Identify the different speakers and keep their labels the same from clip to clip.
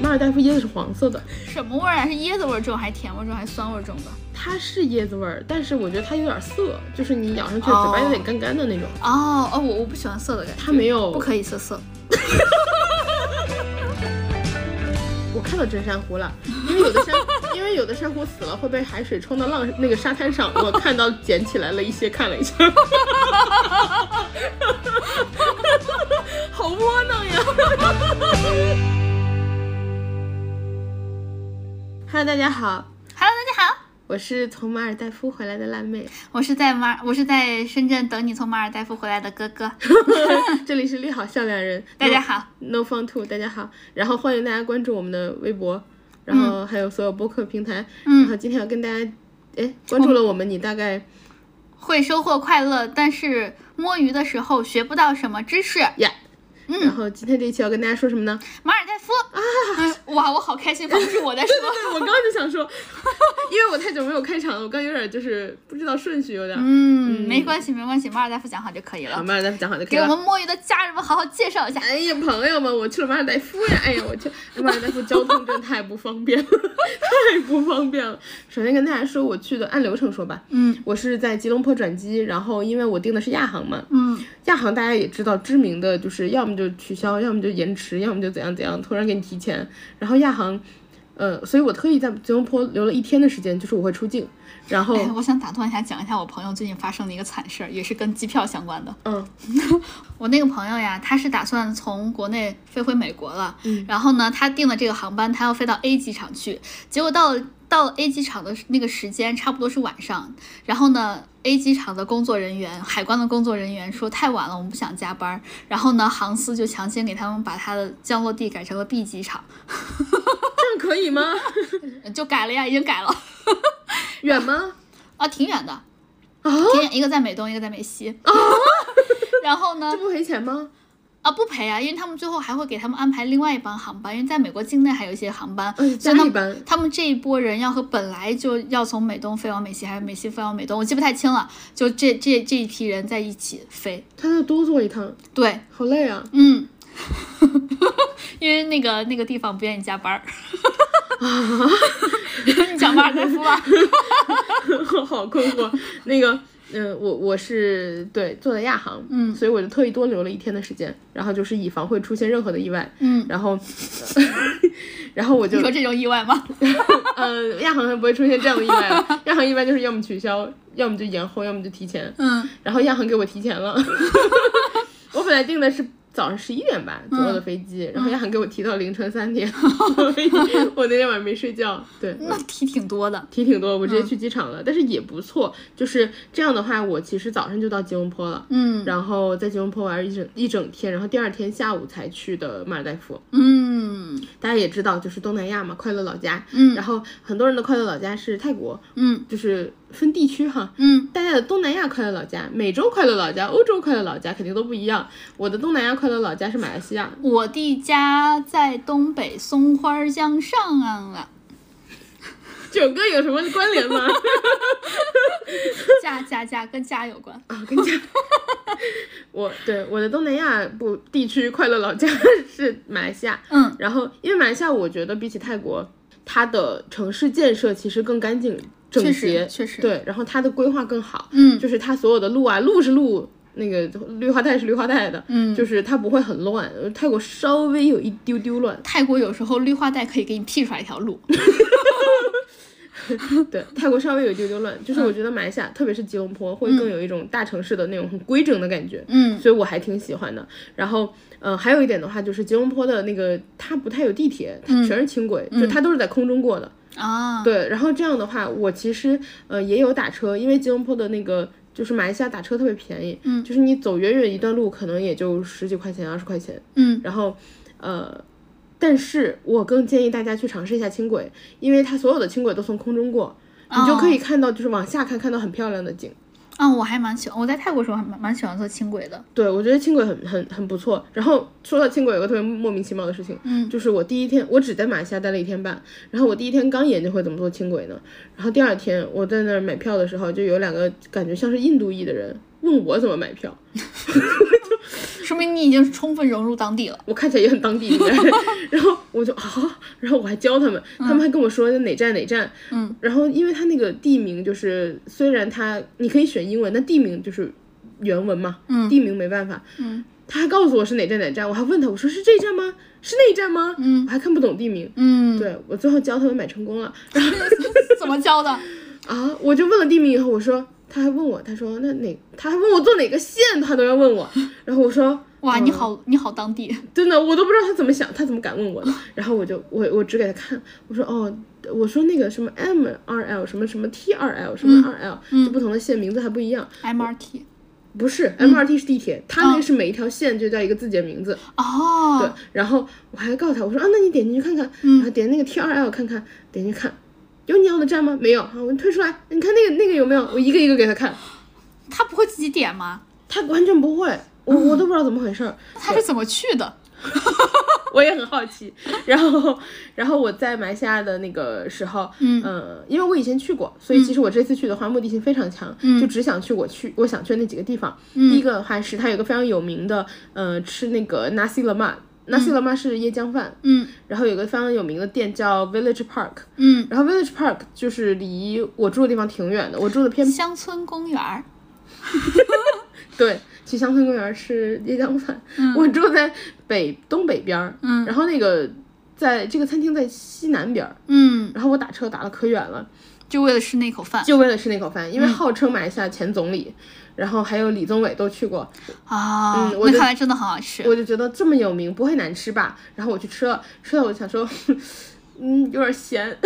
Speaker 1: 马尔代夫椰子是黄色的，
Speaker 2: 什么味儿啊？是椰子味儿重，还是甜味儿重，还是酸味儿重吧？
Speaker 1: 它是椰子味儿，但是我觉得它有点涩，就是你咬上去嘴巴有点干干的那种。
Speaker 2: 哦哦，我我不喜欢涩的感觉，
Speaker 1: 它没有
Speaker 2: 不可以涩涩。
Speaker 1: 我看到真珊瑚了，因为有的珊，因为有的珊瑚死了会被海水冲到浪那个沙滩上，我看到捡起来了一些，看了一下， 好窝囊呀！Hello，大家好，
Speaker 2: Hello，大家好，
Speaker 1: 我是从马尔代夫回来的辣妹，
Speaker 2: 我是在马，我是在深圳等你从马尔代夫回来的哥 哥。
Speaker 1: 这里是利好笑两人，
Speaker 2: 大家好，
Speaker 1: No Fun Two，大家好，然后欢迎大家关注我们的微博，然后还有所有播客平台，
Speaker 2: 嗯
Speaker 1: 然后今天要跟大家，哎，关注了我们，你大概
Speaker 2: 会收获快乐，但是摸鱼的时候学不到什么知识。
Speaker 1: 呀然后今天这一期要跟大家说什么呢？
Speaker 2: 马尔代夫啊、嗯哇，我好开心，不是我在说。
Speaker 1: 我刚刚就想说，因为我太久没有开场了，我刚有点就是不知道顺序，有点。嗯
Speaker 2: 嗯，没关系，没关系，马尔代夫讲好就可以
Speaker 1: 好，
Speaker 2: 了。
Speaker 1: 马尔代夫讲好就可以
Speaker 2: 给我
Speaker 1: 了。
Speaker 2: 们摸鱼的家人们好好介绍一下，
Speaker 1: 哎呀，朋友们，我去了马尔代夫呀！哎呀，我去哎马尔代夫，交通真太不方便了， 太不方便了。首先跟大家说，我去的按流程说吧。
Speaker 2: 嗯
Speaker 1: 我是在吉隆坡转机，然后因为我订的是亚航嘛，
Speaker 2: 嗯，
Speaker 1: 亚航大家也知道，知名的就是要么就取消，要么就延迟，要么就怎样怎样，突然给你提前。然后亚航，呃，所以我特意在吉隆坡留了一天的时间，就是我会出境，然后。
Speaker 2: 哎，我想打断一下，讲一下我朋友最近发生的一个惨事儿，也是跟机票相关的。
Speaker 1: 嗯，
Speaker 2: 我那个朋友呀，他是打算从国内飞回美国了，然后呢，他订的这个航班，他要飞到 A 机场去，结果到了到了 A 机场的那个时间差不多是晚上，然后呢，A 机场的工作人员，海关的工作人员说太晚了，我们不想加班儿，然后呢，航司就强行给他们把他的降落地改成了 B 机场，
Speaker 1: 这样可以吗？
Speaker 2: 就改了呀，已经改了，
Speaker 1: 远吗？
Speaker 2: 啊，挺远的，
Speaker 1: 啊，
Speaker 2: 挺远，一个在美东，一个在美西， 然后呢
Speaker 1: 这，不赔钱吗？
Speaker 2: 啊，不赔啊，因为他们最后还会给他们安排另外一班航班，因为在美国境内还有一些航班，
Speaker 1: 嗯，加
Speaker 2: 所以他
Speaker 1: 一
Speaker 2: 们
Speaker 1: 班。
Speaker 2: 他们这一波人要和本来就要从美东飞往美西，还是美西飞往美东，我记不太清了，就这这这一批人在一起飞，
Speaker 1: 他就多坐一趟，
Speaker 2: 对，
Speaker 1: 好累啊！
Speaker 2: 嗯。 因为那个那个地方不愿意加班 儿， 你讲马尔代 夫吧，
Speaker 1: 好困惑。那个，嗯、我我是对坐的亚航，
Speaker 2: 嗯
Speaker 1: 所以我就特意多留了一天的时间，然后就是以防会出现任何的意外，
Speaker 2: 嗯，
Speaker 1: 然后，然后我就
Speaker 2: 你说这种意外吗？
Speaker 1: 呃，亚航还不会出现这样的意外了。亚航一般就是要么取消，要么就延后，要么就提前。
Speaker 2: 嗯
Speaker 1: 然后亚航给我提前了， 我本来订的是早上十一点吧左右
Speaker 2: 嗯
Speaker 1: 的飞机，然后亚航给我提到凌晨三 点，所以我那天晚上没睡觉。对，
Speaker 2: 那题挺多的，
Speaker 1: 提挺多，我直接去机场了，但是也不错。就是这样的话，我其实早上就到吉隆坡了。
Speaker 2: 嗯
Speaker 1: 然后在吉隆坡玩了一整一整天，然后第二天下午才去的马尔代夫。
Speaker 2: 嗯
Speaker 1: 大家也知道，就是东南亚嘛，快乐老家。
Speaker 2: 嗯
Speaker 1: 然后很多人的快乐老家是泰国，
Speaker 2: 嗯
Speaker 1: 就是分地区哈。
Speaker 2: 嗯
Speaker 1: 大家的东南亚快乐老家、美洲快乐老家、欧洲快乐老家肯定都不一样。我的东南亚快乐老家是马来西亚，
Speaker 2: 我弟家在东北松花江上 岸了，
Speaker 1: 这首歌有什么关联吗？
Speaker 2: 家家家跟家有关。
Speaker 1: 啊，跟你讲， 我对我的东南亚不地区快乐老家 是马来西亚，
Speaker 2: 嗯
Speaker 1: 然后因为马来西亚，我觉得比起泰国，它的城市建设其实更干净、整
Speaker 2: 确实
Speaker 1: 洁，
Speaker 2: 确实
Speaker 1: 对，然后它的规划更好，
Speaker 2: 嗯
Speaker 1: 就是它所有的路啊，路是路，那个绿化带是绿化带的，
Speaker 2: 嗯，
Speaker 1: 就是它不会很乱。呃泰国稍微有一丢丢 乱，
Speaker 2: 泰国有时候绿化带可以给你辟出来一条路。
Speaker 1: 对，泰国稍微有一丢丢乱，
Speaker 2: 嗯
Speaker 1: 就是我觉得马来西亚，特别是吉隆坡，会更有一种大城市的那种很规整的感觉。
Speaker 2: 嗯
Speaker 1: 所以我还挺喜欢的。然后，嗯、还有一点的话，就是吉隆坡的那个它不太有地铁，
Speaker 2: 嗯
Speaker 1: 它全是轻轨，就它都是在空中过的。
Speaker 2: 啊，
Speaker 1: 对，然后这样的话，我其实呃也有打车，因为吉隆坡的那个就是马来西亚打车特别便宜，
Speaker 2: 嗯
Speaker 1: 就是你走远远一段路可能也就十几块钱、二十块钱，
Speaker 2: 嗯
Speaker 1: 然后呃。但是我更建议大家去尝试一下轻轨，因为它所有的轻轨都从空中过，你
Speaker 2: 哦
Speaker 1: 就可以看到，就是往下看，看到很漂亮的景。
Speaker 2: 啊，我还蛮喜欢，我在泰国时候还蛮蛮喜欢坐轻轨的。
Speaker 1: 对，我觉得轻轨很很很不错。然后说到轻轨，有个特别莫名其妙的事情，
Speaker 2: 嗯
Speaker 1: 就是我第一天，我只在马来西亚待了一天半，然后我第一天刚研究会怎么坐轻轨呢，然后第二天我在那儿买票的时候，就有两个感觉像是印度裔的人问我怎么买票，
Speaker 2: 说明你已经充分融入当地了。
Speaker 1: 我看起来也很当地人，然后我就啊，然后我还教他们，他们还跟我说哪站哪站，
Speaker 2: 嗯，
Speaker 1: 然后因为他那个地名就是虽然他你可以选英文，但地名就是原文嘛，
Speaker 2: 嗯
Speaker 1: 地名没办法，
Speaker 2: 嗯，
Speaker 1: 他还告诉我是哪站哪站，我还问他我说是这站吗？是那站吗？
Speaker 2: 嗯
Speaker 1: 我还看不懂地名，
Speaker 2: 嗯，
Speaker 1: 对我最后教他们买成功了，
Speaker 2: 怎么教的？
Speaker 1: 啊，我就问了地名以后，我说，他还问我，他说那哪，他还问我坐哪个县，他都要问 我。然后我说，
Speaker 2: 哇，你
Speaker 1: 嗯
Speaker 2: 好，你好当 地。
Speaker 1: 真的，我都不知道他怎么想，他怎么敢问我的。然后我就我我指给他看，我说哦，我说那个什么 M R L 什么什么 T 二 L
Speaker 2: 嗯
Speaker 1: 什么 R L，、就不同的县名字还不一样。
Speaker 2: MRT
Speaker 1: 不是
Speaker 2: 嗯
Speaker 1: M R T 是地铁，他那
Speaker 2: 哦
Speaker 1: 个是每一条线就叫一个自己的名字。对
Speaker 2: 哦，，嗯
Speaker 1: 然后我还告诉他，我说啊，那你点进去看看，然后点那个 T 二 L 看看，点进去看，有你要的站吗？没有，啊好，我退出来，你看那个那个有没有？我一个一个给他看，
Speaker 2: 他不会自己点吗？
Speaker 1: 他完全不会，我我都不知道怎么回事儿，
Speaker 2: 那嗯他是怎么去的？
Speaker 1: 我也很好奇。然后，然后我在马来西亚的那个时候，
Speaker 2: 嗯
Speaker 1: 呃因为我以前去过，所以其实我这次去的话目的性非常强，
Speaker 2: 嗯
Speaker 1: 就只想去我去我想去的那几个地方。第一个的话是它有一个非常有名的，呃，吃那个 nasi lemak，nasi lemak 是椰浆饭，
Speaker 2: 嗯
Speaker 1: 然后有一个非常有名的店叫 Village Park，
Speaker 2: 嗯，
Speaker 1: 然后 Village Park 就是离我住的地方挺远的，我住的 偏
Speaker 2: 嗯乡村公园儿。
Speaker 1: 对，去乡村公园吃椰浆饭。 我住在北东北边儿，
Speaker 2: 嗯
Speaker 1: 然后那个在这个餐厅在西南边儿，
Speaker 2: 嗯，
Speaker 1: 然后我打车打了可远了，
Speaker 2: 就为了吃那口饭
Speaker 1: 就为了吃那口饭，因为号称马来西亚前总理，然后还有李宗伟都去过，
Speaker 2: 啊！
Speaker 1: 嗯我
Speaker 2: 那
Speaker 1: 就
Speaker 2: 看来真的很好吃。
Speaker 1: 我就觉得这么有名不会难吃吧？然后我去吃了，吃了我就想说， 嗯，有点咸，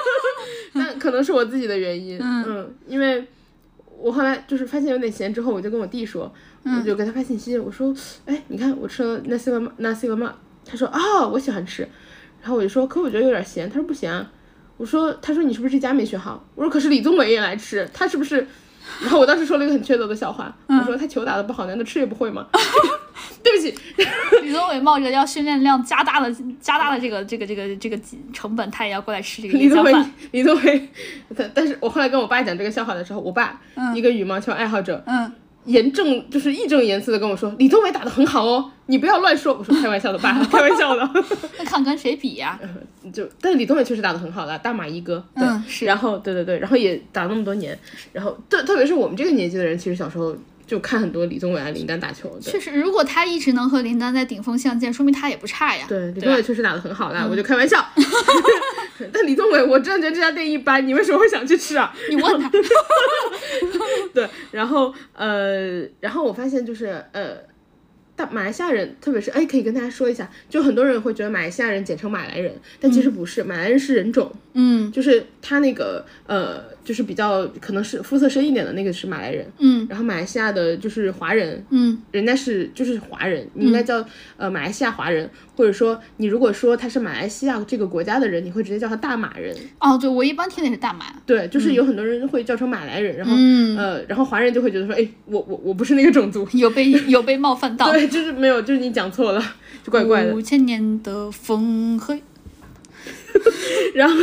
Speaker 1: 但可能是我自己的原因，嗯因为我后来就是发现有点咸之后，我就跟我弟说，我就给他发信息，我说，哎，你看我吃了 nasi lemak nasi lemak，他说啊、我喜欢吃，然后我就说，可我觉得有点咸，他说不咸啊。我说，他说你是不是这家没选好？我说可是李宗伟也来吃，他是不是？然后我当时说了一个很缺德的笑话，我说他球打得不好，难道吃也不 会吗？对不起，
Speaker 2: 李宗伟冒着要训练量加大的加大的这个这个这个这个成本，他也要过来吃这个
Speaker 1: 李
Speaker 2: 椰
Speaker 1: 宗
Speaker 2: 浆
Speaker 1: 伟
Speaker 2: 饭。，
Speaker 1: 李宗伟，但但是我后来跟我爸讲这个笑话的时候，我爸、一个羽毛球爱好者，
Speaker 2: 嗯，
Speaker 1: 严正就是义正言辞的跟我说，李宗伟打得很好哦，你不要乱说。我说开玩笑的，爸，开玩笑的。
Speaker 2: 那看跟谁比呀、
Speaker 1: 就但是李宗伟确实打得很好了，大马一哥，对，
Speaker 2: 嗯是
Speaker 1: 然后对对对，然后也打了那么多年，然后特特别是我们这个年纪的人，其实小时候就看很多李宗伟啊、林丹打球，对
Speaker 2: 确实，如果他一直能和林丹在顶峰相见，说明他也不差呀。
Speaker 1: 对，李宗伟
Speaker 2: 吧？
Speaker 1: 确实打得很好啦，我就开玩笑。但李宗伟，我真的觉得这家店一般，你为什么会想去吃啊？
Speaker 2: 你 问他，
Speaker 1: 对，然后呃，然后我发现就是呃，大马来西亚人，特别是哎，可以跟大家说一下，就很多人会觉得马来西亚人简称马来人，但其实不是，马来人是人种，
Speaker 2: 嗯
Speaker 1: 就是他那个呃，就是比较可能是肤色深一点的那个是马来人，
Speaker 2: 嗯
Speaker 1: 然后马来西亚的就是华人，
Speaker 2: 嗯
Speaker 1: 人家是就是华人，你应该叫、呃马来西亚华人，或者说你如果说他是马来西亚这个国家的人，你会直接叫他大马人。
Speaker 2: 哦，对我一般听的是大马。
Speaker 1: 对，就是有很多人会叫成马来人，然后、
Speaker 2: 嗯
Speaker 1: 呃，然后华人就会觉得说，哎，我我我不是那个种族，
Speaker 2: 有被有被冒犯到，
Speaker 1: 对，就是没有，就是你讲错了，就怪怪的。
Speaker 2: 五千年的风和
Speaker 1: 然后，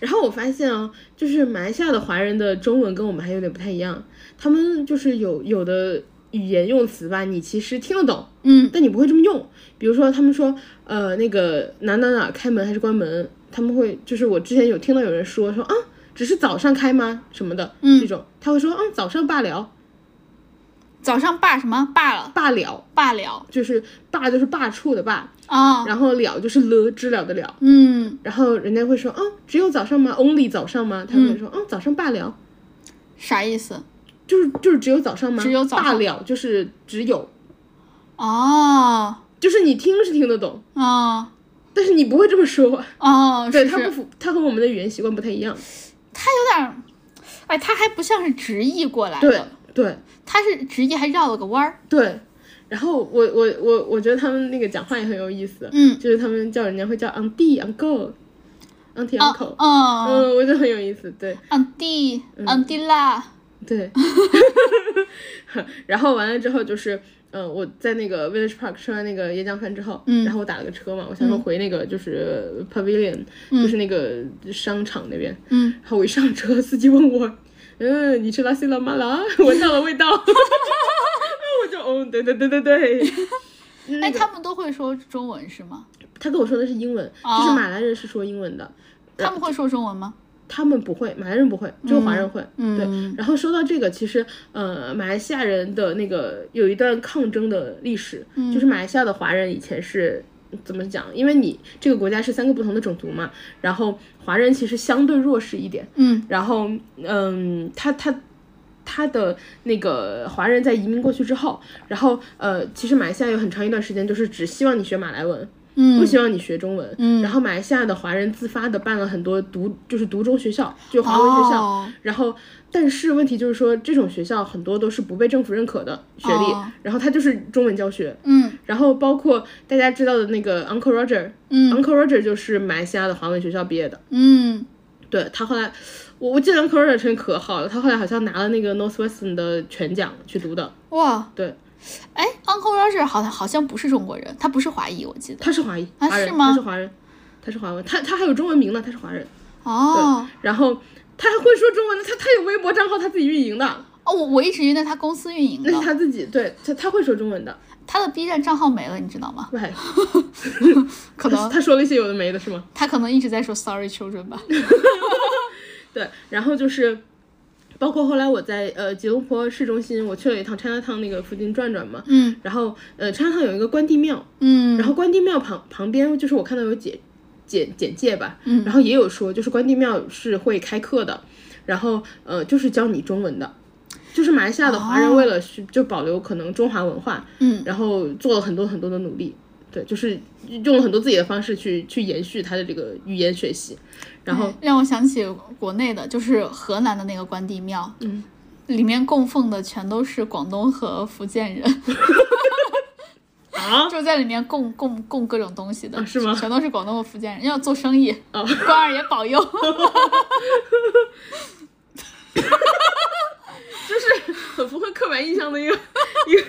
Speaker 1: 然后我发现啊，就是马来西亚的华人的中文跟我们还有点不太一样，他们就是有有的语言用词吧，你其实听得懂，
Speaker 2: 嗯
Speaker 1: 但你不会这么用。比如说，他们说，呃，那个哪哪哪开门还是关门，他们会就是我之前有听到有人说说啊，只是早上开吗什么的、
Speaker 2: 嗯
Speaker 1: 这种，他会说，嗯，早上罢了，
Speaker 2: 早上罢什么罢了
Speaker 1: 罢了，
Speaker 2: 罢了
Speaker 1: 就是罢就是罢黜的罢，
Speaker 2: 啊，
Speaker 1: 然后了就是了知了的了。
Speaker 2: 嗯，
Speaker 1: 然后人家会说，哦，只有早上吗？Only 早上吗？他们会说，
Speaker 2: 嗯
Speaker 1: 哦，早上罢了，
Speaker 2: 啥意思？
Speaker 1: 就是就是只有早上吗？
Speaker 2: 只有早上
Speaker 1: 罢了，就是只有，
Speaker 2: 哦
Speaker 1: 就是你听是听得懂，
Speaker 2: 哦
Speaker 1: 但是你不会这么 说。
Speaker 2: 哦，
Speaker 1: 对，
Speaker 2: 是
Speaker 1: 它
Speaker 2: 是
Speaker 1: 不符，它和我们的语言习惯不太一样。
Speaker 2: 有点儿，哎，他还不像是直译过来
Speaker 1: 对
Speaker 2: 的，
Speaker 1: 对
Speaker 2: 他是直译还绕了个弯儿。
Speaker 1: 对。然后我我我我觉得他们那个讲话也很有意思，
Speaker 2: 嗯，
Speaker 1: 就是他们叫人家会叫 auntie uncle auntie
Speaker 2: 啊
Speaker 1: uncle，、
Speaker 2: 嗯，
Speaker 1: 嗯，我嗯觉得很有意思，对。
Speaker 2: 昂蒂昂蒂啦，
Speaker 1: 对， 然后完了之后就是，嗯、我在那个 Village Park 吃完那个椰浆饭之后，
Speaker 2: 嗯
Speaker 1: 然后我打了个车嘛，我想说回那个就是 Pavilion，、就是那个商场那边，
Speaker 2: 嗯，
Speaker 1: 然后我一上车，司呃 机问我，嗯，你吃拉西拉玛拉？闻到了味道，然后我就哦哦，对对对对对。
Speaker 2: 哎，他们都会说中文是吗？
Speaker 1: 他跟我说的是英文，就是马来人是说英文的，呃
Speaker 2: 他们会说中文吗？
Speaker 1: 他们不会，马来人不会，只有华人会。
Speaker 2: 嗯
Speaker 1: 对。然后说到这个，其实呃，马来西亚人的那个有一段抗争的历史，
Speaker 2: 嗯
Speaker 1: 就是马来西亚的华人以前是。怎么讲？因为你这个国家是三个不同的种族嘛，然后华人其实相对弱势一点，
Speaker 2: 嗯，
Speaker 1: 然后嗯，他他他的那个华人在移民过去之后，然后呃，其实马来西亚有很长一段时间就是只希望你学马来文，
Speaker 2: 嗯，
Speaker 1: 不希望你学中文，
Speaker 2: 嗯
Speaker 1: 然后马来西亚的华人自发的办了很多独就是独中学校，就华文学校，
Speaker 2: 哦
Speaker 1: 然后，但是问题就是说，这种学校很多都是不被政府认可的学历，
Speaker 2: 哦
Speaker 1: 然后它就是中文教学。
Speaker 2: 嗯
Speaker 1: 然后包括大家知道的那个 Uncle Roger，
Speaker 2: 嗯
Speaker 1: Uncle Roger 就是马来西亚的华文学校毕业的，
Speaker 2: 嗯，
Speaker 1: 对他后来，我我记得 Uncle Roger 真可好了，他后来好像拿了那个 Northwestern 的全奖去读的，
Speaker 2: 哇，
Speaker 1: 对，
Speaker 2: 哎，Uncle Roger 好像好像不是中国人，他不是华裔，我记得。
Speaker 1: 他是华裔，
Speaker 2: 啊
Speaker 1: 华人，
Speaker 2: 是吗
Speaker 1: 他是华人，他是华文，他他还有中文名呢，他是华人，
Speaker 2: 哦
Speaker 1: 然后他还会说中文的，他他有微博账号，他自己运营的，
Speaker 2: 哦，我我一直以为他公司运营
Speaker 1: 那是
Speaker 2: 的，
Speaker 1: 他自己，对他他会说中文的，
Speaker 2: 他的 B 站账号没了，你知道吗？
Speaker 1: 喂，
Speaker 2: 可 能
Speaker 1: 他说了一些有的没的，是吗？
Speaker 2: 他可能一直在说 Sorry Children 吧。
Speaker 1: 对，然后就是。包括后来我在呃吉隆坡市中心，我去了一趟 China Town 那个附近转转嘛，
Speaker 2: 嗯
Speaker 1: 然后呃 China Town 有一个关帝庙，
Speaker 2: 嗯，
Speaker 1: 然后关帝庙旁旁边就是我看到有简简简介吧，然后也有说就是关帝庙是会开课的，然后呃就是教你中文的，就是马来西亚的华人为了去就保留可能中华文化，
Speaker 2: 嗯，
Speaker 1: 然后做了很多很多的努力，对，就是用了很多自己的方式去去延续他的这个语言学习，然后
Speaker 2: 哎让我想起国内的，就是河南的那个关帝庙，
Speaker 1: 嗯，
Speaker 2: 里面供奉的全都是广东和福建人，
Speaker 1: 啊
Speaker 2: 就在里面供供供各种东西的，
Speaker 1: 啊是吗
Speaker 2: 全都是广东和福建人，要做生意，
Speaker 1: 哦
Speaker 2: 关二爷保佑。
Speaker 1: 就是很符合刻板印象的一 个一个，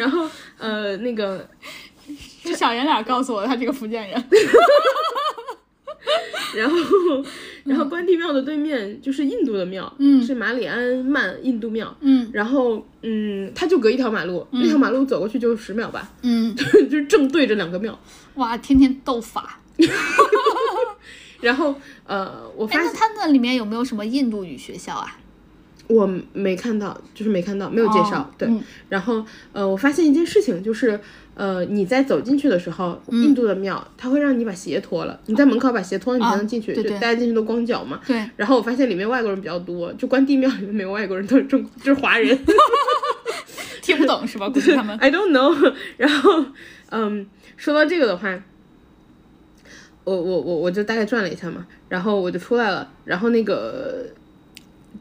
Speaker 1: 然后呃那个
Speaker 2: 这小圆脸告诉我，他这个福建人。
Speaker 1: 然后，然后关帝庙的对面就是印度的庙，
Speaker 2: 嗯
Speaker 1: 是马里安曼印度庙。
Speaker 2: 嗯
Speaker 1: 然后，嗯，它就隔一条马路，那条马路走过去就十秒吧，
Speaker 2: 嗯，
Speaker 1: 就是正对着两个庙。
Speaker 2: 哇，天天斗法。
Speaker 1: 然后，呃，我
Speaker 2: 哎，
Speaker 1: 发
Speaker 2: 那
Speaker 1: 现
Speaker 2: 他那里面有没有什么印度语学校啊？
Speaker 1: 我没看到，就是没看到，没有介绍。
Speaker 2: 哦
Speaker 1: 对，
Speaker 2: 嗯
Speaker 1: 然后，呃，我发现一件事情，就是，呃，你在走进去的时候，
Speaker 2: 嗯
Speaker 1: 印度的庙它会让你把鞋脱了，你在门口把鞋脱了，你才能进去，
Speaker 2: 嗯对
Speaker 1: 就
Speaker 2: 对
Speaker 1: 大家进去都光脚嘛。
Speaker 2: 对，
Speaker 1: 然后我发现里面外国人比较多，就关帝庙里面没有外国人，都是中， 就是华人。
Speaker 2: 听不懂是吧？估计 他们
Speaker 1: I don't know 。然后，嗯，说到这个的话，我我我我就大概转了一下嘛，然后我就出来了。然后那个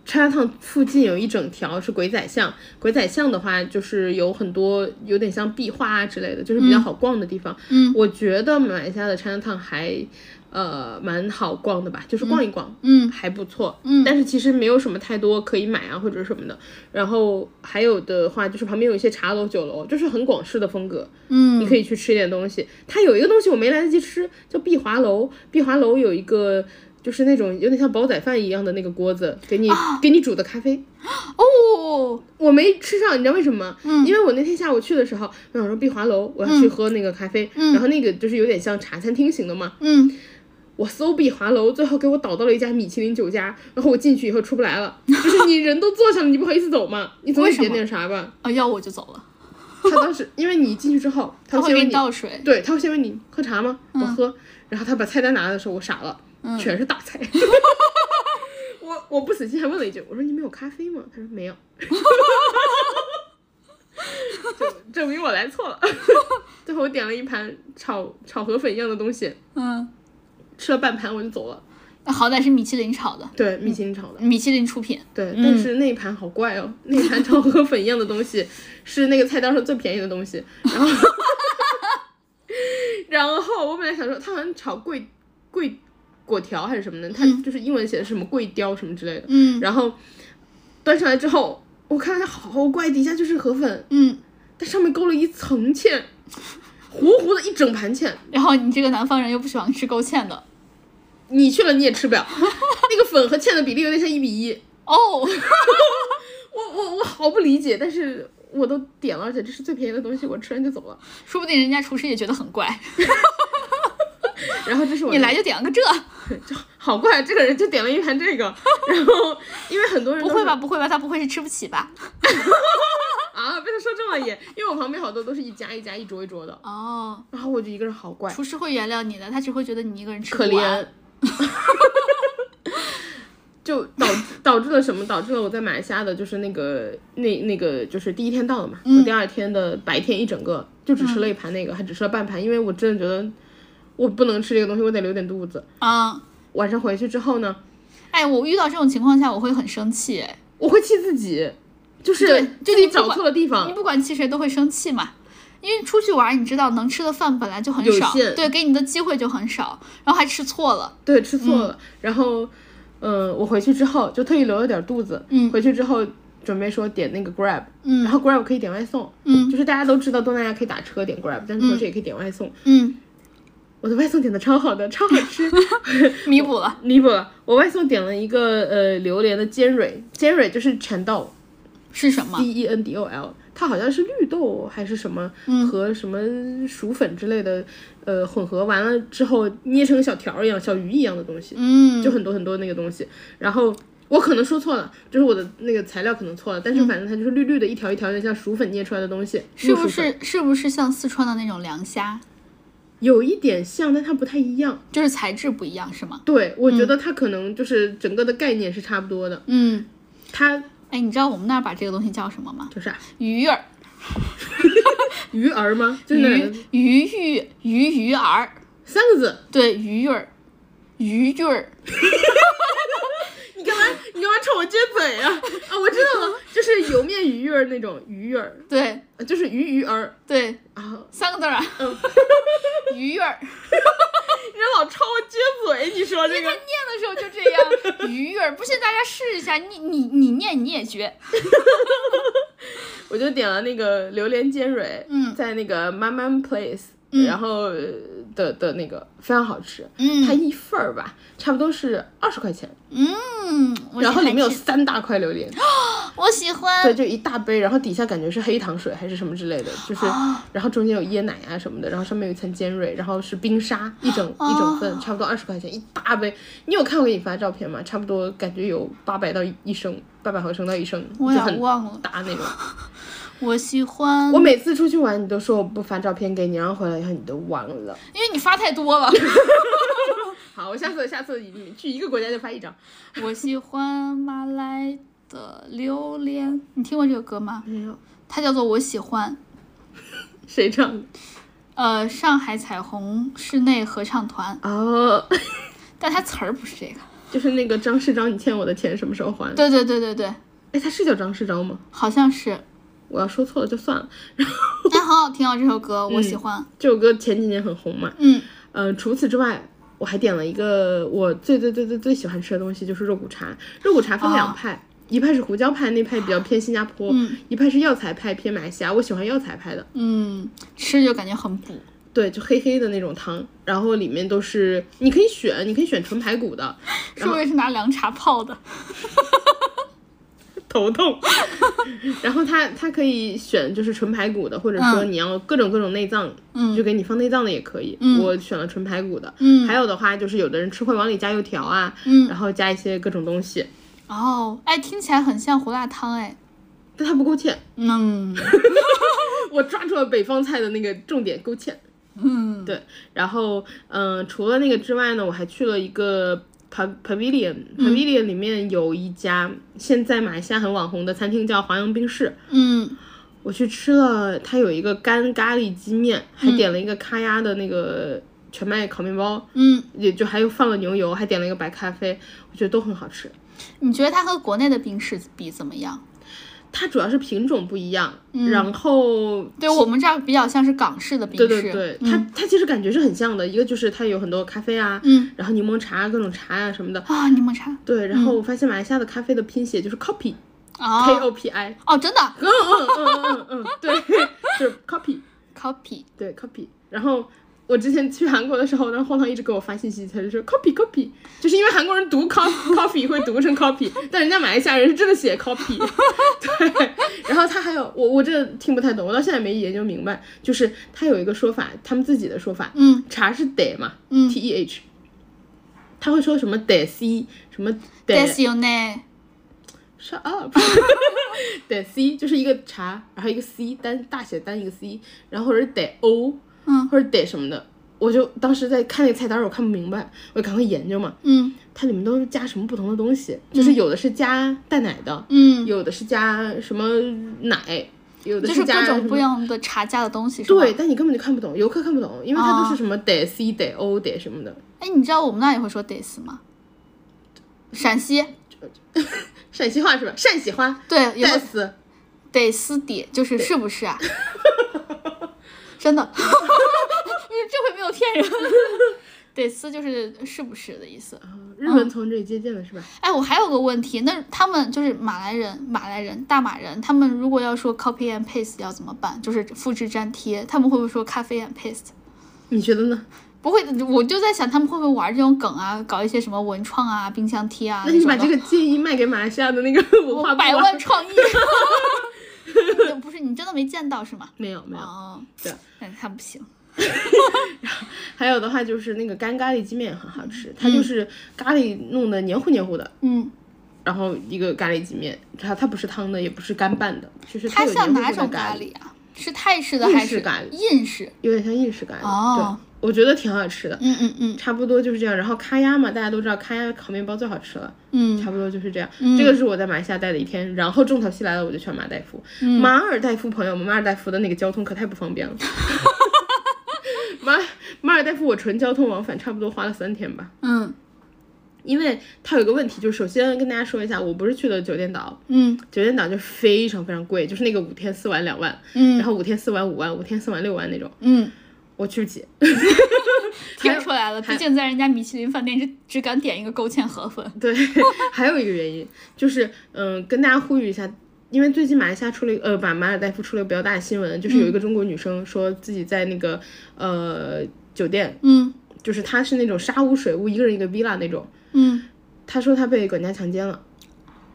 Speaker 1: Chinatown 附近有一整条是鬼仔巷，鬼仔巷的话就是有很多有点像壁画啊之类的，就是比较好逛的地方。
Speaker 2: 嗯
Speaker 1: 我觉得马来西亚的 Chinatown 还呃蛮好逛的吧，就是逛一逛，
Speaker 2: 嗯
Speaker 1: 还不错，
Speaker 2: 嗯
Speaker 1: 但是其实没有什么太多可以买啊或者什么的。然后还有的话就是旁边有一些茶楼、酒楼，就是很广式的风格，你
Speaker 2: 嗯
Speaker 1: 可以去吃一点东西。它有一个东西我没来得及吃，叫碧华楼。碧华楼有一个就是那种有点像煲仔饭一样的那个锅子，给你、给你煮的咖啡。
Speaker 2: 哦
Speaker 1: 我没吃上，你知道为什么吗？
Speaker 2: 嗯
Speaker 1: 因为我那天下午去的时候，我想说碧华楼，我要去喝那个咖啡，
Speaker 2: 嗯
Speaker 1: 然后那个就是有点像茶餐厅型的嘛，
Speaker 2: 嗯，
Speaker 1: 我搜碧华楼，最后给我导到了一家米其林酒家，然后我进去以后出不来了，就是你人都坐下了，你不好意思走嘛，你总
Speaker 2: 为
Speaker 1: 得
Speaker 2: 什么
Speaker 1: 点点啥吧。
Speaker 2: 啊，要我就走了。
Speaker 1: 他当时因为你进去之后，他
Speaker 2: 他
Speaker 1: 会先
Speaker 2: 会给
Speaker 1: 问
Speaker 2: 你
Speaker 1: 你，
Speaker 2: 倒嗯水。
Speaker 1: 对，他会先问你喝茶吗？我喝，然后他把菜单拿来的时候，我傻了，
Speaker 2: 嗯
Speaker 1: 全是大菜。 我我不死心，还问了一句，我说你们有咖啡吗？他说没有， 就证明我来错了。最后我点了一盘炒炒河粉一样的东西，
Speaker 2: 嗯，
Speaker 1: 吃了半盘我就走了。
Speaker 2: 那好歹是米其林炒的，
Speaker 1: 对，米其林炒的。
Speaker 2: 米其林出品。
Speaker 1: 对，但是那一盘好怪哦，那一盘炒 河粉一样的东西是那个菜单上最便宜的东西，然后， 然后我本来想说它好像炒桂桂果条还是什么的，它就是英文写的是什么桂雕什么之类的，
Speaker 2: 嗯
Speaker 1: 然后端上来之后，我看它好怪，底下就是河粉，
Speaker 2: 嗯，
Speaker 1: 它上面勾了一层芡，糊糊的一整盘芡，
Speaker 2: 然后你这个南方人又不喜欢吃勾芡的。
Speaker 1: 你去了你也吃不了， 那个粉和芡的比例有点像一比一。
Speaker 2: 哦，
Speaker 1: 我我我好不理解，但是我都点了，而且这是最便宜的东西，我吃完就走了。
Speaker 2: 说不定人家厨师也觉得很怪，
Speaker 1: 然后这是我
Speaker 2: 你来就点了个这，
Speaker 1: 就好怪，啊这个人就点了一盘 这个，然后因为很多人
Speaker 2: 不
Speaker 1: 都
Speaker 2: 会
Speaker 1: 是
Speaker 2: 吧？不会吧？他不会是吃不起吧？
Speaker 1: 啊，被他说中了也，因为我旁边好多都是一家一家一桌一桌的，
Speaker 2: 哦，
Speaker 1: 然后我就一个人好怪，
Speaker 2: 厨师会原谅你的，他只会觉得你一个人吃不
Speaker 1: 可
Speaker 2: 完。
Speaker 1: 怜。就导致导致了什么？导致了我在马来西亚的，就是那个那那个就是第一天到了嘛，
Speaker 2: 嗯
Speaker 1: 我第二天的白天一整个就只吃了一盘那个，还只吃了半盘，因为我真的觉得我不能吃这个东西，我得留点肚子。
Speaker 2: 啊、
Speaker 1: 晚上回去之后呢，
Speaker 2: 哎，我遇到这种情况下，我会很生气。哎
Speaker 1: 我会气自己，就是
Speaker 2: 对
Speaker 1: 自
Speaker 2: 就你
Speaker 1: 己
Speaker 2: 不
Speaker 1: 找
Speaker 2: 管
Speaker 1: 错了地
Speaker 2: 你
Speaker 1: 方。
Speaker 2: 不管气谁都会生气嘛。因为出去玩儿，你知道能吃的饭本来就很
Speaker 1: 有
Speaker 2: 少，
Speaker 1: 限
Speaker 2: 对，给你的机会就很少，然后还吃错了，
Speaker 1: 对，吃错了。然后，嗯、我回去之后就特意留了点肚子。
Speaker 2: 嗯
Speaker 1: 回去之后准备说点那个 Grab，
Speaker 2: 嗯
Speaker 1: 然后 Grab 可以点外送，
Speaker 2: 嗯
Speaker 1: 就是大家都知道东南亚可以打车点 Grab，但是回去也可以点外送。
Speaker 2: 嗯，
Speaker 1: 我的外送点的超好的，超好吃，
Speaker 2: 嗯弥补了，
Speaker 1: 弥补了。我外送点了一个呃榴莲的尖蕊，尖蕊就是蚕豆
Speaker 2: 是什么？
Speaker 1: D E N D O L，它好像是绿豆还是什么、
Speaker 2: 嗯
Speaker 1: 和什么薯粉之类的，呃混合完了之后捏成小条儿一样、小鱼一样的东西，
Speaker 2: 嗯，
Speaker 1: 就很多很多那个东西。然后我可能说错了，就是我的那个材料可能错了，但是反正它就是绿绿的一条一条的，像薯粉捏出来的东西，
Speaker 2: 嗯是
Speaker 1: 木
Speaker 2: 不
Speaker 1: 薯粉
Speaker 2: 是是不是像四川的那种凉虾，
Speaker 1: 有一点像，但它不太一样。
Speaker 2: 就是材质不一样是吗？
Speaker 1: 对，我觉得它可能就是整个的概念是差不多的。
Speaker 2: 嗯，
Speaker 1: 它
Speaker 2: 哎，你知道我们那儿把这个东西叫什么吗？
Speaker 1: 就是、啊、
Speaker 2: 鱼儿，
Speaker 1: 鱼儿吗？就是那两个
Speaker 2: 鱼鱼鱼鱼鱼儿，
Speaker 1: 三个字。
Speaker 2: 对，鱼儿，鱼鱼儿，
Speaker 1: 你干嘛？你干嘛冲我撅嘴呀、啊？我知道了，就是油面鱼儿那种鱼儿，
Speaker 2: 对
Speaker 1: 呃就是鱼鱼儿
Speaker 2: 对，
Speaker 1: 啊。
Speaker 2: 三个字儿啊，鱼儿。
Speaker 1: 你老冲我撅嘴，你说这
Speaker 2: 他
Speaker 1: 个
Speaker 2: 念的时候就这样，鱼儿，不信大家试一下，你你你念你也绝。
Speaker 1: 我就点了那个榴莲尖蕊，
Speaker 2: 嗯
Speaker 1: 在那个 Man Man Place，、然后呃的的那个非常好吃，它
Speaker 2: 嗯
Speaker 1: 一份儿吧，差不多是二十块钱，
Speaker 2: 嗯，我
Speaker 1: 然后
Speaker 2: 喜欢
Speaker 1: 里面有
Speaker 2: 吃
Speaker 1: 三大块榴莲，
Speaker 2: 我喜
Speaker 1: 对，
Speaker 2: 欢，
Speaker 1: 就一大杯，然后底下感觉是黑糖水还是什么之类的，就是，
Speaker 2: 哦
Speaker 1: 然后中间有椰奶啊什么的，然后上面有一层尖锐，然后是冰沙，一整一整
Speaker 2: 哦
Speaker 1: 份，差不多二十块钱一大杯。你有看我给你发照片吗？差不多感觉有八百到一升，八百毫升到一升，就
Speaker 2: 我有
Speaker 1: 很
Speaker 2: 点忘了，
Speaker 1: 大那种。
Speaker 2: 我喜欢
Speaker 1: 我，每次出去玩，你都说我不发照片给你，然后回来以后你都忘了。
Speaker 2: 因为你发太多 了。
Speaker 1: 好，我下次下次去一个国家就发一张。
Speaker 2: 我喜欢马来的榴莲，你听过这个歌吗？
Speaker 1: 没有，
Speaker 2: 它叫做《我喜欢》，
Speaker 1: 谁唱的？
Speaker 2: 呃，上海彩虹室内合唱团，
Speaker 1: 哦，
Speaker 2: 但它词儿不是这个。
Speaker 1: 就是那个张世钊，你欠我的钱什么时候还？
Speaker 2: 对对对对对，
Speaker 1: 哎，他是叫张世钊吗？
Speaker 2: 好像是。
Speaker 1: 我要说错了就算了。
Speaker 2: 但很好听啊，这首歌
Speaker 1: 嗯
Speaker 2: 我喜欢。
Speaker 1: 这首歌前几年很红嘛。
Speaker 2: 嗯
Speaker 1: 呃，除此之外，我还点了一个我最最最最最喜欢吃的东西，就是肉骨茶。肉骨茶分两派，一派是胡椒派，那派比较偏新加坡；一派是药材派，偏马来西亚。我喜欢药材派的，
Speaker 2: 嗯，吃就感觉很补。
Speaker 1: 对，就黑黑的那种汤，然后里面都是你可以选，你可以选纯排骨的，
Speaker 2: 是不是是拿凉茶泡的？
Speaker 1: 头痛。 然后它它可以选就是纯排骨的，或者说你要各种各种内脏，就给你放内脏的也可以。我选了纯排骨的。
Speaker 2: 嗯
Speaker 1: 还有的话就是有的人吃会往里加油条啊，然后加一些各种东西，
Speaker 2: 哦，嗯哎，听起来很像胡辣汤哎。
Speaker 1: 但它不够芡。
Speaker 2: 嗯，
Speaker 1: 我抓住了北方菜的那个重点，勾芡。嗯，对。然后，嗯、除了那个之外呢，我还去了一个 pa- pavilion pavilion 里面有一家现在马来西亚很网红的餐厅叫华阳冰室，
Speaker 2: 嗯，
Speaker 1: 我去吃了，它有一个干咖喱鸡面，还点了一个咖鸭的那个全麦烤面包，
Speaker 2: 嗯，
Speaker 1: 也就还有放了牛油，还点了一个白咖啡，我觉得都很好吃。
Speaker 2: 你觉得它和国内的冰室比怎么样？
Speaker 1: 它主要是品种不一样，然后
Speaker 2: 对我们这儿比较像是港式的冰室。
Speaker 1: 对对对，它它其实感觉是很像的，一个就是它有很多咖啡啊，
Speaker 2: 嗯，
Speaker 1: 然后柠檬茶啊，各种茶啊什么的。
Speaker 2: 啊，柠檬茶
Speaker 1: 对，然后我发现马来西亚的咖啡的拼写就是 copy，K、
Speaker 2: 啊，
Speaker 1: O P I，
Speaker 2: 哦，真的
Speaker 1: 嗯嗯嗯嗯嗯，对，就是 copy，
Speaker 2: ，copy，
Speaker 1: 对 copy。然后我之前去韩国的时候，然后荒唐一直给我发信息，他就说 copy copy，就是因为韩国人读 cop coffee 会读成 copy，但人家马来西亚人是真的写 copy。对，然后他还有我我这听不太懂，我到现在没研究明白，就是他有一个说法，他们自己的说法，
Speaker 2: 嗯
Speaker 1: 茶是得嘛，
Speaker 2: 嗯
Speaker 1: t e h，他会说什么得 c 什么得
Speaker 2: ，That's your name。
Speaker 1: shut up，得 c 就是一个茶，然后一个 c 单大写单一个 c，然后或者得 o。
Speaker 2: 嗯
Speaker 1: 或者得什么的，我就当时在看那个菜单儿，我看不明白，我就赶快研究嘛，
Speaker 2: 嗯
Speaker 1: 它里面都是加什么不同的东西，就是有的是加淡奶的，
Speaker 2: 嗯，
Speaker 1: 有的是加什么奶，有的
Speaker 2: 就是
Speaker 1: 加
Speaker 2: 各
Speaker 1: 什
Speaker 2: 种
Speaker 1: 么
Speaker 2: 不一样的茶加的东西，是吧？
Speaker 1: 对，。但你根本就看不懂，游客看不懂，因为它都
Speaker 2: 哦
Speaker 1: 是什么得 c 得 o 得什么的。
Speaker 2: 哎，你知道我们那也会说 this 吗？陕西
Speaker 1: 陕西话是吧？陕西话
Speaker 2: 对有
Speaker 1: 得
Speaker 2: 个
Speaker 1: 死，
Speaker 2: 得私底，就是是 不是啊？真的，不是这回没有骗人。 得私就是是不是的意思。
Speaker 1: 日文从这里借鉴的是吧？
Speaker 2: 哎，我还有个问题，那他们就是马来人、马来人、大马人，他们如果要说 copy and paste 要怎么办？就是复制粘贴，他们会不会说咖啡 and paste？
Speaker 1: 你觉得呢？
Speaker 2: 不会，我就在想他们会不会玩这种梗啊，搞一些什么文创啊、冰箱贴啊
Speaker 1: 那你
Speaker 2: 种
Speaker 1: 把
Speaker 2: 的
Speaker 1: 这个建议卖给马来西亚的那个啊文化部
Speaker 2: 百
Speaker 1: 吧
Speaker 2: 万创意， 不是你真的没见到是吗？
Speaker 1: 没有没有，
Speaker 2: 哦，
Speaker 1: 对，
Speaker 2: 但他不行。
Speaker 1: 还有的话就是那个干咖喱鸡面很好吃，它就是咖喱弄得黏糊黏糊的，
Speaker 2: 嗯，
Speaker 1: 然后一个咖喱鸡面，它它不是汤的，也不是干拌的，就是
Speaker 2: 它
Speaker 1: 有
Speaker 2: 像
Speaker 1: 黏糊
Speaker 2: 哪
Speaker 1: 糊的
Speaker 2: 种
Speaker 1: 咖
Speaker 2: 咖，喱啊？是泰式的还
Speaker 1: 印式
Speaker 2: 是
Speaker 1: 咖喱
Speaker 2: 印式？
Speaker 1: 有点像印式咖喱。
Speaker 2: 哦
Speaker 1: 对，我觉得挺好吃的，
Speaker 2: 嗯嗯嗯
Speaker 1: 差不多就是这样。然后咖鸭嘛，大家都知道咖鸭烤面包最好吃了，
Speaker 2: 嗯，
Speaker 1: 差不多就是这样。这个是我在马来西亚待的一天，然后重头戏来了，我就去了马尔代夫。
Speaker 2: 嗯
Speaker 1: 马尔代夫朋友们，马尔代夫的那个交通可太不方 便了。马马尔代夫我纯交通往返差不多花了三天吧，
Speaker 2: 嗯
Speaker 1: 因为它有一个问题，就是首先跟大家说一下，我不是去的酒店岛，
Speaker 2: 嗯
Speaker 1: 酒店岛就非常非常贵，就是那个五天四晚两万，然
Speaker 2: 嗯
Speaker 1: 后五天四晚五万，五天四晚六万那种，
Speaker 2: 嗯，
Speaker 1: 我去不起。
Speaker 2: 听出来了，毕竟在人家米其林饭店只只敢点一个勾芡河粉。
Speaker 1: 对， 还有一个原因就是，嗯、跟大家呼吁一下。因为最近马来西亚出了一个呃，把马尔代夫出了一个比较大的新闻，就是有一个中国女生说自己在那个、呃酒店，
Speaker 2: 嗯
Speaker 1: 就是她是那种沙屋水屋，一个人一个 villa 那种，
Speaker 2: 嗯
Speaker 1: 她说她被管家强奸了，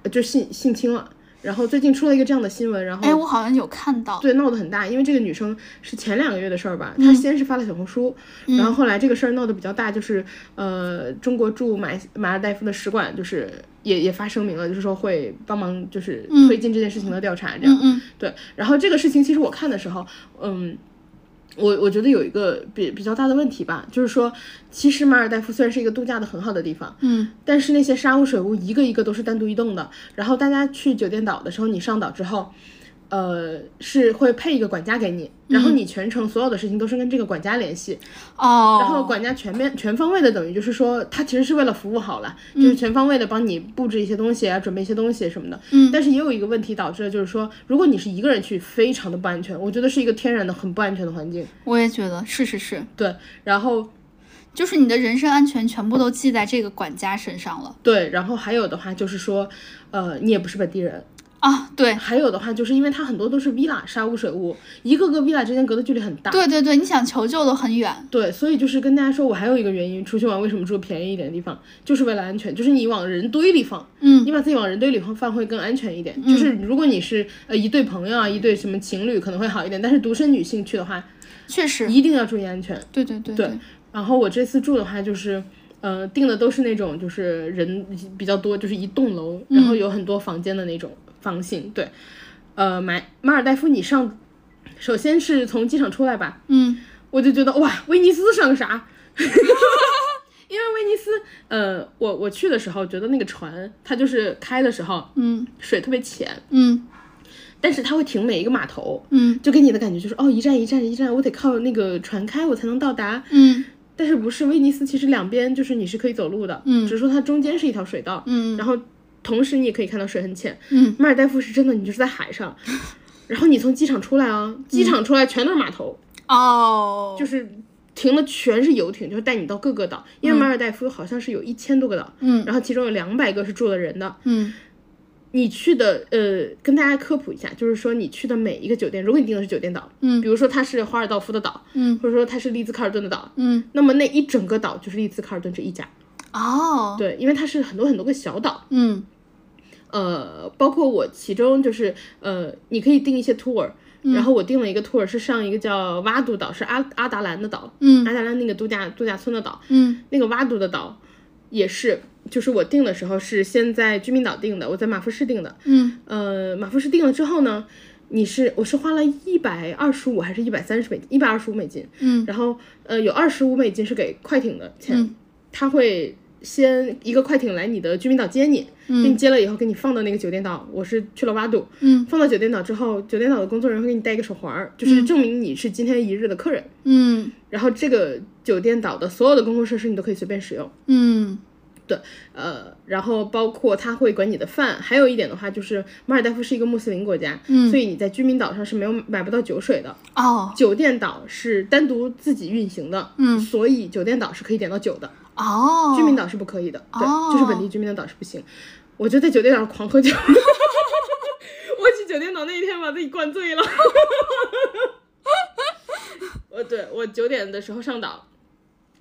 Speaker 1: 呃就性性侵了。然后最近出了一个这样的新闻，然后
Speaker 2: 哎，我好像有看到。
Speaker 1: 对，闹得很大，因为这个女生是前两个月的事儿吧，
Speaker 2: 嗯
Speaker 1: 她先是发了小红书，然后后来这个事儿闹得比较大，就是呃，中国驻马马尔代夫的使馆就是也也发声明了，就是说会帮忙就是推进这件事情的调查，这样、
Speaker 2: 嗯
Speaker 1: 对。然后这个事情其实我看的时候，嗯。我我觉得有一个比比较大的问题吧，就是说，其实马尔代夫虽然是一个度假的很好的地方，
Speaker 2: 嗯
Speaker 1: 但是那些沙屋水屋一个一个都是单独一栋的，然后大家去酒店岛的时候，你上岛之后，呃，是会配一个管家给你，
Speaker 2: 嗯
Speaker 1: 然后你全程所有的事情都是跟这个管家联系，
Speaker 2: 哦，
Speaker 1: 然后管家全面全方位的，等于就是说他其实是为了服务好了，
Speaker 2: 嗯
Speaker 1: 就是全方位的帮你布置一些东西啊，准备一些东西什么的。
Speaker 2: 嗯
Speaker 1: 但是也有一个问题导致的就是说，如果你是一个人去，非常的不安全，我觉得是一个天然的很不安全的环境。
Speaker 2: 我也觉得是是是，
Speaker 1: 对，然后
Speaker 2: 就是你的人身安全全部都系在这个管家身上了
Speaker 1: 对，然后还有的话就是说，呃，你也不是本地人。
Speaker 2: 啊！对
Speaker 1: 还有的话，就是因为它很多都是 villa 沙屋水屋，一个个 villa 之间隔的距离很大。
Speaker 2: 对对对，你想求救都很远。
Speaker 1: 对所以就是跟大家说，我还有一个原因，出去玩为什么住便宜一点的地方，就是为了安全，就是你往人堆里放，
Speaker 2: 嗯
Speaker 1: 你把自己往人堆里放，放会更安全一点。就是如果你是呃一对朋友啊，一对什么情侣可能会好一点，但是独身女性去的话，
Speaker 2: 确实，
Speaker 1: 一定要注意安全。
Speaker 2: 对对对
Speaker 1: 对，然后我这次住的话就是。呃，订的都是那种就是人比较多，就是一栋楼，然后有很多房间的那种房型。对，呃，马马尔代夫，你上，首先是从机场出来吧，
Speaker 2: 嗯
Speaker 1: 我就觉得哇，威尼斯上个啥？ 因为威尼斯，呃，我我去的时候觉得那个船，它就是开的时候
Speaker 2: 嗯
Speaker 1: 水特别浅，
Speaker 2: 嗯
Speaker 1: 但是它会停每一个码头，
Speaker 2: 嗯
Speaker 1: 就给你的感觉就是哦，一站一站一站，我得靠那个船开我才能到达。
Speaker 2: 嗯
Speaker 1: 但是不是威尼斯？其实两边就是你是可以走路的，
Speaker 2: 嗯
Speaker 1: 只是说它中间是一条水道，
Speaker 2: 嗯
Speaker 1: 然后同时你也可以看到水很浅。
Speaker 2: 嗯，
Speaker 1: 马尔代夫是真的，你就是在海上， 然后你从机场出来
Speaker 2: 嗯
Speaker 1: 啊，机场出来全都是码头，
Speaker 2: 哦，
Speaker 1: 就是是停的全是游艇，就是带你到各个岛，因为马尔代夫好像是有一千多个岛，
Speaker 2: 嗯
Speaker 1: 然后其中有两百个是住了人的，
Speaker 2: 嗯
Speaker 1: 你去的呃，跟大家科普一下，就是说你去的每一个酒店，如果你订的是酒店岛，
Speaker 2: 嗯
Speaker 1: 比如说它是华尔道夫的岛，
Speaker 2: 嗯
Speaker 1: 或者说它是丽兹卡尔顿的岛，
Speaker 2: 嗯，
Speaker 1: 那么那一整个岛就是丽兹卡尔顿这一家。
Speaker 2: 哦，
Speaker 1: 对，因为它是很多很多个小岛，
Speaker 2: 嗯
Speaker 1: 呃，包括我其中就是呃，你可以订一些 tour，、然后我订了一个 tour 是上一个叫瓦杜岛，是阿阿达兰的岛，
Speaker 2: 嗯
Speaker 1: 阿达兰那个度假度假村的岛，
Speaker 2: 嗯
Speaker 1: 那个瓦杜的岛也是，就是我订的时候是先在居民岛订的，我在马夫市订的，
Speaker 2: 嗯，
Speaker 1: 呃，马夫市订了之后呢，你是我是花了一百二十五还是一百三十美金？一百二十五美金，
Speaker 2: 嗯，
Speaker 1: 然后呃有二十五美金是给快艇的钱，他会先一个快艇来你的居民岛接你，给你接了以后给你放到那个酒店岛，我是去了瓦杜，
Speaker 2: 嗯，
Speaker 1: 放到酒店岛之后，酒店岛的工作人员会给你带一个手环儿，就是证明你是今天一日的客人，
Speaker 2: 嗯
Speaker 1: 然后这个酒店岛的所有的公共设施你都可以随便使用。
Speaker 2: 嗯
Speaker 1: 呃，然后包括他会管你的饭，还有一点的话就是马尔代夫是一个穆斯林国家，
Speaker 2: 嗯
Speaker 1: 所以你在居民岛上是没有买不到酒水的，
Speaker 2: 哦
Speaker 1: 酒店岛是单独自己运行的，
Speaker 2: 嗯
Speaker 1: 所以酒店岛是可以点到酒的，
Speaker 2: 哦，
Speaker 1: 居民岛是不可以的，
Speaker 2: 哦
Speaker 1: 对，就是本地居民的岛是不行。我就在酒店岛上狂喝酒， 我去酒店岛那一天把自己灌醉了。 我对我九点的时候上岛，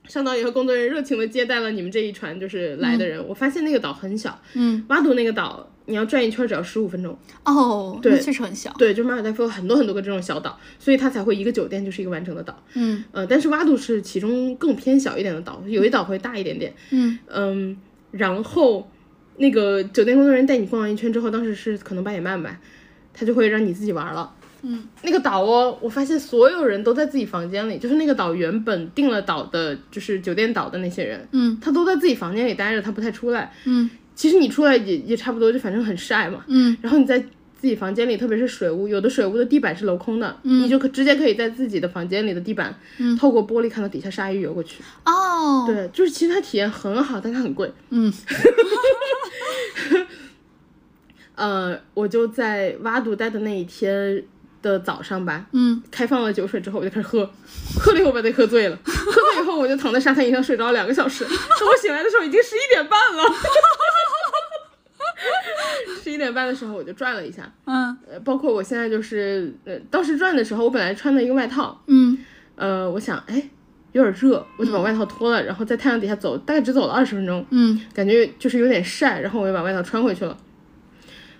Speaker 1: 上岛以后，工作人员热情的接待了你们这一船就是来的人。我发现那个岛很小，
Speaker 2: 嗯
Speaker 1: 瓦杜那个岛你要转一圈只要十五分钟。
Speaker 2: 哦，那确实很小，
Speaker 1: 对，就马尔代夫有很多很多个这种小岛，所以它才会一个酒店就是一个完整的岛。
Speaker 2: 嗯
Speaker 1: 呃，但是瓦杜是其中更偏小一点的岛，有一岛会大一点点。
Speaker 2: 嗯
Speaker 1: 嗯，然后那个酒店工作人员带你逛完一圈之后，当时是可能八点半吧，他就会让你自己玩了。
Speaker 2: 嗯，
Speaker 1: 那个岛哦，我发现所有人都在自己房间里，就是那个岛原本订了岛的，就是酒店岛的那些人，
Speaker 2: 嗯
Speaker 1: 他都在自己房间里待着，他不太出来。
Speaker 2: 嗯
Speaker 1: 其实你出来也也差不多，就反正很晒嘛。
Speaker 2: 嗯
Speaker 1: 然后你在自己房间里，特别是水屋，有的水屋的地板是镂空的，你就可直接可以在自己的房间里的地板，
Speaker 2: 嗯
Speaker 1: 透过玻璃看到底下鲨鱼游过去。
Speaker 2: 哦，
Speaker 1: 对，就是其实它体验很好，但它很贵。
Speaker 2: 嗯
Speaker 1: 呃，我就在挖独待的那一天的早上吧，
Speaker 2: 嗯
Speaker 1: 开放了酒水之后，我就开始喝， 喝了以后把自己喝醉了，喝醉以后我就躺在沙滩椅上睡着了两个小时，等我醒来的时候已经十一点半了， 十一点半的时候我就转了一下，
Speaker 2: 嗯
Speaker 1: 呃，包括我现在就是，呃，当时转的时候我本来穿的一个外套，
Speaker 2: 嗯
Speaker 1: 呃，我想，哎，有点热，我就把外套脱了，然后在太阳底下走，大概只走了二十分钟，
Speaker 2: 嗯
Speaker 1: 感觉就是有点晒，然后我又把外套穿回去了。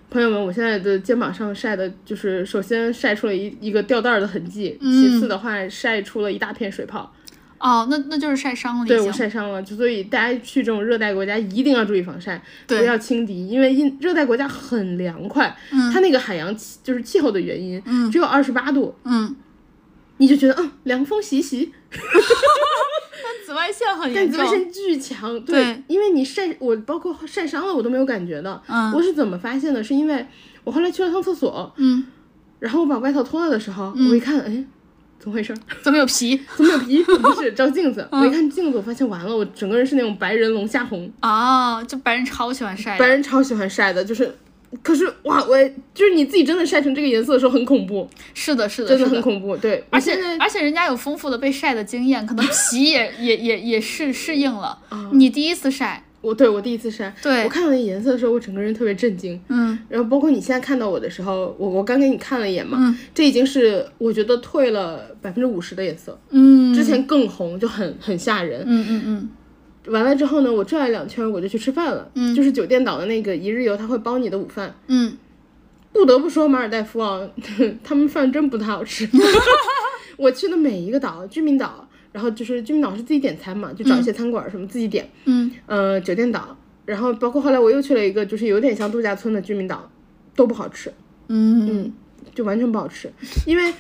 Speaker 1: 朋友们，我现在的肩膀上晒的，就是首先晒出了一一个吊带儿的痕迹，其
Speaker 2: 嗯
Speaker 1: 次的话晒出了一大片水泡，
Speaker 2: 哦，那那就是晒伤了，
Speaker 1: 对我晒伤了。就所以大家去这种热带国家一定要注意防晒，不
Speaker 2: 对
Speaker 1: 要轻敌，因为因热带国家很凉快，
Speaker 2: 嗯
Speaker 1: 它那个海洋气就是气候的原因，
Speaker 2: 嗯
Speaker 1: 只有二十八度，
Speaker 2: 嗯，
Speaker 1: 你就觉得嗯凉风习习，
Speaker 2: 但紫外线很
Speaker 1: 但
Speaker 2: 严
Speaker 1: 紫
Speaker 2: 重
Speaker 1: 外，线巨强，
Speaker 2: 对
Speaker 1: 因为你晒我包括晒伤了我都没有感觉的，
Speaker 2: 嗯
Speaker 1: 我是怎么发现的？是因为我后来去了趟厕所，
Speaker 2: 嗯，
Speaker 1: 然后我把外套脱了的时候，我一看，哎，怎么回事儿？
Speaker 2: 怎么有皮
Speaker 1: 怎么有皮？不是，照镜子，
Speaker 2: 嗯
Speaker 1: 我一看镜子，我发现完了，我整个人是那种白人龙虾红，
Speaker 2: 哦，就白人超喜欢晒
Speaker 1: 白
Speaker 2: 的，
Speaker 1: 人超喜欢晒的，就是。可是哇，我也就是你自己真的晒成这个颜色的时候很恐怖，
Speaker 2: 是的，是的，
Speaker 1: 真
Speaker 2: 是
Speaker 1: 的很恐怖。对，
Speaker 2: 而
Speaker 1: 而
Speaker 2: 且
Speaker 1: 现在
Speaker 2: 而且人家有丰富的被晒的经验，可 能皮也也也也是适应了。
Speaker 1: 哦
Speaker 2: 你第一次晒，
Speaker 1: 我对我第一次晒，
Speaker 2: 对
Speaker 1: 我看到那颜色的时候，我整个人特别震惊。
Speaker 2: 嗯
Speaker 1: 然后包括你现在看到我的时候，我我刚给你看了一眼嘛，
Speaker 2: 嗯
Speaker 1: 这已经是我觉得退了百分之五十的颜色，
Speaker 2: 嗯，
Speaker 1: 之前更红就很很吓人。
Speaker 2: 嗯嗯嗯
Speaker 1: 完了之后呢，我转了两圈我就去吃饭了，
Speaker 2: 嗯
Speaker 1: 就是酒店岛的那个一日游，他会包你的午饭。
Speaker 2: 嗯
Speaker 1: 不得不说马尔代夫啊， 他们饭真不太好 吃。我去的每一个岛，居民岛，然后就是居民岛是自己点餐嘛，就找一些餐馆什么自己点，
Speaker 2: 嗯
Speaker 1: 呃，酒店岛，然后包括后来我又去了一个就是有点像度假村的居民岛，都不好吃。
Speaker 2: 嗯，
Speaker 1: 嗯，就完全不好吃，因为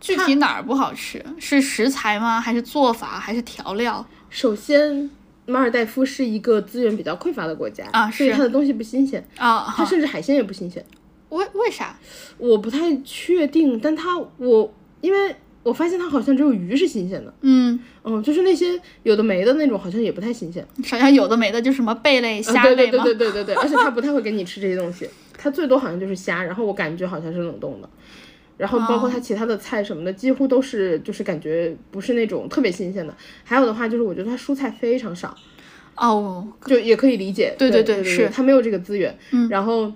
Speaker 2: 具体哪儿不好吃？是食材吗？还是做法？还是调料？
Speaker 1: 首先马尔代夫是一个资源比较匮乏的国家
Speaker 2: 啊
Speaker 1: 所以
Speaker 2: 是
Speaker 1: 它的东西不新鲜，
Speaker 2: 啊，
Speaker 1: 它
Speaker 2: 好
Speaker 1: 甚至海鲜也不新鲜。
Speaker 2: 为为啥？
Speaker 1: 我不太确定，但它我因为我发现它好像只有鱼是新鲜的，
Speaker 2: 嗯，
Speaker 1: 嗯，就是那些有的没的那种好像也不太新鲜。
Speaker 2: 首先有的没的，就什么贝类、
Speaker 1: 呃
Speaker 2: 虾
Speaker 1: 对
Speaker 2: 类
Speaker 1: 对对
Speaker 2: 吗？
Speaker 1: 对对对对，而且它不太会给你吃这些东西，它最多好像就是虾，然后我感觉好像是冷冻的。然后
Speaker 2: 哦
Speaker 1: 包括它其他的菜什么的，几乎都是就是感觉不是那种特别新鲜的。还有的话就是，我觉得它蔬菜非常少，
Speaker 2: 哦，
Speaker 1: 就也可以理解。
Speaker 2: 对
Speaker 1: 对
Speaker 2: 对对
Speaker 1: 对
Speaker 2: 是
Speaker 1: 它没有这个资源。
Speaker 2: 嗯
Speaker 1: 然后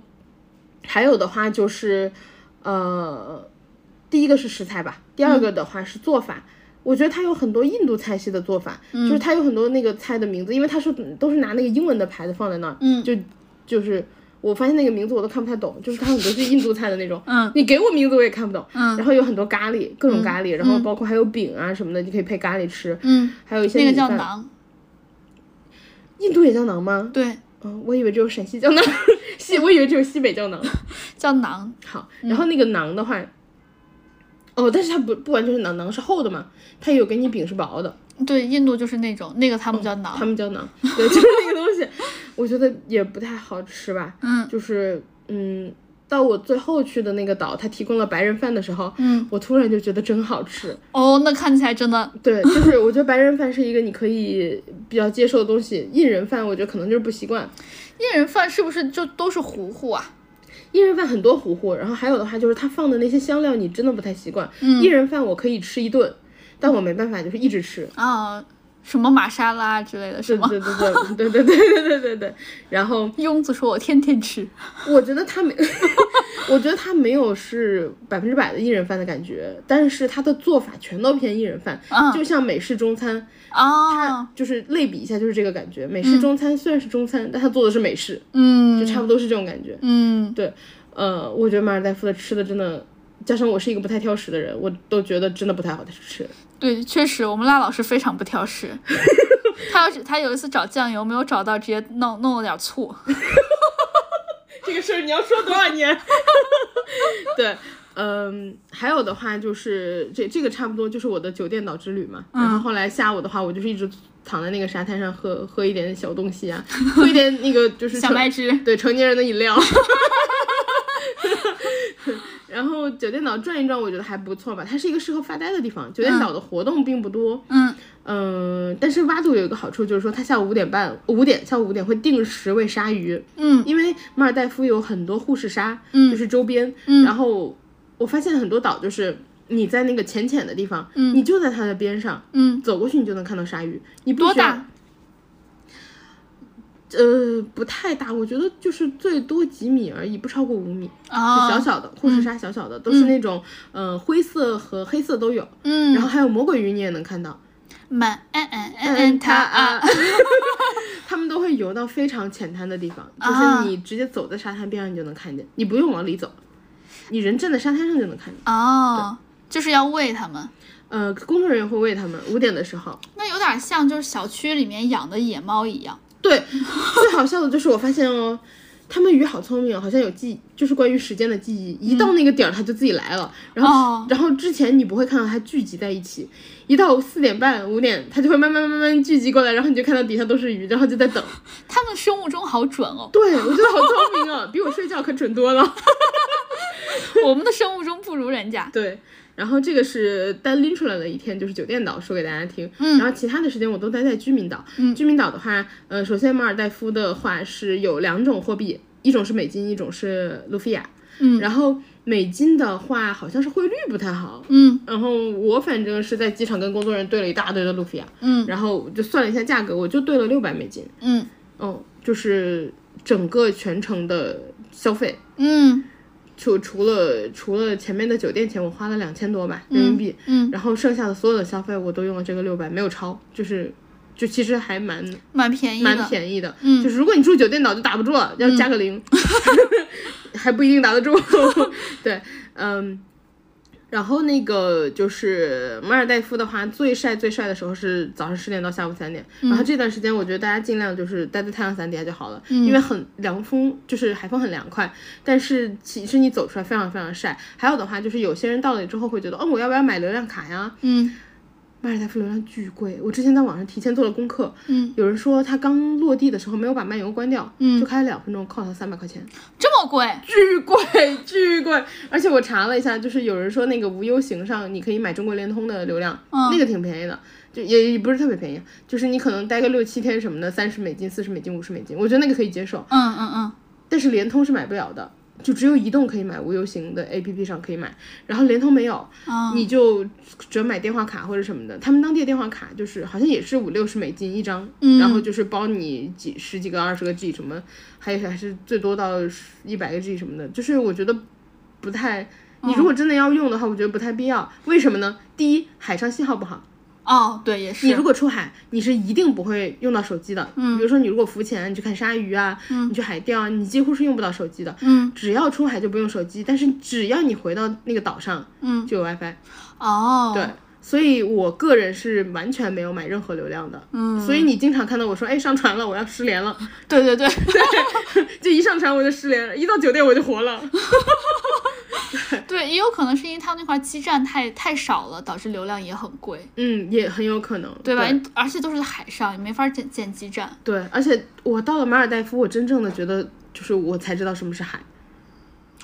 Speaker 1: 还有的话就是，呃，第一个是食材吧，第
Speaker 2: 嗯
Speaker 1: 二个的话是做法。我觉得它有很多印度菜系的做法，
Speaker 2: 嗯
Speaker 1: 就是它有很多那个菜的名字，因为它是都是拿那个英文的牌子放在那儿，
Speaker 2: 嗯
Speaker 1: 就就是我发现那个名字我都看不太懂，就是它很多是印度菜的那种，
Speaker 2: 嗯，
Speaker 1: 你给我名字我也看不懂，
Speaker 2: 嗯
Speaker 1: 然后有很多咖喱，各种咖喱，然后包括还有饼啊什么的，你可以配咖喱吃，
Speaker 2: 嗯，
Speaker 1: 还有一些
Speaker 2: 那个
Speaker 1: 米
Speaker 2: 叫
Speaker 1: 饭，
Speaker 2: 馕，
Speaker 1: 印度也叫馕吗？
Speaker 2: 对，
Speaker 1: 嗯，我以为只有陕西叫馕， 西我以为只有西北叫馕。
Speaker 2: 叫馕，
Speaker 1: 好，然后那个馕的话，哦，但是它不不完全是馕，馕是厚的嘛，它有给你饼是薄的，
Speaker 2: 对，印度就是那种，那个他们叫馕，
Speaker 1: 嗯他们叫馕，对， 就是那个东西，我觉得也不太好吃吧，
Speaker 2: 嗯
Speaker 1: 就是嗯，到我最后去的那个岛，它提供了白人饭的时候，
Speaker 2: 嗯，
Speaker 1: 我突然就觉得真好吃，
Speaker 2: 哦，那看起来真的，
Speaker 1: 对，就是我觉得白人饭是一个你可以比较接受的东西，印人饭我觉得可能就是不习惯，
Speaker 2: 印人饭是不是就都是糊糊啊？
Speaker 1: 印人饭很多糊糊，然后还有的话就是它放的那些香料，你真的不太习惯。嗯，印人饭我可以吃一顿，但我没办法就是一直吃。
Speaker 2: 啊，什么玛莎拉之类的，是
Speaker 1: 对
Speaker 2: 吗？
Speaker 1: 对对对对对对对对对对。然后
Speaker 2: 庸子说：“我天天吃。
Speaker 1: 我觉得它没， 我觉得它没有是百分之百的印人饭的感觉，但是它的做法全都偏印人饭，
Speaker 2: 嗯
Speaker 1: 就像美式中餐，”
Speaker 2: 啊，
Speaker 1: 它就是类比一下就是这个感觉。美式中餐虽然是中餐，但它做的是美式，就
Speaker 2: 嗯
Speaker 1: 差不多是这种感觉。
Speaker 2: 嗯，
Speaker 1: 对，呃，我觉得马尔代夫的吃的真的，加上我是一个不太挑食的人，我都觉得真的不太好吃。
Speaker 2: 对，确实，我们辣老师非常不挑食。他要是他有一次找酱油没有找到，直接弄弄了点醋。
Speaker 1: 这个事儿你要说多少年？ 对，嗯，还有的话就是这这个差不多就是我的酒店岛之旅嘛。然
Speaker 2: 嗯
Speaker 1: 后后来下午的话，我就是一直躺在那个沙滩上喝喝一点小东西啊，喝一点那个就是
Speaker 2: 小
Speaker 1: 成
Speaker 2: 麦汁
Speaker 1: 对成年人的饮料。 然后酒店岛转一转，我觉得还不错吧。它是一个适合发呆的地方。酒店岛的活动并不多，
Speaker 2: 嗯
Speaker 1: 嗯，但是蛙渡有一个好处，就是说它下午五点半、五点下午五点会定时喂鲨鱼，
Speaker 2: 嗯
Speaker 1: 因为马尔代夫有很多护士鲨，
Speaker 2: 嗯
Speaker 1: 就是周边，
Speaker 2: 嗯
Speaker 1: 然后我发现很多岛就是你在那个浅浅的地方，
Speaker 2: 嗯
Speaker 1: 你就在它的边上，
Speaker 2: 嗯，
Speaker 1: 走过去你就能看到鲨鱼，你不
Speaker 2: 多
Speaker 1: 需要
Speaker 2: 大？？
Speaker 1: 呃，不太大，我觉得就是最多几米而已，不超过五米，就小
Speaker 2: 啊，
Speaker 1: 小的护士鲨，小小的，都是那种呃灰色和黑色都有，
Speaker 2: 嗯，
Speaker 1: 然后还有魔鬼鱼你也能看到。
Speaker 2: 满嗯嗯嗯嗯他啊，，
Speaker 1: 他们都会游到非常浅滩的地方，
Speaker 2: 啊
Speaker 1: 就是你直接走在沙滩边上，你就能看见，你不用往里走，你人站在沙滩上就能看见。
Speaker 2: 哦，就是要喂他们。
Speaker 1: 呃，工作人员会喂他们，五点的时候。
Speaker 2: 那有点像就是小区里面养的野猫一样。
Speaker 1: 对，最好笑的就是我发现哦，他们鱼好聪明哦，好像有记，就是关于时间的记忆，一到那个点儿它就自己来了。然后，
Speaker 2: 哦
Speaker 1: 然后之前你不会看到它聚集在一起，一到四点半、五点，它就会慢慢慢慢聚集过来，然后你就看到底下都是鱼，然后就在等。
Speaker 2: 他们生物钟好准哦，
Speaker 1: 对，我觉 得好聪明哦，比我睡觉可准多了。
Speaker 2: 我们的生物钟不如 人家。
Speaker 1: 对，然后这个是单拎出来的一天，就是酒店岛，说给大家听。
Speaker 2: 嗯
Speaker 1: 然后其他的时间我都待在居民岛。
Speaker 2: 嗯
Speaker 1: 居民岛的话，呃，首先马尔代夫的话是有两种货币，一种是美金，一种是卢菲亚。
Speaker 2: 嗯
Speaker 1: 然后美金的话好像是汇率不太好。
Speaker 2: 嗯
Speaker 1: 然后我反正是在机场跟工作人员兑了一大堆的卢菲亚，
Speaker 2: 嗯
Speaker 1: 然后我就算了一下价格，我就兑了六百美金。
Speaker 2: 嗯
Speaker 1: 嗯，就是整个全程的消费。
Speaker 2: 嗯
Speaker 1: 就除了除了前面的酒店钱，我花了两千多吧人民币，
Speaker 2: 嗯，
Speaker 1: 然后剩下的所有的消费我都用了这个六百，没有超，就是就其实还蛮
Speaker 2: 蛮便宜的。
Speaker 1: 蛮便宜的，
Speaker 2: 嗯
Speaker 1: 就是如果你住酒店岛就打不住了，要是加个零， 还不一定打得 住，对，嗯。然后那个就是马尔代夫的话，最晒最晒的时候是早上十点到下午三点。
Speaker 2: 嗯
Speaker 1: 然后这段时间，我觉得大家尽量就是待在太阳伞底下就好了，
Speaker 2: 嗯
Speaker 1: 因为很凉风，就是海风很凉快。但是其实你走出来非常非常晒。还有的话就是有些人到了之后会觉得，哦，我要不要买流量卡呀？
Speaker 2: 嗯
Speaker 1: 马尔代夫流量巨贵，我之前在网上提前做了功课，
Speaker 2: 嗯，
Speaker 1: 有人说他刚落地的时候没有把漫游关掉，
Speaker 2: 嗯
Speaker 1: 就开了两分钟，扣他三百块钱，
Speaker 2: 这么贵？
Speaker 1: 巨贵巨贵。而且我查了一下，就是有人说那个无忧行上你可以买中国联通的流量，
Speaker 2: 嗯
Speaker 1: 那个挺便宜的，就也也不是特别便宜，就是你可能待个六七天什么的，三十美金、四十美金、五十美金，我觉得那个可以接受。
Speaker 2: 嗯嗯嗯，
Speaker 1: 但是联通是买不了的，就只有移动可以买，无忧行的 APP 上可以买，然后联通没有，
Speaker 2: 嗯
Speaker 1: 你就只能买电话卡或者什么的。他们当地的电话卡就是好像也是五六十美金一张，
Speaker 2: 嗯
Speaker 1: 然后就是包你几十几个、二十个 G 什么，还有还是最多到一百个 G 什么的。就是我觉得不太，
Speaker 2: 嗯
Speaker 1: 你如果真的要用的话，我觉得不太必要。为什么呢？第一，海上信号不好。
Speaker 2: 哦，对，也是。
Speaker 1: 你如果出海，你是一定不会用到手机的。嗯，比如说你如果浮潜，你去看鲨鱼啊，你去海钓啊，你几乎是用不到手机的。
Speaker 2: 嗯，
Speaker 1: 只要出海就不用手机，但是只要你回到那个岛上，
Speaker 2: 嗯，
Speaker 1: 就有 WiFi。
Speaker 2: 哦，
Speaker 1: 对，所以我个人是完全没有买任何流量的。嗯，所以你经常看到我说，哎，上船了，我要失联了，
Speaker 2: 对对对
Speaker 1: 就一上船我就失联了，一到酒店我就活了。
Speaker 2: 对，也有可能是因为他们那块基站太太少了，导致流量也很贵，
Speaker 1: 嗯，也很有可能，
Speaker 2: 对
Speaker 1: 对
Speaker 2: 吧？而且都是海上，也没法建建基站。
Speaker 1: 对，而且我到了马尔代夫，我真正的觉得就是我才知道什么是海，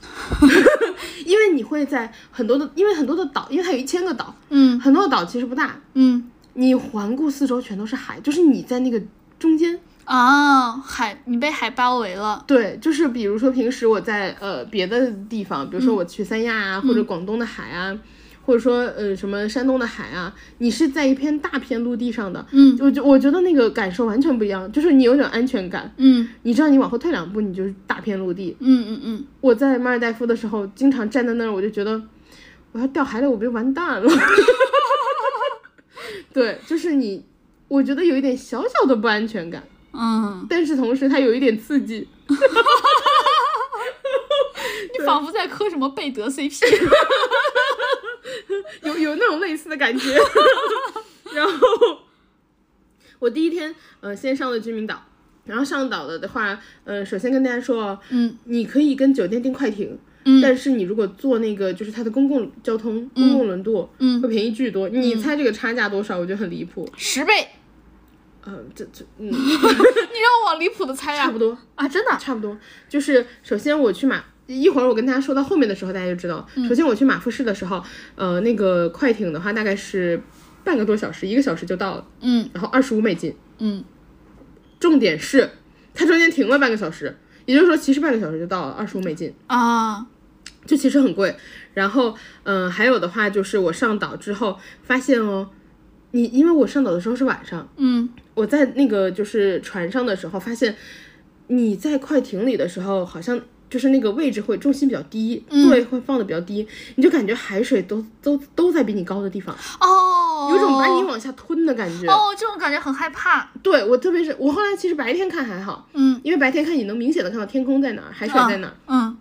Speaker 1: 因为你会在很多的，因为很多的岛，因为它有一千个岛，
Speaker 2: 嗯
Speaker 1: 很多的岛其实不大，
Speaker 2: 嗯
Speaker 1: 你环顾四周全都是海，就是你在那个中间。
Speaker 2: 啊，海，你被海包围了。
Speaker 1: 对，就是比如说平时我在呃别的地方，比如说我去三亚啊，或者广东的海啊，或者说呃什么山东的海啊，你是在一片大片陆地上的，
Speaker 2: 嗯，
Speaker 1: 我就我觉得那个感受完全不一样，就是你有点安全感，
Speaker 2: 嗯
Speaker 1: 你知道你往后退两步，你就是大片陆地。
Speaker 2: 嗯嗯嗯，
Speaker 1: 我在马尔代夫的时候，经常站在那儿，我就觉得我要掉海里，我就完蛋了。 对，就是你，我觉得有一点小小的不安全感，
Speaker 2: 嗯，
Speaker 1: 但是同时它有一点刺激。
Speaker 2: 你仿佛在磕什么贝德 CP。
Speaker 1: 有有那种类似的感 觉。然后我第一天，呃，先上了居民岛，然后上岛了的话，呃，首先跟大家说哦，
Speaker 2: 嗯，
Speaker 1: 你可以跟酒店订快艇。
Speaker 2: 嗯
Speaker 1: 但是你如果坐那个，就是它的公共交通、公共轮渡，
Speaker 2: 嗯
Speaker 1: 会便宜巨多。你猜这个差价多少？我觉得很离谱。
Speaker 2: 十倍，
Speaker 1: 嗯、这这，嗯，
Speaker 2: 你让我往离谱的猜呀、
Speaker 1: 差不多，
Speaker 2: 啊，真的，
Speaker 1: 差不多。就是首先我去马，一会儿我跟大家说到后面的时候，大家就知道。
Speaker 2: 嗯
Speaker 1: 首先我去马富士的时候，呃，那个快艇的话大概是半个多小时，一个小时就到了，
Speaker 2: 嗯
Speaker 1: 然后二十五美金。
Speaker 2: 嗯，
Speaker 1: 重点是它中间停了半个小时，也就是说其实半个小时就到了，二十五美金。
Speaker 2: 啊，
Speaker 1: 就其实很贵。然后，嗯、还有的话就是我上岛之后发现哦，你因为我上岛的时候是晚上，
Speaker 2: 嗯
Speaker 1: 我在那个就是船上的时候发现，你在快艇里的时候好像。就是那个位置会重心比较低，座位会放的比较低，你就感觉海水都都都在比你高的地方，
Speaker 2: 哦，
Speaker 1: 有种把你往下吞的感觉。
Speaker 2: 哦，这种感觉很害怕，
Speaker 1: 对我特别是我后来其实白天看还好，
Speaker 2: 嗯
Speaker 1: 因为白天看你能明显的看到天空在哪儿，海水在哪儿，
Speaker 2: 嗯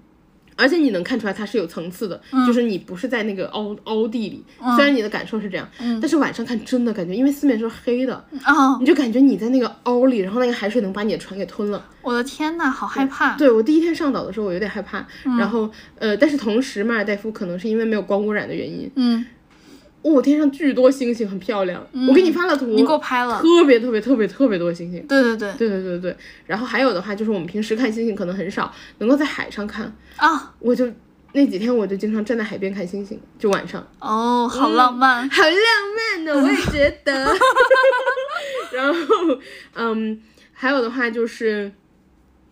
Speaker 1: 而且你能看出来它是有层次的，就是你不是在那个凹凹地里，
Speaker 2: 嗯
Speaker 1: 虽然你的感受是这样，但是晚上看真的感觉，因为四面都是黑的，
Speaker 2: 哦，
Speaker 1: 你就感觉你在那个凹里，然后那个海水能把你的船给吞了。
Speaker 2: 我的天呐，好害怕，
Speaker 1: 对我第一天上岛的时候，我有点害怕，
Speaker 2: 嗯
Speaker 1: 然后呃，但是同时马尔代夫可能是因为没有光污染的原因，
Speaker 2: 嗯，
Speaker 1: 哦，天上巨多星星，很漂亮，我给你发了图，
Speaker 2: 你给我拍了，
Speaker 1: 特别特别特别特别多星星。
Speaker 2: 对对对，
Speaker 1: 对对对对，然后还有的话就是我们平时看星星可能很少，能够在海上看，
Speaker 2: 啊，
Speaker 1: 我就那几天我就经常站在海边看星星，就晚上，
Speaker 2: 哦，好浪漫，
Speaker 1: 好浪漫的，我也觉得。 然后，嗯，还有的话就是，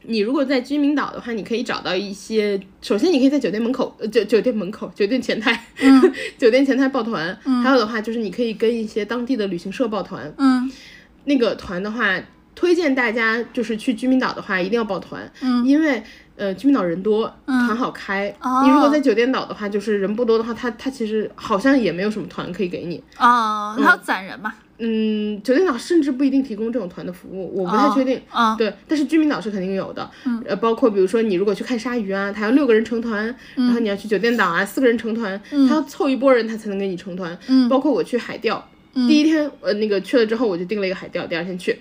Speaker 1: 你如果在居民岛的话，你可以找到一些，首先你可以在酒店门口，呃酒酒店门口，酒店前台， 酒店前台抱团。还有的话就是你可以跟一些当地的旅行社抱团，
Speaker 2: 嗯
Speaker 1: 那个团的话，推荐大家就是去居民岛的话，一定要报团，
Speaker 2: 嗯
Speaker 1: 因为呃居民岛人多，
Speaker 2: 嗯
Speaker 1: 团好开。
Speaker 2: 哦
Speaker 1: 你如果在酒店岛的话，就是人不多的话，它它其实好像也没有什么团可以给你。
Speaker 2: 啊，还有攒人嘛，
Speaker 1: 嗯，酒店岛甚至不一定提供这种团的服务，我不太确定。
Speaker 2: 啊，
Speaker 1: 对，但是居民岛是肯定有的，
Speaker 2: 嗯
Speaker 1: 呃，包括比如说你如果去看鲨鱼啊，它要六个人成团，
Speaker 2: 嗯
Speaker 1: 然后你要去酒店岛啊，四个人成团，它要凑一波人，它才能给你成团。
Speaker 2: 嗯
Speaker 1: 包括我去海钓，第一天呃那个去了之后，我就订了一个海钓，第二天去。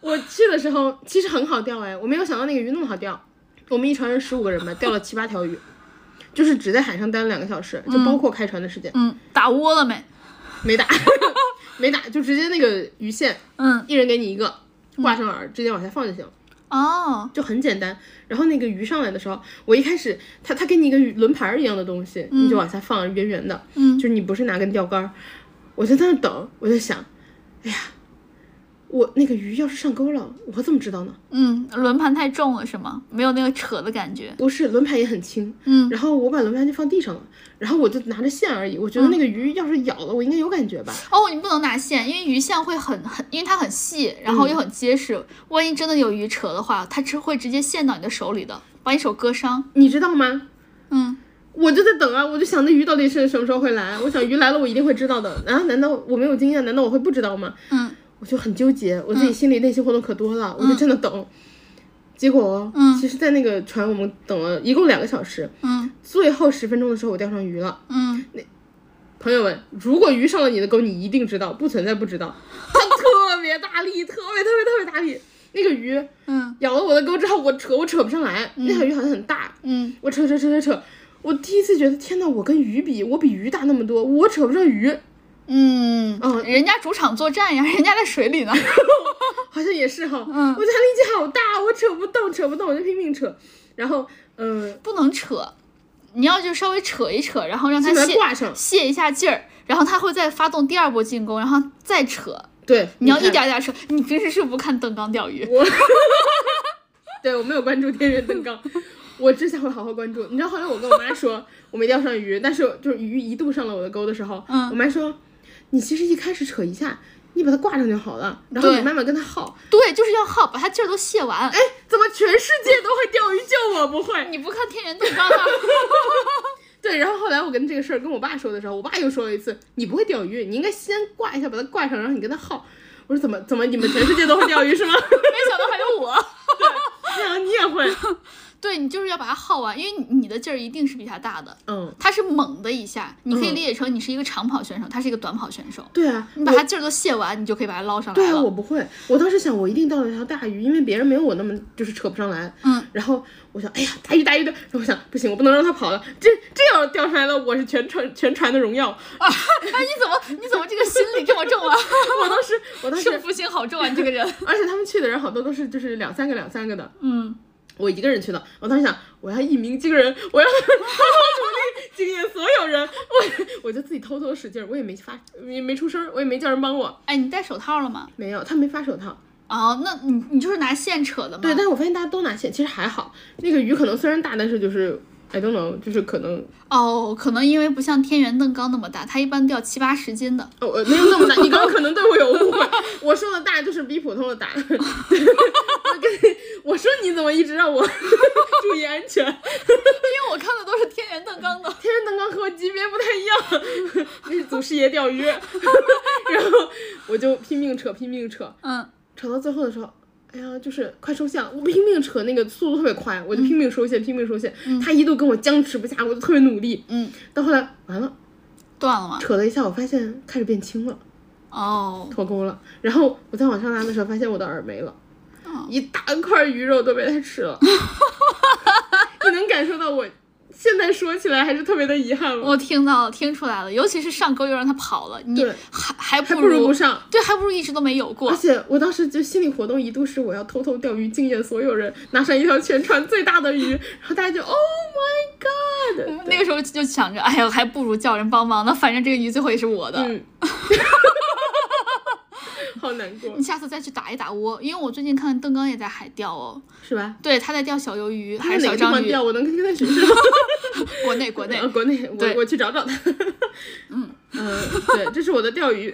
Speaker 1: 我去的时候其实很好钓哎，我没有想到那个鱼那么好钓。我们一船人十五个人吧，钓了七八条鱼，就是只在海上待了两个小时，就包括开船的时间，
Speaker 2: 嗯，打窝了没？
Speaker 1: 没打， 没打，就直接那个鱼线，
Speaker 2: 嗯，
Speaker 1: 一人给你一个，挂上饵，直接往下放就行。
Speaker 2: 哦，
Speaker 1: 就很简单。然后那个鱼上来的时候，我一开始他他给你一个鱼轮盘儿一样的东西，你就往下放，圆圆的，
Speaker 2: 嗯
Speaker 1: 就是你不是拿根钓竿儿，我就在那等，我就想，哎呀，我那个鱼要是上钩了，我怎么知道呢？
Speaker 2: 嗯，轮盘太重了是吗？没有那个扯的感觉。
Speaker 1: 不是，轮盘也很轻。
Speaker 2: 嗯
Speaker 1: 然后我把轮盘就放地上了，然后我就拿着线而已。我觉得那个鱼要是咬了，我应该有感觉吧？
Speaker 2: 哦，你不能拿线，因为鱼线会很很，因为它很细，然后又很结实。万一真的有鱼扯的话，它是会直接陷到你的手里的，把你手割伤。
Speaker 1: 你知道吗？
Speaker 2: 嗯，
Speaker 1: 我就在等啊，我就想那鱼到底是什么时候会来？我想鱼来了，我一定会知道的。啊，难道我没有经验？难道我会不知道吗？
Speaker 2: 嗯，
Speaker 1: 我就很纠结，我自己心里内心活动可多了，我就真的等。结果，哦
Speaker 2: 嗯
Speaker 1: 其实，在那个船我们等了一共两个小时，
Speaker 2: 嗯
Speaker 1: 最后十分钟的时候我钓上鱼了。
Speaker 2: 嗯，
Speaker 1: 朋友们，如果鱼上了你的钩，你一定知道，不存在不知道。它特别大力，特别特别特别大力。那个鱼
Speaker 2: 嗯
Speaker 1: 咬了我的钩之后，我扯我扯不上来，那条鱼好像很大，
Speaker 2: 嗯，
Speaker 1: 我扯扯扯扯扯，我第一次觉得天呐，我跟鱼比，我比鱼大那么多，我扯不上鱼，
Speaker 2: 嗯，
Speaker 1: 哦
Speaker 2: 人家主场作战呀， 人家在水里呢。
Speaker 1: 好像也是哈，
Speaker 2: 嗯
Speaker 1: 我家力气好大，我扯不动，扯不动，我就拼命扯，然后嗯，
Speaker 2: 不能扯，你要就稍微扯一扯，然后让它
Speaker 1: 就把它
Speaker 2: 泄
Speaker 1: 挂上
Speaker 2: 泄一下劲儿，然后它会再发动第二波进攻，然后再扯。
Speaker 1: 对，
Speaker 2: 你要一
Speaker 1: 看
Speaker 2: 点儿一点儿扯。你平时是不看邓刚钓鱼？
Speaker 1: 我，对我没有关注天元登高，我之前会好好关注。你知道后来我跟我妈说我没钓上鱼，但是就是鱼一度上了我的钩的时候，
Speaker 2: 嗯
Speaker 1: 我妈说你其实一开始扯一下，你把它挂上就好了，然后
Speaker 2: 对
Speaker 1: 你慢慢跟它耗。
Speaker 2: 对，就是要耗，把它劲儿都泄完。
Speaker 1: 哎，怎么全世界都会钓鱼，就我不会？
Speaker 2: 你不看天元对刚吗？
Speaker 1: 对，然后后来我跟这个事儿跟我爸说的时候，我爸又说了一次，你不会钓鱼，你应该先挂一下，把它挂上，然后你跟它耗。我说怎么怎么你们全世界都会钓鱼是吗？
Speaker 2: 没想到还有我。
Speaker 1: 然后你也会，
Speaker 2: 对你就是要把它耗完，因为你你的劲儿一定是比它大的。
Speaker 1: 嗯，
Speaker 2: 它是猛的一下，你可以
Speaker 1: 嗯
Speaker 2: 理解成你是一个长跑选手，它是一个短跑选手。
Speaker 1: 对啊，
Speaker 2: 你把它劲儿都泄完，你就可以把它捞上
Speaker 1: 对
Speaker 2: 来
Speaker 1: 啊，我
Speaker 2: 了。
Speaker 1: 不会。我当时想，我一定钓了条大鱼，因为别人没有我那么就是扯不上来。
Speaker 2: 嗯，
Speaker 1: 然后我想，哎呀，大鱼大鱼的。然后我想，不行，我不能让它跑了。这这要是钓上来了，我是全船全船的荣耀。
Speaker 2: 哎，你怎么你怎么这个心理这么 重啊？
Speaker 1: 我当时，我当时，
Speaker 2: 胜负心好重啊！你这个人，
Speaker 1: 而且他们去的人好多都是就是两三个两三个的，
Speaker 2: 嗯，
Speaker 1: 我一个人去的。我当时想，我要一鸣惊人，我要好好努力惊艳所有人。我我就自己偷偷使劲儿，我也没发，也没出声儿，我也没叫人帮我。
Speaker 2: 哎，你戴手套了吗？
Speaker 1: 没有，他没发手套。
Speaker 2: 哦，那你你就是拿线扯的吗？
Speaker 1: 对，但是我发现大家都拿线，其实还好。那个鱼可能虽然大，但是就是 I don't know，就是可能
Speaker 2: 哦，可能因为不像天元邓刚那么大，它一般掉七八十斤的。
Speaker 1: 哦，我没有那么大。你刚刚可能对我有误会，我说的大就是比普通的大。 对我跟我说你怎么一直让我 注意安全？
Speaker 2: 因为我看的都是天元邓刚的。
Speaker 1: 天然灯缸和我级别不太一样，那是祖师爷钓鱼。 然后我就拼命扯，拼命扯，
Speaker 2: 嗯
Speaker 1: 扯到最后的时候。哎呀，就是快收线了！我拼命扯，那个速度特别快，我就拼命收线，拼命收线。他一度跟我僵持不下，我就特别努力。
Speaker 2: 嗯，
Speaker 1: 到后来完了，
Speaker 2: 断了吗？
Speaker 1: 扯了一下，我发现开始变轻了，
Speaker 2: 哦，
Speaker 1: 脱钩了。然后我再往上拉的时候，发现我的饵没了，
Speaker 2: 哦
Speaker 1: 一大块鱼肉都被它吃 了。你能感受到我现在说起来还是特别的遗憾吗？
Speaker 2: 我听到了，听出来了。尤其是上钩又让它跑了，你
Speaker 1: 对
Speaker 2: 还
Speaker 1: 还
Speaker 2: 还不
Speaker 1: 不如不上。
Speaker 2: 对，还不如一直都没有过
Speaker 1: 而。且我当时就心理活动一度是我要偷偷钓鱼，惊艳所有人，拿上一条全船最大的鱼，然后大家就 Oh my God！
Speaker 2: 嗯那个时候就想着，哎呀，还不如叫人帮忙呢，反正这个鱼最后也是我的。
Speaker 1: 嗯， 好难过
Speaker 2: 你，下次再去打一打窝，因为我最近看邓刚也在海钓哦，
Speaker 1: 是吧？
Speaker 2: 对，他在钓小鱿鱼
Speaker 1: 他
Speaker 2: 还
Speaker 1: 在
Speaker 2: 是
Speaker 1: 哪个
Speaker 2: 小
Speaker 1: 地方
Speaker 2: 章鱼，
Speaker 1: 钓？我能跟他学学吗？
Speaker 2: 国内国内
Speaker 1: 啊，国内，我
Speaker 2: 对
Speaker 1: 我去找找 他。 嗯对，这是我的钓鱼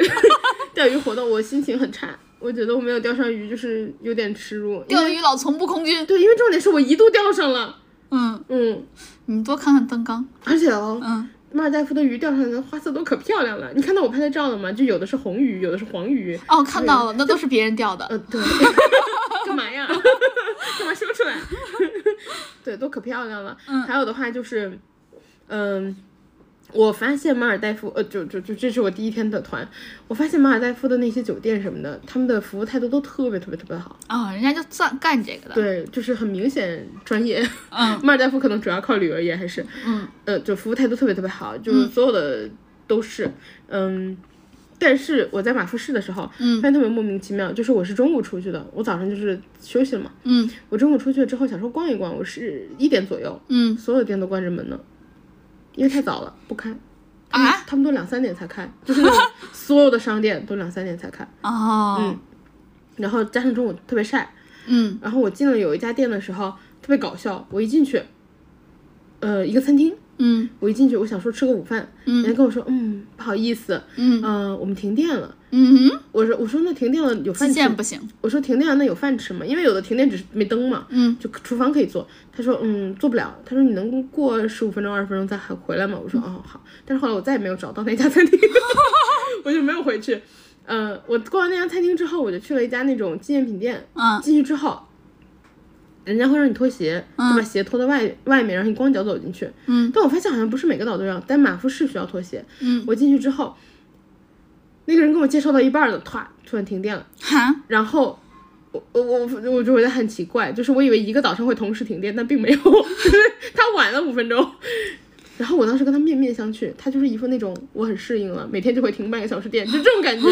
Speaker 1: 钓鱼活动，我心情很差，我觉得我没有钓上鱼，就是有点耻辱。因
Speaker 2: 钓
Speaker 1: 为
Speaker 2: 鱼老从不空军。
Speaker 1: 对，因为重点是我一度钓上了，
Speaker 2: 嗯，
Speaker 1: 嗯，
Speaker 2: 你多看看邓刚。
Speaker 1: 而且哦，
Speaker 2: 嗯，
Speaker 1: 马尔代夫的鱼钓上来的花色都可漂亮了，你看到我拍的照了吗？就有的是红鱼，有的是黄鱼。
Speaker 2: 哦，看到了，那都是别人钓的。
Speaker 1: 呃， 对，干嘛呀？ 干嘛说出来？ 对，都可漂亮了。
Speaker 2: 嗯
Speaker 1: 还有的话就是，嗯、我发现马尔代夫，呃，就就就这是我第一天的团，我发现马尔代夫的那些酒店什么的，他们的服务态度都特别特别特别好。
Speaker 2: 啊、人家就算干这个的。
Speaker 1: 对，就是很明显专业。
Speaker 2: 嗯
Speaker 1: 马尔代夫可能主要靠旅游业还是，
Speaker 2: 嗯，
Speaker 1: 呃，就服务态度特别特别好，就是所有的都是，嗯。但是我在马富士的时候，
Speaker 2: 嗯
Speaker 1: 发现特别莫名其妙，就是我是中午出去的，我早上就是休息了嘛，
Speaker 2: 嗯
Speaker 1: 我中午出去之后想说逛一逛，我是一点左右，
Speaker 2: 嗯
Speaker 1: 所有店都关着门呢，因为太早了不开，嗯
Speaker 2: 啊
Speaker 1: 他们都两三点才开，就是那种所有的商店都两三点才开，
Speaker 2: 哦，
Speaker 1: 嗯然后加上中午特别晒，嗯，然后我进了有一家店的时候特别搞笑，我一进去，呃，一个餐厅，嗯，我一进去我想说吃个午饭，嗯，人家跟我说，嗯，不好意思，嗯，呃，我们停电了，嗯，我说我说那停电了有饭
Speaker 2: 基
Speaker 1: 吃
Speaker 2: 建不行，
Speaker 1: 我说停电了那有饭吃吗？因为有的停电只是没灯嘛，嗯，就厨房可以做。他说嗯做不了，他说你能过十五分钟二十分钟再还回来吗？我说哦好，但是后来我再也没有找到那家 餐厅，我就没有回去。嗯、我逛完那家餐厅之后，我就去了一家那种纪念品店，
Speaker 2: 嗯
Speaker 1: 进去之后。人家会让你脱鞋，就把鞋脱到外、外面，然后你光脚走进去。嗯，但我发现好像不是每个岛都要，但马夫是需要脱鞋。嗯，我进去之后，那个人跟我介绍到一半儿了，唰，突然停电了。
Speaker 2: 哈，
Speaker 1: 然后我我我我就觉得很奇怪，就是我以为一个岛上会同时停电，但并没有， 就是他晚了五分钟。然后我当时跟他面面相觑，他就是一副那种我很适应了，每天就会停半个小时电，就这种感觉。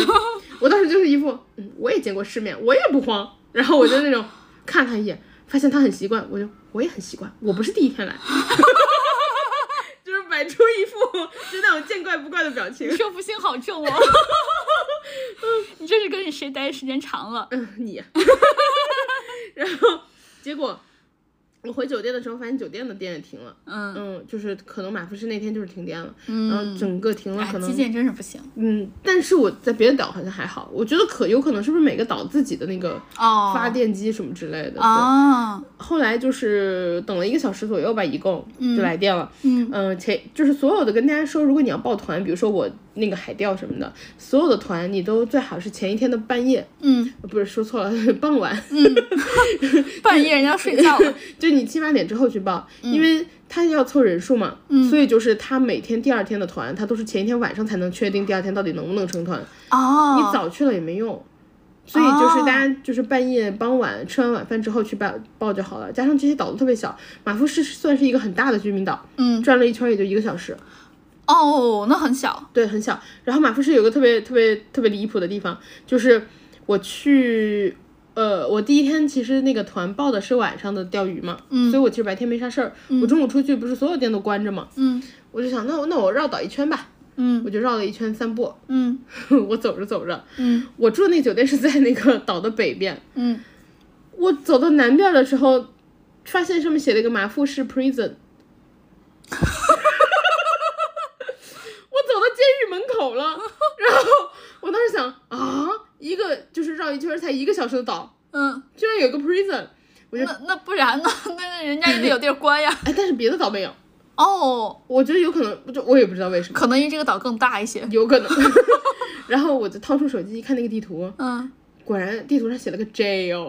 Speaker 1: 我当时就是一副，嗯，我也见过世面，我也不慌。然后我就那种看他一眼，发现他很习惯，我就我也很习惯，我不是第一天来， 就是摆出一副就那种见怪不怪的表情。
Speaker 2: 说服性好 重哦。你这是跟你谁待时间长了？
Speaker 1: 嗯， 你。然后结果我回酒店的时候，发现酒店的电也停了。
Speaker 2: 嗯
Speaker 1: 嗯，就是可能马夫士那天就是停电了，然后整个停了，
Speaker 2: 哎
Speaker 1: 可，
Speaker 2: 基
Speaker 1: 能
Speaker 2: 建真是不行
Speaker 1: 嗯，但是我在别的岛好像还好，我觉得可有可能是不是每个岛自己的那个
Speaker 2: 哦。
Speaker 1: 发电机什么之类的。对
Speaker 2: 哦，
Speaker 1: 后来就是等了一个小时左右吧，一共就来电了。
Speaker 2: 嗯
Speaker 1: 呃前就是所有的跟大家说，如果你要报团，比如说我那个海钓什么的，所有的团你都最好是前一天的半夜，呃
Speaker 2: 嗯，
Speaker 1: 不是说错了， 傍晚，
Speaker 2: 半夜人家睡觉了，
Speaker 1: 就 你七八点之后去报，因为他要凑人数嘛，所以就是他每天第二天的团，他都是前一天晚上才能确定第二天到底能不能成团，
Speaker 2: 哦，
Speaker 1: 你早去了也没用。所以就是大家就是半夜傍晚吃完晚饭之后去报报就好了，加上这些岛都特别小，马夫市算是一个很大的居民岛，
Speaker 2: 嗯，
Speaker 1: 转了一圈也就一个小时，
Speaker 2: 哦，那很小，
Speaker 1: 对，很小。然后马夫市有个特别特别特别离谱的地方，就是我去，呃，我第一天其实那个团报的是晚上的钓鱼嘛，所以我其实白天没啥事儿。我中午出去不是所有店都关着嘛，
Speaker 2: 嗯
Speaker 1: 我就想那我那我绕岛一圈吧，
Speaker 2: 嗯
Speaker 1: 我就绕了一圈散步。
Speaker 2: 嗯
Speaker 1: 我走着走着，
Speaker 2: 嗯
Speaker 1: 我住的那酒店是在那个岛的北边，
Speaker 2: 嗯，
Speaker 1: 我走到南边的时候，发现上面写了一个马富士 prison。我走到监狱门口了，然后我当时想啊，一个就是绕一圈才一个小时的岛，
Speaker 2: 嗯，
Speaker 1: 居然有一个 prison，
Speaker 2: 那那不然呢？ 那人家也得有地儿关 呀。
Speaker 1: 哎，但是别的岛没有，
Speaker 2: 哦，
Speaker 1: 我觉得有可能，就我也不知道为什么，
Speaker 2: 可能因为这个岛更大一些。
Speaker 1: 有可能。 然后我就掏出手机一看那个地图，
Speaker 2: 嗯
Speaker 1: 果然地图上写了个 jail，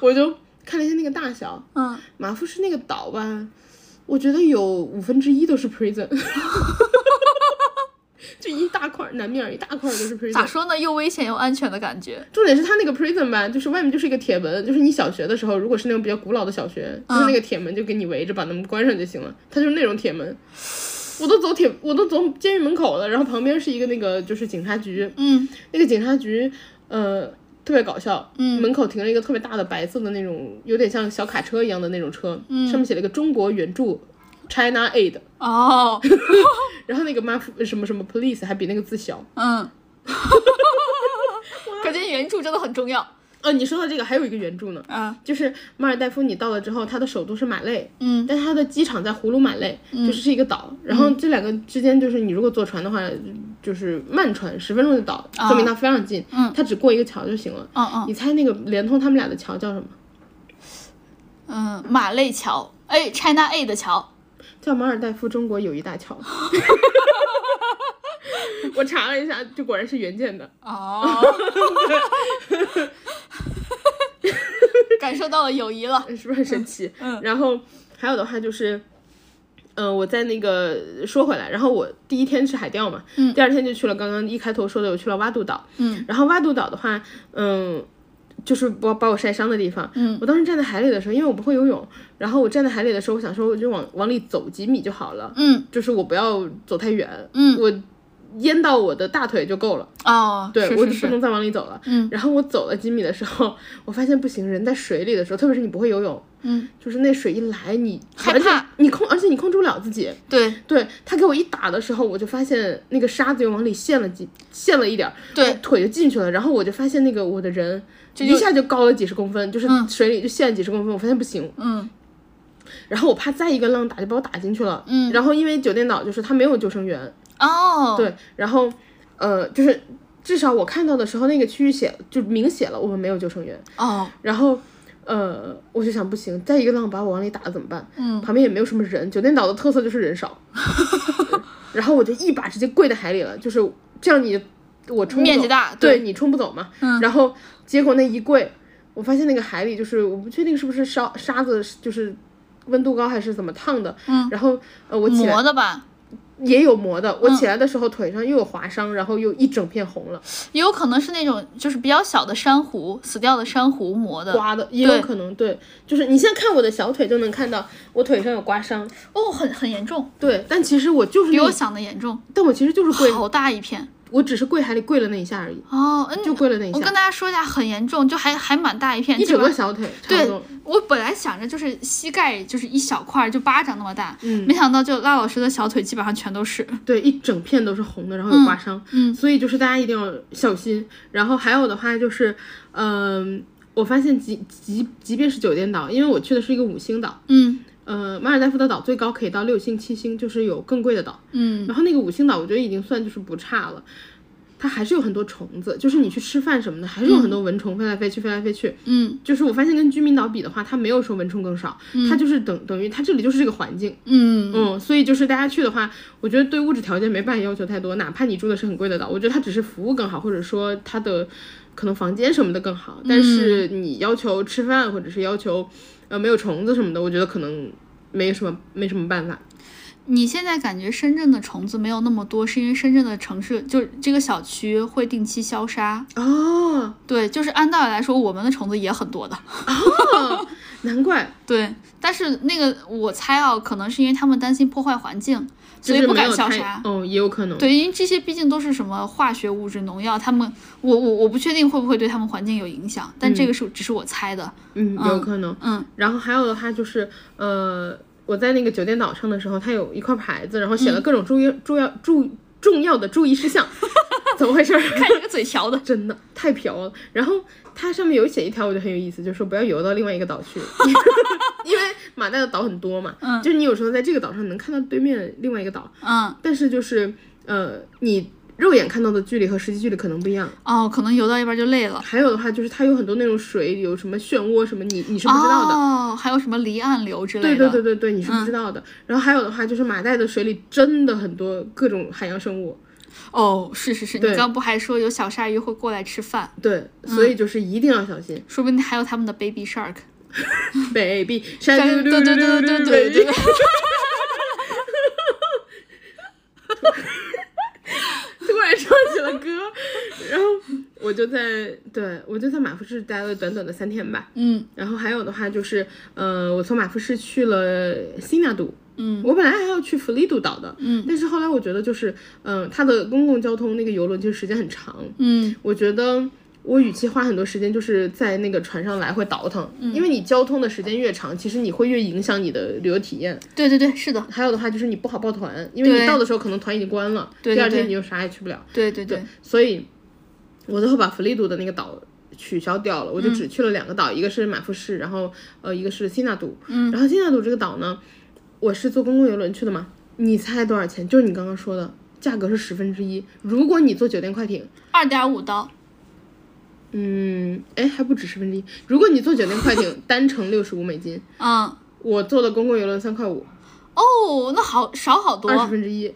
Speaker 1: 我就看了一下那个大小，
Speaker 2: 嗯，
Speaker 1: 马夫士那个岛吧，我觉得有五分之一都是 prison，就一大块南面儿一大块儿都是
Speaker 2: 咋
Speaker 1: prison。
Speaker 2: 说呢？又危险又安全的感觉。
Speaker 1: 重点是它那个 prison 吧，就是外面就是一个铁门，就是你小学的时候，如果是那种比较古老的小学，就是那个铁门就给你围着，把门关上就行了。它就是那种铁门，我都走铁，我都走监狱门口了，然后旁边是一个那个就是警察局，
Speaker 2: 嗯
Speaker 1: 那个警察局，呃，特别搞笑。嗯，门口停了一个特别大的白色的那种，有点像小卡车一样的那种车，嗯、上面写了一个中国援助，China Aid。
Speaker 2: 哦，
Speaker 1: 然后那个妈什么什么 police 还比那个字小。
Speaker 2: 嗯，感觉原著真的很重要。
Speaker 1: 呃，你说到这个还有一个援助呢，
Speaker 2: 啊，
Speaker 1: 就是马尔代夫，你到了之后，它的首都是马累，
Speaker 2: 嗯，
Speaker 1: 但它的机场在葫芦马累，就是是一个岛。然后这两个之间，就是你如果坐船的话，就是慢船十分钟就到，说明它非常近。啊嗯，啊它只过一个桥就行了。
Speaker 2: 嗯嗯
Speaker 1: 你猜那个连通他们俩的桥叫什么？
Speaker 2: 嗯，马累桥，哎，China A 的桥，
Speaker 1: 叫马尔代夫中国友谊大桥。 我查了一下，就果然是原建的。
Speaker 2: 哦， 感受到了友谊了。
Speaker 1: 嗯是不是很神奇？嗯，然后还有的话就是，嗯、我在那个说回来，然后我第一天是海钓嘛，嗯，第二天就去了刚刚一开头说的，我去了挖杜岛，嗯，然后挖杜岛的话，嗯。就是把把我晒伤的地方，嗯，我当时站在海里的时候，因为我不会游泳，然后我站在海里的时候，我想说我就往往里走几米就好了，
Speaker 2: 嗯，
Speaker 1: 就是我不要走太远，嗯，我淹到我的大腿就够了，
Speaker 2: 哦，
Speaker 1: 对
Speaker 2: 是
Speaker 1: 我
Speaker 2: 是
Speaker 1: 就不
Speaker 2: 是，
Speaker 1: 能再往里走了。嗯，然后我走了几米的时候，我发现不行，人在水里的时候，特别是你不会游泳，
Speaker 2: 嗯，
Speaker 1: 就是那水一来，你
Speaker 2: 害
Speaker 1: 而且
Speaker 2: 怕
Speaker 1: 你控，而且你控制不了自己。
Speaker 2: 对
Speaker 1: 对他给我一打的时候，我就发现那个沙子又往里陷了几陷了一点儿，
Speaker 2: 对，
Speaker 1: 腿就进去了。然后我就发现那个我的人
Speaker 2: 这就
Speaker 1: 一下就高了几十公分，就是
Speaker 2: 嗯
Speaker 1: 水里就陷了几十公分。我发现不行，
Speaker 2: 嗯
Speaker 1: 然后我怕再一个浪打就把我打进去了。
Speaker 2: 嗯，
Speaker 1: 然后因为酒店岛就是它没有救生员，
Speaker 2: 哦，
Speaker 1: 对，然后呃就是至少我看到的时候那个区域写就明写了我们没有救生员，
Speaker 2: 哦，
Speaker 1: 然后。呃，我就想不行，再一个浪把我往里打怎么办？
Speaker 2: 嗯
Speaker 1: 旁边也没有什么人，酒店岛的特色就是人 少。然后我就一把直接跪在海里了，就是这样你我冲不
Speaker 2: 面积
Speaker 1: 走
Speaker 2: 大
Speaker 1: 对
Speaker 2: 对
Speaker 1: 你冲不走嘛。
Speaker 2: 嗯
Speaker 1: 然后结果那一跪，我发现那个海里就是我不确定是不是沙沙子就是温度高还是怎么烫的。
Speaker 2: 嗯
Speaker 1: 然后呃我起来
Speaker 2: 磨的吧，
Speaker 1: 也有磨
Speaker 2: 嗯
Speaker 1: 的，我起来的时候腿上又有划伤，然后又一整片红了，
Speaker 2: 也有可能是那种就是比较小的珊瑚，死掉的珊瑚磨的。
Speaker 1: 刮的也有可能对，就是你现在看我的小腿就能看到我腿上有刮伤，
Speaker 2: 哦，很很严重，
Speaker 1: 对，但其实我就是
Speaker 2: 比
Speaker 1: 那
Speaker 2: 我想的严重，
Speaker 1: 但我其实就是跪，
Speaker 2: 好大一片。
Speaker 1: 我只是跪海里跪了那一下而已，
Speaker 2: 哦，嗯，
Speaker 1: 就跪了那一
Speaker 2: 我跟
Speaker 1: 下，
Speaker 2: 大家说一下，很严重，就还还蛮大一片，
Speaker 1: 一整
Speaker 2: 这
Speaker 1: 个
Speaker 2: 边。
Speaker 1: 小腿差不
Speaker 2: 对
Speaker 1: 多，
Speaker 2: 我本来想着就是膝盖就是一小块儿，就巴掌那么大，
Speaker 1: 嗯
Speaker 2: 没想到就赖老师的小腿基本上全都是。
Speaker 1: 对，一整片都是红的，然后有刮伤，
Speaker 2: 嗯
Speaker 1: 所以就是大家一定要小心。然后还有的话就是，嗯、我发现即即即便是酒店岛，因为我去的是一个五星岛，
Speaker 2: 嗯
Speaker 1: 呃，马尔代夫的岛最高可以到六星、七星，就是有更贵的岛。
Speaker 2: 嗯
Speaker 1: 然后那个五星岛，我觉得已经算就是不差了。它还是有很多虫子，就是你去吃饭什么的，还是有很多蚊虫飞来飞去，飞来飞去。
Speaker 2: 嗯
Speaker 1: 就是我发现跟居民岛比的话，它没有说蚊虫更少，它就是等等于它这里就是这个环境，
Speaker 2: 嗯，
Speaker 1: 嗯，所以就是大家去的话，我觉得对物质条件没办法要求太多，哪怕你住的是很贵的岛，我觉得它只是服务更好，或者说它的可能房间什么的更好，但是你要求吃饭或者是要求呃没有虫子什么的，我觉得可能没什么没什么办法。
Speaker 2: 你现在感觉深圳的虫子没有那么多，是因为深圳的城市就是这个小区会定期消杀。
Speaker 1: 哦，
Speaker 2: 对，就是按道理来说，我们的虫子也很多的。
Speaker 1: 难怪
Speaker 2: 对，但是那个我猜啊，可能是因为他们担心破坏环境，
Speaker 1: 就
Speaker 2: 所以
Speaker 1: 是
Speaker 2: 不
Speaker 1: 没
Speaker 2: 敢
Speaker 1: 有
Speaker 2: 消
Speaker 1: 太
Speaker 2: 杀。
Speaker 1: 哦，也有可能。
Speaker 2: 对，因为这些毕竟都是什么化学物质、农药，他们我我我不确定会不会对他们环境有影响，但这个是、只是我猜的。
Speaker 1: 嗯，有可能。
Speaker 2: 嗯
Speaker 1: 然后还有的话就是，呃，我在那个酒店岛上的时候，它有一块牌子，然后写
Speaker 2: 嗯
Speaker 1: 了各种注意、重要注重要的注意事 项，怎么回事儿？
Speaker 2: 看这个嘴瓢的，
Speaker 1: 真的太飘了。然后它上面有写一条，我觉得很有意思，就是说不要游到另外一个岛去， 因为马代的岛很多嘛，
Speaker 2: 嗯
Speaker 1: 就是你有时候在这个岛上能看到对面另外一个岛，
Speaker 2: 嗯
Speaker 1: 但是就是呃，你肉眼看到的距离和实际距离可能不一样。
Speaker 2: 哦，可能游到一半就累了。
Speaker 1: 还有的话就是它有很多那种水有什么漩涡什么，你你是不知道的。
Speaker 2: 哦，嗯还有什么离岸流之
Speaker 1: 对
Speaker 2: 类的。
Speaker 1: 对对对对，你是不知道的。然后还有的话就是马代的水里真的很多各种海洋生物，
Speaker 2: 哦，是是是，你
Speaker 1: 对
Speaker 2: 刚不还说有小鲨鱼会过来吃饭，
Speaker 1: 对，所以就是一定要小心。
Speaker 2: 说不定还有他们的 baby shark。
Speaker 1: baby，
Speaker 2: 对嗯对对对对对对。
Speaker 1: 突然唱起了歌，然后我就在对我就在马富士待了短短的三天吧。
Speaker 2: 嗯
Speaker 1: 然后还有的话就是，呃，我从马富士去了新纳杜，
Speaker 2: 嗯
Speaker 1: 我本来还要去弗利杜岛的，
Speaker 2: 嗯
Speaker 1: 但是后来我觉得就是，嗯、它的公共交通那个游轮其实时间很长，
Speaker 2: 嗯
Speaker 1: 我觉得我与其花很多时间就是在那个船上来回倒腾，
Speaker 2: 嗯
Speaker 1: 因为你交通的时间越长，其实你会越影响你的旅游体验。
Speaker 2: 对对对，是的，
Speaker 1: 还有的话就是你不好报团，因为你
Speaker 2: 对
Speaker 1: 到的时候可能团已经关了，
Speaker 2: 对对
Speaker 1: 第二天
Speaker 2: 对
Speaker 1: 你就啥也去不了。
Speaker 2: 对对对，
Speaker 1: 所以，我最后把弗利杜的那个岛取消掉了，我就只去了两个岛，一个是马富士，然后呃一个是西纳杜。嗯，然后西纳杜这个岛呢，我是坐公共游轮去的嘛，你猜多少钱？就是你刚刚说的。价格是十分之一，如果你坐酒店快艇，
Speaker 2: 二点五刀。
Speaker 1: 嗯，哎，还不止十分之一。如果你坐酒店快艇， 单程六十五美金，
Speaker 2: 嗯，
Speaker 1: 我坐的公共游轮三块五，
Speaker 2: 哦，那好少好多
Speaker 1: 二，十分之一，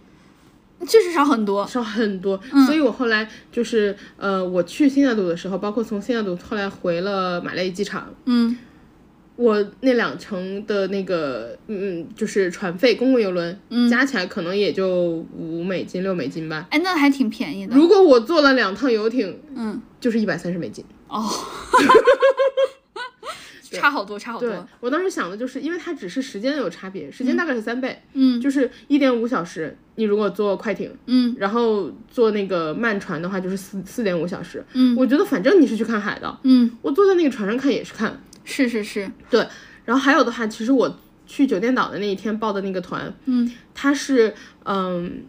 Speaker 2: 确实少很多。
Speaker 1: 少很多。所以我后来就是呃，我去新大都的时候，包括从新大都后来回了马累机场，
Speaker 2: 嗯
Speaker 1: 我那两程的那个嗯，就是船费，公共游轮、
Speaker 2: 嗯
Speaker 1: 加起来可能也就五美金、六美金吧。
Speaker 2: 哎，那还挺便宜的。
Speaker 1: 如果我坐了两趟游艇，
Speaker 2: 嗯，
Speaker 1: 就是一百三十美金。
Speaker 2: 哦， 差好多，差嗯好
Speaker 1: 对
Speaker 2: 多。
Speaker 1: 我当时想的就是，因为它只是时间有差别，时间大概是三倍，
Speaker 2: 嗯
Speaker 1: 就是一点五小时。你如果坐快艇，
Speaker 2: 嗯
Speaker 1: 然后坐那个慢船的话，就是四四点五小时。
Speaker 2: 嗯
Speaker 1: 我觉得反正你是去看海的，
Speaker 2: 嗯，
Speaker 1: 我坐在那个船上看也是看。
Speaker 2: 是是是，
Speaker 1: 对，然后还有的话，其实我去酒店岛的那一天报的那个团，
Speaker 2: 嗯
Speaker 1: 它是嗯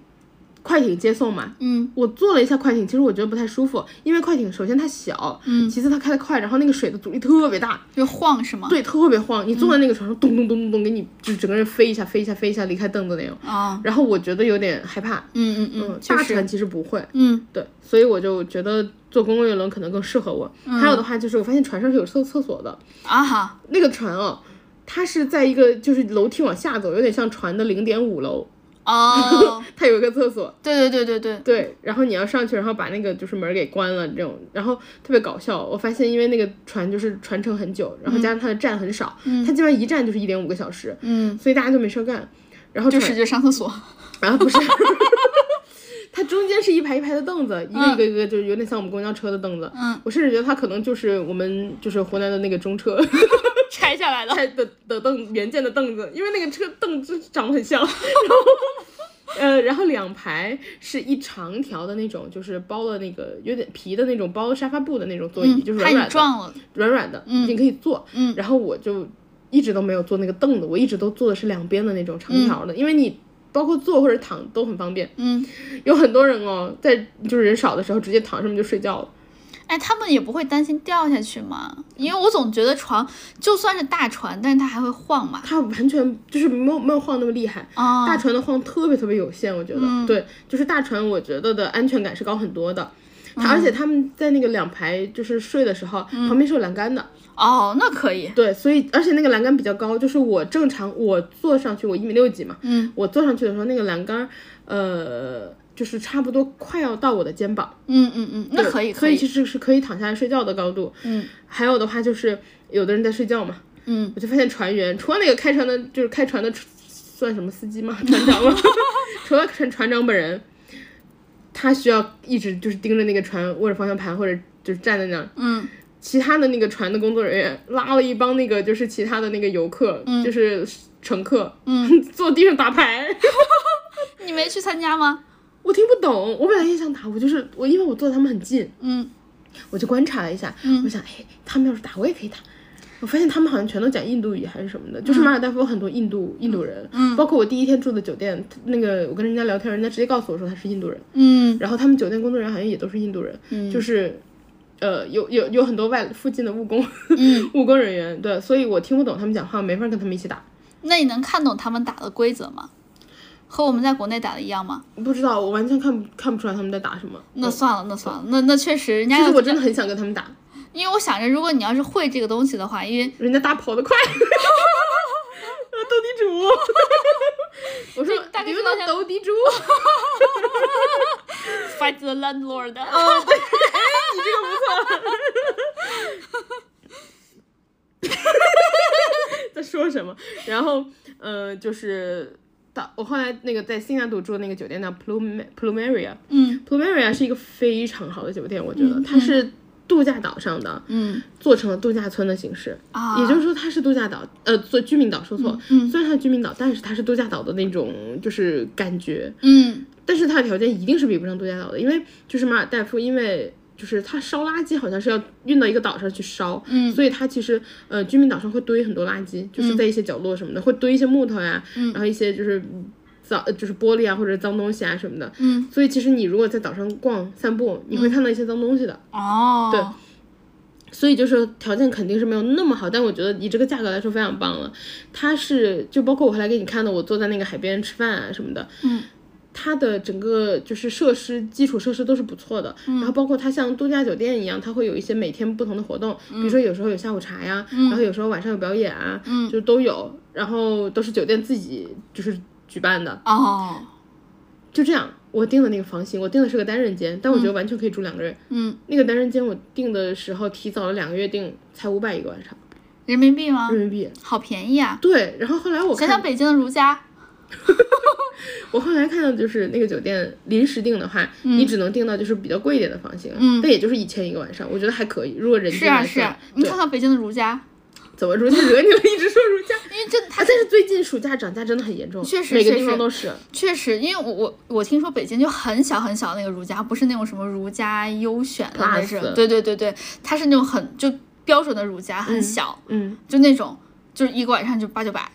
Speaker 1: 快艇接送嘛，
Speaker 2: 嗯
Speaker 1: 我坐了一下快艇，其实我觉得不太舒服，因为快艇首先它小，
Speaker 2: 嗯，
Speaker 1: 其次它开得快，然后那个水的阻力特别大，
Speaker 2: 就晃是吗？
Speaker 1: 对，特别
Speaker 2: 嗯
Speaker 1: 晃，你坐在那个床上咚咚咚咚咚，给你就整个人飞一下飞一下飞一下离开凳子那种，
Speaker 2: 啊，
Speaker 1: 然后我觉得有点害怕，
Speaker 2: 嗯嗯
Speaker 1: 嗯
Speaker 2: 嗯，，确
Speaker 1: 大
Speaker 2: 实，
Speaker 1: 船其实不会，
Speaker 2: 嗯
Speaker 1: 对，所以我就觉得坐公共游轮可能更适合我。
Speaker 2: 嗯
Speaker 1: 还有的话就是我发现船上是有厕厕所的，
Speaker 2: 啊哈，
Speaker 1: 那个船哦，它是在一个就是楼梯往下走，有点像船的零点五楼，
Speaker 2: 哦，
Speaker 1: 它有一个厕所，
Speaker 2: 对对对对对，
Speaker 1: 对，然后你要上去，然后把那个就是门儿给关了，这种，然后特别搞笑。我发现，因为那个船就是船程很久，然后加上它的站很少，它基本上一站就是一点五个小时，
Speaker 2: 嗯，
Speaker 1: 所以大家就没事儿干。然后
Speaker 2: 就
Speaker 1: 船，
Speaker 2: 使劲上厕 所，
Speaker 1: 然后不是，它中间是一排一排的凳子，一个一个一个，就是有点像我们公交车的凳子。
Speaker 2: 嗯，
Speaker 1: 我甚至觉得它可能就是我们就是湖南的那个中车
Speaker 2: 拆下来的，
Speaker 1: 开的的凳原件的凳子，因为那个车凳子长得很像，然 后。呃，然后两排是一长条的那种，就是包了那个有点皮的那种，包了沙发布的那种座椅，
Speaker 2: 嗯
Speaker 1: 就是
Speaker 2: 怕
Speaker 1: 软
Speaker 2: 你
Speaker 1: 软的，
Speaker 2: 撞了，
Speaker 1: 软软的，你可以坐。
Speaker 2: 嗯
Speaker 1: 然后我就一直都没有坐那个凳子，我一直都坐的是两边的那种长条的，因为你包括坐或者躺都很方便。
Speaker 2: 嗯，
Speaker 1: 有很多人哦，在就是人少的时候直接躺上面就睡觉了。
Speaker 2: 哎，他们也不会担心掉下去嘛，因为我总觉得床就算是大船，但是它还会晃嘛，
Speaker 1: 它完全就是没有没有晃那么厉害，
Speaker 2: 啊，
Speaker 1: 大船的晃特别特别有限，我觉得，
Speaker 2: 嗯
Speaker 1: 对，就是大船，我觉得的安全感是高很多的。它
Speaker 2: 嗯
Speaker 1: 而且他们在那个两排就是睡的时候，旁边是有栏杆的，
Speaker 2: 哦，那可以，
Speaker 1: 对，所以而且那个栏杆比较高，就是我正常我坐上去，我一米六几嘛，
Speaker 2: 嗯
Speaker 1: 我坐上去的时候，那个栏杆，呃，就是差不多快要到我的肩膀，
Speaker 2: 嗯嗯嗯，那
Speaker 1: 对
Speaker 2: 可以
Speaker 1: 所
Speaker 2: 可
Speaker 1: 以
Speaker 2: 以，
Speaker 1: 其实是可以躺下来睡觉的高度。
Speaker 2: 嗯
Speaker 1: 还有的话就是有的人在睡觉嘛，
Speaker 2: 嗯，
Speaker 1: 我就发现船员，除了那个开船的，就是开船的算什么司机吗？ 船长吗？除了船船长本人，他需要一直就是盯着那个船握着方向盘，或者就是站在那儿。
Speaker 2: 嗯
Speaker 1: 其他的那个船的工作人员拉了一帮那个就是其他的那个游客，就是乘客，
Speaker 2: 嗯，
Speaker 1: 坐地上打牌。
Speaker 2: 你没去参加吗？
Speaker 1: 我听不懂，我本来也想打，我就是我，因为我坐得他们很近，
Speaker 2: 嗯
Speaker 1: 我就观察了一下，我想，哎，他们要是打我也可以打。我发现他们好像全都讲印度语还是什么的，
Speaker 2: 嗯
Speaker 1: 就是马尔代夫有很多印度印度人，包括我第一天住的酒店，那个我跟人家聊天，人家直接告诉我说他是印度人，
Speaker 2: 嗯
Speaker 1: 然后他们酒店工作人员好像也都是印度人，就是。呃，有有有很多外附近的务工、
Speaker 2: 嗯
Speaker 1: 务工人员，对，所以我听不懂他们讲话，没法跟他们一起打。
Speaker 2: 那你能看懂他们打的规则吗？和我们在国内打的一样吗？
Speaker 1: 不知道，我完全看不看不出来他们在打什么。
Speaker 2: 那算了，那算了，那那确实，人家
Speaker 1: 其实
Speaker 2: 要
Speaker 1: 我真的很想跟他们打，
Speaker 2: 因为我想着，如果你要是会这个东西的话，因为
Speaker 1: 人家打跑得快，斗地 主。我说
Speaker 2: 大概
Speaker 1: 你们
Speaker 2: 知道
Speaker 1: 都
Speaker 2: 像
Speaker 1: 斗地主，
Speaker 2: fight the landlord，
Speaker 1: 在说什么？然后，呃，就是到我后来那个在新南度住的那个酒店叫 Plum Plumeria，
Speaker 2: 嗯
Speaker 1: Plumeria 是一个非常好的酒店，我觉得、它是度假岛上的，
Speaker 2: 嗯
Speaker 1: 做成了度假村的形式。
Speaker 2: 啊，嗯
Speaker 1: 也就是说，它是度假岛，呃，做居民岛说错，虽然它是居民岛，但是它是度假岛的那种就是感觉，
Speaker 2: 嗯
Speaker 1: 但是它的条件一定是比不上度假岛的，因为就是马尔代夫，因为就是它烧垃圾好像是要运到一个岛上去烧，
Speaker 2: 嗯
Speaker 1: 所以它其实呃居民岛上会堆很多垃圾，就是在一些角落什么的、会堆一些木头呀，然后一些就是脏呃就是玻璃啊或者脏东西啊什么的，
Speaker 2: 嗯
Speaker 1: 所以其实你如果在岛上逛散步，你会看到一些脏东西的，
Speaker 2: 哦，
Speaker 1: 对所以就是条件肯定是没有那么好，但我觉得以这个价格来说非常棒了。它是就包括我后来给你看的，我坐在那个海边吃饭啊什么的，
Speaker 2: 嗯，
Speaker 1: 它的整个就是设施基础设施都是不错的，然后包括它像度假酒店一样，它会有一些每天不同的活动，比如说有时候有下午茶呀，然后有时候晚上有表演啊，嗯，就都有，然后都是酒店自己就是举办的，
Speaker 2: 哦，
Speaker 1: 就这样。我订的那个房型，我订的是个单人间，但我觉得完全可以住两个人。
Speaker 2: 嗯，
Speaker 1: 那个单人间我订的时候提早了两个月订，才五百一个晚上。
Speaker 2: 人民币吗？
Speaker 1: 人民币。
Speaker 2: 好便宜啊！
Speaker 1: 对，然后后来我
Speaker 2: 想想
Speaker 1: 看，
Speaker 2: 北京的如家，
Speaker 1: 我后来看到就是那个酒店临时订的话，
Speaker 2: 嗯
Speaker 1: 你只能订到就是比较贵一点的房型，嗯，但也就是一千一个晚上，我觉得还可以。如果人均
Speaker 2: 是啊
Speaker 1: 来
Speaker 2: 是
Speaker 1: 算，
Speaker 2: 啊，你看看北京的如家，
Speaker 1: 怎么如家惹你了？一直说 如家。
Speaker 2: 因为真的
Speaker 1: 啊！
Speaker 2: 它
Speaker 1: 但是最近暑假涨价真的很严重，
Speaker 2: 确实
Speaker 1: 每个
Speaker 2: 确
Speaker 1: 地方
Speaker 2: 实
Speaker 1: 都是。
Speaker 2: 确实，因为我我我听说北京就很小很小的那个如家，不是那种什么如家优选的那
Speaker 1: Plus
Speaker 2: 种，对对对对，它是那种很就标准的如家，很小，
Speaker 1: 嗯，
Speaker 2: 就那种。就是一个晚上就八九百。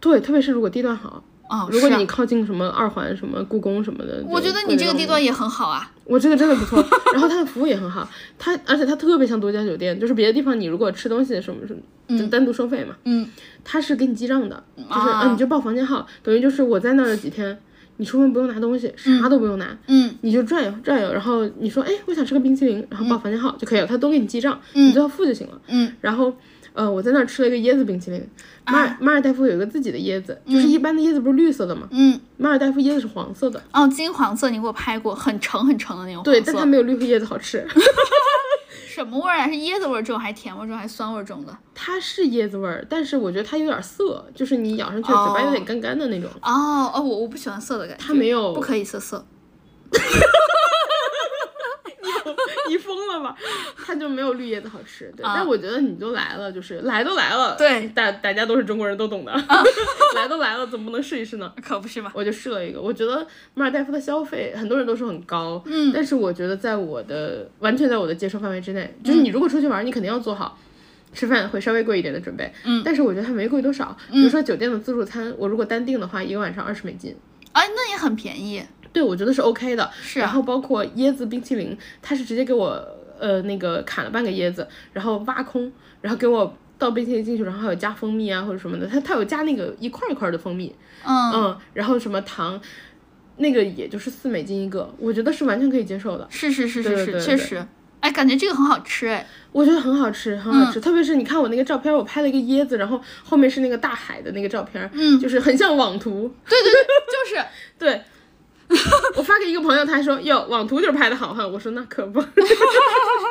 Speaker 1: 对，特别是如果地段好，
Speaker 2: 哦，
Speaker 1: 如果
Speaker 2: 是啊
Speaker 1: 你靠近什么二环、什么故宫什么的，
Speaker 2: 我
Speaker 1: 就
Speaker 2: 觉得
Speaker 1: 会
Speaker 2: 你这个
Speaker 1: 让
Speaker 2: 地段也很好啊。
Speaker 1: 我这个真的不错， 然后它的服务也很好，它而且它特别像多家酒店，就是别的地方你如果吃东西什么什么，就单独收费嘛，
Speaker 2: 嗯，
Speaker 1: 它是给你记账的，就是
Speaker 2: 啊
Speaker 1: 啊你就报房间号，等于就是我在那儿的几天，你出门不用拿东西，啥都不用拿，
Speaker 2: 嗯，
Speaker 1: 你就转悠转悠，然后你说哎我想吃个冰淇淋，然后报房间号就可以了，它都给你记账，你最后付就行了，
Speaker 2: 嗯，
Speaker 1: 然后。呃，我在那儿吃了一个椰子冰淇淋，马尔马尔代夫有一个自己的椰子，就是一般的椰子不是绿色的嘛，
Speaker 2: 嗯，
Speaker 1: 马尔代夫椰子是黄色的，
Speaker 2: 哦，金黄色你给我拍过，很橙很橙的那种
Speaker 1: 对，
Speaker 2: 黄
Speaker 1: 但它
Speaker 2: 色，
Speaker 1: 没有绿和椰子好吃。
Speaker 2: 什么味儿啊？是椰子味儿重，还是甜味儿重，还是酸味儿重的？
Speaker 1: 它是椰子味儿，但是我觉得它有点涩，就是你咬上去
Speaker 2: 哦
Speaker 1: 嘴巴有点干干的那种。
Speaker 2: 哦哦，我我不喜欢涩的感觉，
Speaker 1: 它没有
Speaker 2: 不可以涩涩。
Speaker 1: 你疯了吧？ 它就没有绿椰子好吃。对，
Speaker 2: 啊
Speaker 1: 但我觉得你都来了，就是来都来了，
Speaker 2: 对
Speaker 1: 大大家都是中国人都懂的， 来都来了，怎么不能试一试呢？
Speaker 2: 可不是嘛。
Speaker 1: 我就试了一个，我觉得马尔代夫的消费，很多人都说很高，嗯，但是我觉得在我的完全在我的接受范围之内，就是你如果出去玩，你肯定要做好。吃饭会稍微贵一点的准备，嗯，但是我觉得它没贵多少。比如说酒店的自助餐，我如果单订的话，一个晚上二十美金，
Speaker 2: 啊，那也很便宜。
Speaker 1: 对，我觉得是 OK 的。
Speaker 2: 是啊
Speaker 1: 然后包括椰子冰淇淋，它是直接给我呃那个砍了半个椰子，然后挖空，然后给我倒冰淇淋进去，然后还有加蜂蜜啊或者什么的，它它有加那个一块儿一块儿的蜂蜜，
Speaker 2: 嗯，
Speaker 1: 嗯，然后什么糖，那个也就是四美金一个，我觉得是完全可以接受的。
Speaker 2: 是是是
Speaker 1: 对
Speaker 2: 是
Speaker 1: 对
Speaker 2: 是，
Speaker 1: 对
Speaker 2: 确
Speaker 1: 对
Speaker 2: 实。哎，感觉这个很好吃哎。
Speaker 1: 我觉得很好吃，很
Speaker 2: 嗯
Speaker 1: 好吃。特别是你看我那个照片，我拍了一个椰子，然后后面是那个大海的那个照片，
Speaker 2: 嗯
Speaker 1: 就是很像网图。
Speaker 2: 对对对，就是。
Speaker 1: 对，我发给一个朋友，他还说哟，网图就是拍的好哈。我说那可不。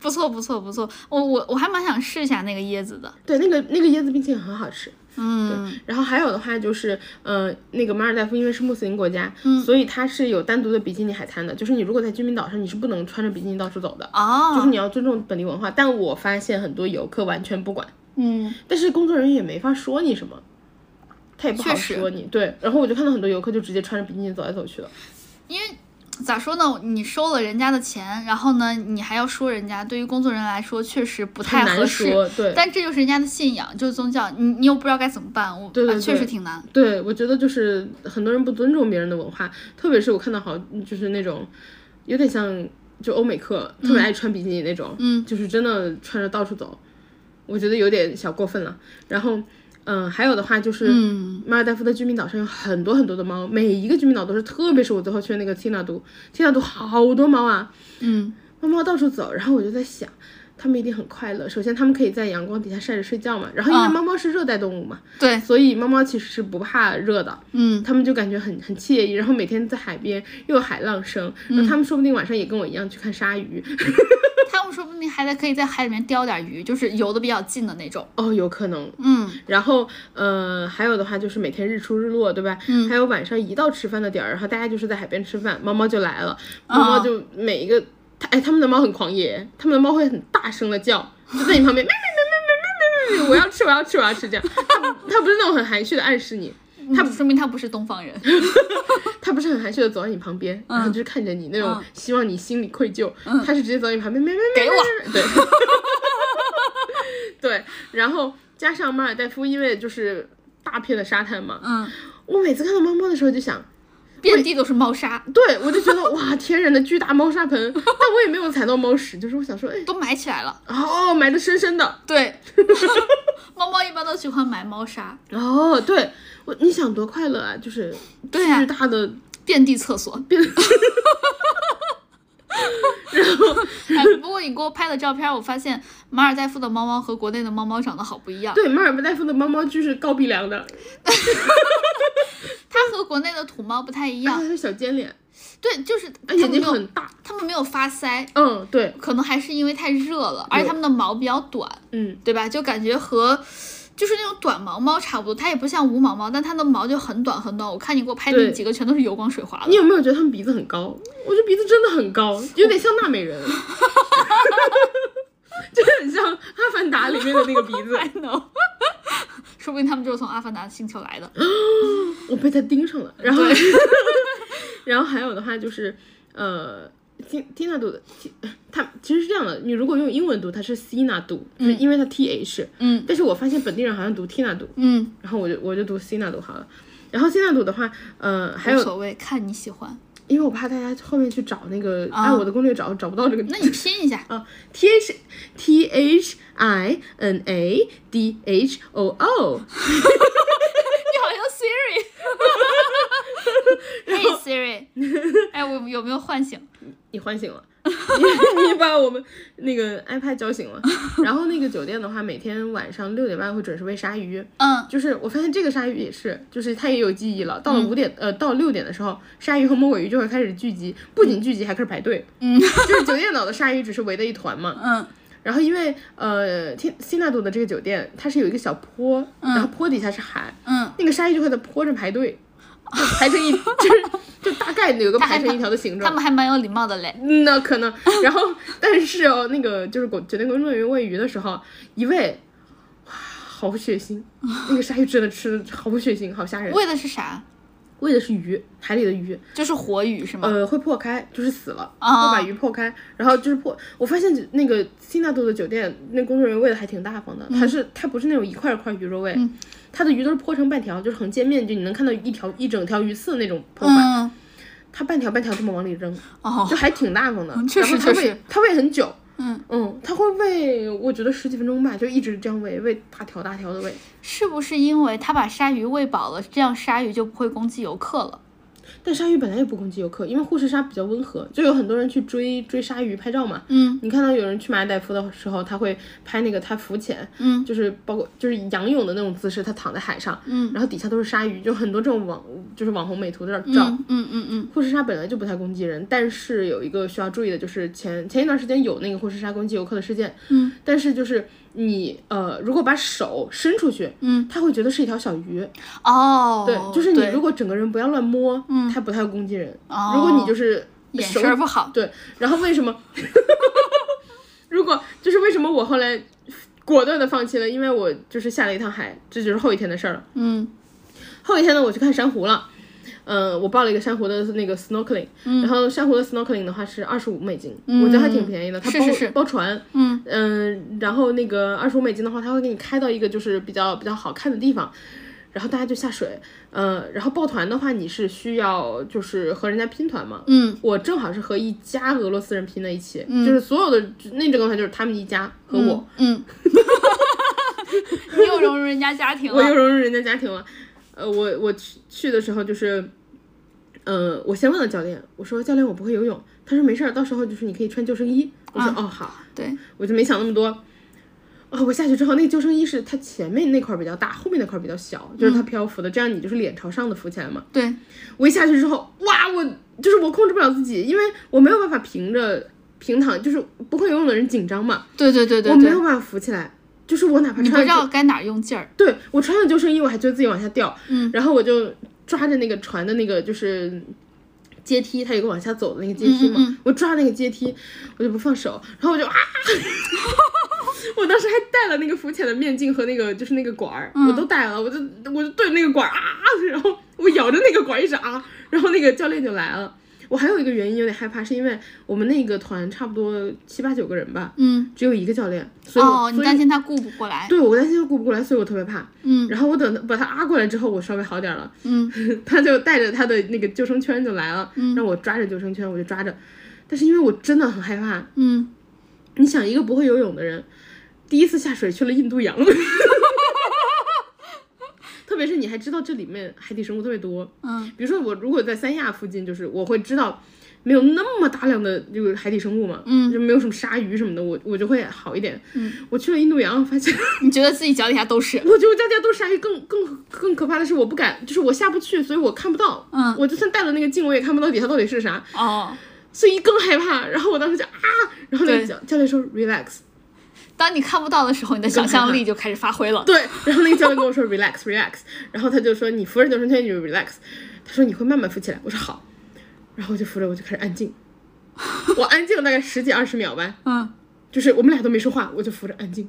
Speaker 2: 不错不错不错，我我我还蛮想试一下那个椰子的。
Speaker 1: 对，那个那个椰子冰淇淋很好吃。
Speaker 2: 嗯，
Speaker 1: 然后还有的话就是，呃，那个马尔代夫因为是穆斯林国家，
Speaker 2: 嗯
Speaker 1: 所以它是有单独的比基尼海滩的。就是你如果在居民岛上，你是不能穿着比基尼到处走的，就是
Speaker 2: 哦，
Speaker 1: 你要尊重本地文化。但我发现很多游客完全不管，
Speaker 2: 嗯，
Speaker 1: 但是工作人员也没法说你什么，他也不好
Speaker 2: 确实
Speaker 1: 说你。对，然后我就看到很多游客就直接穿着比基尼走来走去的。
Speaker 2: 因为咋说呢，你收了人家的钱，然后呢，你还要说人家，对于工作人员来说确实不太
Speaker 1: 很难
Speaker 2: 合适。
Speaker 1: 说对
Speaker 2: 但这就是人家的信仰，就是宗教，你你又不知道该怎么办，我
Speaker 1: 对对
Speaker 2: 啊
Speaker 1: 对
Speaker 2: 确实挺难。
Speaker 1: 对，我觉得就是很多人不尊重别人的文化，特别是我看到好就是那种有点像就欧美客，特别爱穿比基尼那种，
Speaker 2: 嗯，
Speaker 1: 就是真的穿着到处走，我觉得有点小过分了。然后，嗯、还有的话就是，
Speaker 2: 嗯
Speaker 1: 马尔代夫的居民岛上有很多很多的猫，每一个居民岛都是，特别是我最后去的那个提纳都，提纳都好多猫啊，
Speaker 2: 嗯，
Speaker 1: 猫猫到处走，然后我就在想。它们一定很快乐。首先，它们可以在阳光底下晒着睡觉嘛。然后，因为
Speaker 2: 嗯
Speaker 1: 猫猫是热带动物嘛，
Speaker 2: 对，
Speaker 1: 所以猫猫其实是不怕热的。
Speaker 2: 嗯，
Speaker 1: 他们就感觉很很惬意，然后每天在海边又有海浪声，然后他们说不定晚上也跟我一样去看鲨鱼，
Speaker 2: 他们说不定还得可以在海里面钓点鱼，就是游的比较近的那种。
Speaker 1: 哦，有可能。
Speaker 2: 嗯，
Speaker 1: 然后呃，还有的话就是每天日出日落，对吧？嗯、还有晚上一到吃饭的点儿，然后大家就是在海边吃饭，猫猫就来了，猫猫就每一个，它哎，他们的猫很狂野，他们的猫会很大声的叫，就在你旁边喵喵喵喵喵喵喵喵，我要吃我要吃我要吃这样，它它不是那种很含蓄的暗示你，
Speaker 2: 他说明他不是东方人。
Speaker 1: 他不是很含蓄的走到你旁边，然后就是看着你那种
Speaker 2: 嗯
Speaker 1: 希望你心里愧疚，他是直接走到你旁边，咩咩咩，
Speaker 2: 给
Speaker 1: 我，对， 对，然后加上马尔代夫，因为就是大片的沙滩嘛，
Speaker 2: 嗯，
Speaker 1: 我每次看到猫猫的时候就想，
Speaker 2: 遍地都是猫砂，
Speaker 1: 对我就觉得哇，天然的巨大猫砂 盆，但我也没有踩到猫屎，就是我想说，哎，
Speaker 2: 都埋起来了。
Speaker 1: 哦，埋的深深的，
Speaker 2: 对，猫猫一般都喜欢埋猫砂，
Speaker 1: 哦，对我，你想多快乐啊，就是
Speaker 2: 对啊
Speaker 1: 巨大的
Speaker 2: 遍地 厕所。
Speaker 1: 变。
Speaker 2: 哎，不过你给我拍的照片，我发现马尔代夫的猫猫和国内的猫猫长得好不一样。
Speaker 1: 对，马尔代夫的猫猫就是高鼻梁的，
Speaker 2: 它和国内的土猫不太一
Speaker 1: 然
Speaker 2: 样
Speaker 1: 后。它是小尖脸，
Speaker 2: 对，就是它
Speaker 1: 嗯哎眼
Speaker 2: 们没
Speaker 1: 睛
Speaker 2: 有，
Speaker 1: 很大。
Speaker 2: 它们没有发腮，
Speaker 1: 嗯，对，
Speaker 2: 可能还是因为太热了，而且它们的毛比较短，
Speaker 1: 嗯，
Speaker 2: 对吧？就感觉和。就是那种短毛猫差不多，它也不像无毛猫，但它的毛就很短很短。我看你给我拍的那
Speaker 1: 对
Speaker 2: 几个全都是油光水滑
Speaker 1: 你
Speaker 2: 的，
Speaker 1: 有没有觉得他们鼻子很高？我觉得鼻子真的很高，有点像纳美人，就很像《阿凡达》里面的那个鼻子。
Speaker 2: no，说不定它们就是从阿凡达星球来的。
Speaker 1: 我被他盯上了，然 后，然后还有的话就是，呃，蒂蒂娜度的蒂它其实是这样的，你如果用英文读，它是 Sina 读，就是因为它 T H，
Speaker 2: 嗯
Speaker 1: 但是我发现本地人好像读 Tina 读，
Speaker 2: 嗯，
Speaker 1: 然后我就我就读 Sina 读好了。然后 Sina 读的话，呃，还
Speaker 2: 无
Speaker 1: 有，
Speaker 2: 所谓，看你喜欢。
Speaker 1: 因为我怕大家后面去找那个
Speaker 2: 啊
Speaker 1: 按我的攻略找找不到这个
Speaker 2: 那你拼一下，
Speaker 1: 啊，T H T H I N A D H O O，
Speaker 2: 你好像 Siri。嘿 Siri，哎，我有没有唤醒？
Speaker 1: 你唤醒了，你你把我们那个 iPad 叫醒了。然后那个酒店的话，每天晚上六点半会准时喂鲨鱼。
Speaker 2: 嗯，
Speaker 1: 就是我发现这个鲨鱼也是，就是它也有记忆了。到了五点，呃，到六点的时候，鲨鱼和魔鬼鱼就会开始聚集，不仅聚集，还开始排队。
Speaker 2: 嗯，
Speaker 1: 就是酒店岛的鲨鱼只是围的一团嘛。
Speaker 2: 嗯
Speaker 1: 然后因为呃，天西纳度的这个酒店，它是有一个小坡，然后坡底下是海，
Speaker 2: 嗯，
Speaker 1: 那个鲨鱼就会在坡上排队，就排成一， 就是就大概有个
Speaker 2: 它还
Speaker 1: 排成一条的形
Speaker 2: 他
Speaker 1: 状。
Speaker 2: 们还蛮有礼貌的嘞。
Speaker 1: 嗯那可能，然后但是哦，那个就是狗酒店工作人员喂鱼的时候，一喂，哇，好血腥！那个鲨鱼真的吃的好血腥，好吓人。
Speaker 2: 喂的是啥？
Speaker 1: 喂的是鱼，海里的鱼，
Speaker 2: 就是活鱼是吗？
Speaker 1: 呃，会破开，就是死了，
Speaker 2: 哦
Speaker 1: 会把鱼破开，然后就是破。我发现那个新大度的酒店，那工作人员喂的还挺大方的，
Speaker 2: 嗯
Speaker 1: 他是他不是那种一块一块鱼肉喂，他的鱼都是破成半条，就是横截面积，你能看到一条一整条鱼刺那种破法，
Speaker 2: 嗯，
Speaker 1: 他半条半条这么往里扔，
Speaker 2: 哦
Speaker 1: 就，还挺大方的。
Speaker 2: 嗯确实
Speaker 1: 然后他
Speaker 2: 确
Speaker 1: 喂
Speaker 2: 实
Speaker 1: 他喂很久，
Speaker 2: 嗯
Speaker 1: 嗯，他会喂，我觉得十几分钟吧，就一直这样喂，喂大条大条的喂。
Speaker 2: 是不是因为他把鲨鱼喂饱了，这样鲨鱼就不会攻击游客了？
Speaker 1: 但鲨鱼本来也不攻击游客，因为护士鲨比较温和，就有很多人去追追鲨鱼拍照嘛。
Speaker 2: 嗯
Speaker 1: 你看到有人去马尔代夫的时候，他会拍那个他浮潜，
Speaker 2: 嗯
Speaker 1: 就是包括就是仰泳的那种姿势，他躺在海上，
Speaker 2: 嗯
Speaker 1: 然后底下都是鲨鱼，就很多这种网就是网红美图在这儿照。
Speaker 2: 嗯嗯嗯嗯，
Speaker 1: 护士鲨本来就不太攻击人，但是有一个需要注意的就是前前一段时间有那个护士鲨攻击游客的事件，
Speaker 2: 嗯，
Speaker 1: 但是就是你呃如果把手伸出去，
Speaker 2: 嗯，
Speaker 1: 它会觉得是一条小鱼，
Speaker 2: 哦，
Speaker 1: 对，就是你
Speaker 2: 对
Speaker 1: 如果整个人不要乱摸，嗯，它不太攻击人。
Speaker 2: 哦
Speaker 1: 如果你就是
Speaker 2: 眼
Speaker 1: 手
Speaker 2: 神儿不好，
Speaker 1: 对，然后为什么？ 如果就是为什么我后来果断的放弃了？因为我就是下了一趟海，这就是后一天的事儿了。
Speaker 2: 嗯
Speaker 1: 后一天呢，我去看珊瑚了。嗯、我报了一个珊瑚的那个 snorkeling，、然
Speaker 2: 嗯
Speaker 1: 后珊瑚的 snorkeling 的话是二十五美金，我觉得还挺便宜的，它
Speaker 2: 是
Speaker 1: 包
Speaker 2: 是是
Speaker 1: 包船，
Speaker 2: 嗯
Speaker 1: 嗯、然后那个二十五美金的话，它会给你开到一个就是比较比较好看的地方，然后大家就下水，呃，然后抱团的话你是需要就是和人家拼团嘛，
Speaker 2: 嗯
Speaker 1: 我正好是和一家俄罗斯人拼在一起，就是所有的那整个团就是他们一家和我，
Speaker 2: 嗯，你又融入人家家庭
Speaker 1: 我又
Speaker 2: 了，
Speaker 1: 融入人家家庭了。呃，我我去去的时候就是，呃，我先问了教练，我说教练我不会游泳，他说没事儿，到时候就是你可以穿救生衣。我说、哦好，
Speaker 2: 对，
Speaker 1: 我就没想那么多。啊、我下去之后，那个救生衣是它前面那块儿比较大，后面那块儿比较小，就是它漂浮的，这样你就是脸朝上的浮起来嘛。
Speaker 2: 对，
Speaker 1: 我一下去之后，哇，我就是我控制不了自己，因为我没有办法平着平躺，就是不会游泳的人紧张嘛，
Speaker 2: 对对对
Speaker 1: 我
Speaker 2: 对
Speaker 1: 没
Speaker 2: 对
Speaker 1: 有，办法浮起来，就是我哪怕
Speaker 2: 你不
Speaker 1: 穿
Speaker 2: 知
Speaker 1: 着
Speaker 2: 道该哪儿用劲儿，
Speaker 1: 对我穿上救生衣，我还觉得自己往下掉，
Speaker 2: 嗯，
Speaker 1: 然后我就抓着那个船的那个就是阶梯，它有个往下走的那个阶梯嘛，
Speaker 2: 嗯嗯
Speaker 1: 我抓那个阶梯，我就不放手，然后我就 啊，我当时还戴了那个浮潜的面镜和那个就是那个管儿，
Speaker 2: 嗯
Speaker 1: 我都戴了，我就我就对着那个管儿啊，然后我咬着那个管儿一直啊，然后那个教练就来了。我还有一个原因有点害怕，是因为我们那个团差不多七八九个人吧，
Speaker 2: 嗯，
Speaker 1: 只有一个教练，所以我、
Speaker 2: 哦，你
Speaker 1: 所以
Speaker 2: 担心他顾不过来，
Speaker 1: 对我担心他顾不过来，所以我特别怕。
Speaker 2: 嗯
Speaker 1: 然后我等他把他拉过来之后，我稍微好点了，
Speaker 2: 嗯，
Speaker 1: 他就带着他的那个救生圈就来了，让我抓着救生圈，我就抓着。但是因为我真的很害怕，
Speaker 2: 嗯，
Speaker 1: 你想一个不会游泳的人，第一次下水去了印度洋， 特别是你还知道这里面海底生物特别多，
Speaker 2: 嗯，
Speaker 1: 比如说我如果在三亚附近，就是我会知道没有那么大量的这个海底生物嘛，
Speaker 2: 嗯
Speaker 1: 就没有什么鲨鱼什么的，我我就会好一点。
Speaker 2: 嗯，
Speaker 1: 我去了印度洋，发现。
Speaker 2: 你觉得自己脚底下都是，
Speaker 1: 我觉得我家底下都是鲨鱼，更更更可怕的是，我不敢，就是我下不去，所以我看不到。
Speaker 2: 嗯
Speaker 1: 我就算戴了那个镜，我也看不到底下到底是啥，
Speaker 2: 哦，
Speaker 1: 所以更害怕。然后我当时就啊，然后那
Speaker 2: 对
Speaker 1: 个教教练说 relax，
Speaker 2: 当你看不到的时候，你的想象力就开始发挥了，
Speaker 1: 对，然后那个教练跟我说 relax relax，然后他就说你扶着救生圈你就 relax，他说你会慢慢扶起来，我说好，然后我就扶着我就开始安静，我安静了大概十几二十秒吧，
Speaker 2: 嗯，
Speaker 1: 就是我们俩都没说话，我就扶着安静。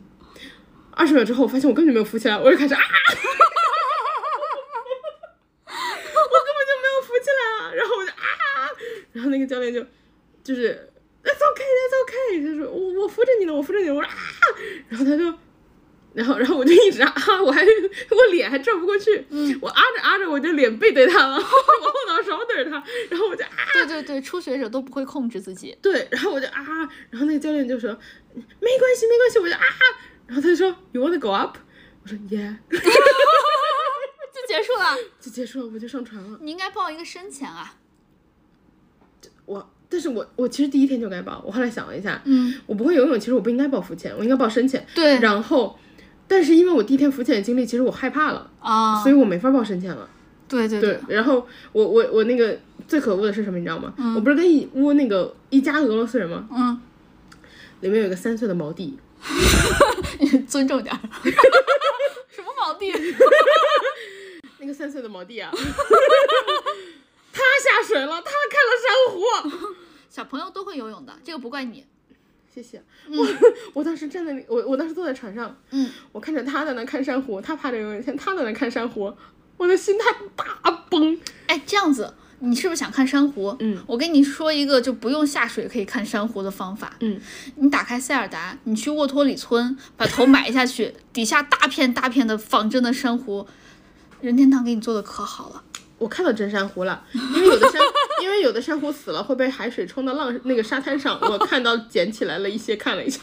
Speaker 1: 二十秒之后，我发现我根本就没有扶起来，我就开始啊，我根本就没有扶起来啊，然后我就啊，然后那个教练就就是 that's okay, that's okay。他说我我扶着你呢，我扶着你，我说啊，然后他就，然后然后我就一直啊，我还我脸还转不过去，
Speaker 2: 嗯
Speaker 1: 我啊着啊着我就脸背对他了， 我后脑勺对着他，然后我就啊，
Speaker 2: 对对对，初学者都不会控制自己。
Speaker 1: 对，然后我就啊，然后那个教练就说没关系没关系，我就啊，然后他就说 you wanna go up，我说 yeah，
Speaker 2: 就结束了，
Speaker 1: 就结束了，我就上船了。
Speaker 2: 你应该报一个深潜啊。
Speaker 1: 我，但是我我其实第一天就该报，我后来想了一下，
Speaker 2: 嗯，
Speaker 1: 我不会游泳，其实我不应该报浮潜，我应该报深潜。
Speaker 2: 对
Speaker 1: 然后，但是因为我第一天浮潜的经历，其实我害怕了，
Speaker 2: 啊，
Speaker 1: 所以我没法报深潜了。
Speaker 2: 对对
Speaker 1: 对，然后我我我那个最可恶的是什么，你知道吗？我不是跟一屋那个一家俄罗斯人吗？
Speaker 2: 嗯，
Speaker 1: 里面有一个三岁的毛弟，
Speaker 2: 尊重点儿。什么毛地？
Speaker 1: 那个三岁的毛弟啊，他下水了，他看了珊瑚。
Speaker 2: 小朋友都会游泳的，这个不怪你。
Speaker 1: 谢谢。我我当时站在那，我我当时坐在船上，
Speaker 2: 嗯，
Speaker 1: 我看着他在那看珊瑚，他趴着游泳圈，他在那看珊瑚，我的心态大崩。
Speaker 2: 哎，这样子，你是不是想看珊瑚？
Speaker 1: 嗯，
Speaker 2: 我跟你说一个就不用下水可以看珊瑚的方法。
Speaker 1: 嗯，
Speaker 2: 你打开塞尔达，你去沃托里村把头埋下去，底下大片大片的仿真的珊瑚，任天堂给你做的可好了。
Speaker 1: 我看到真珊瑚了，因为有的珊， 因为有的珊瑚死了会被海水冲到浪那个沙滩上，我看到捡起来了一些，看了一下，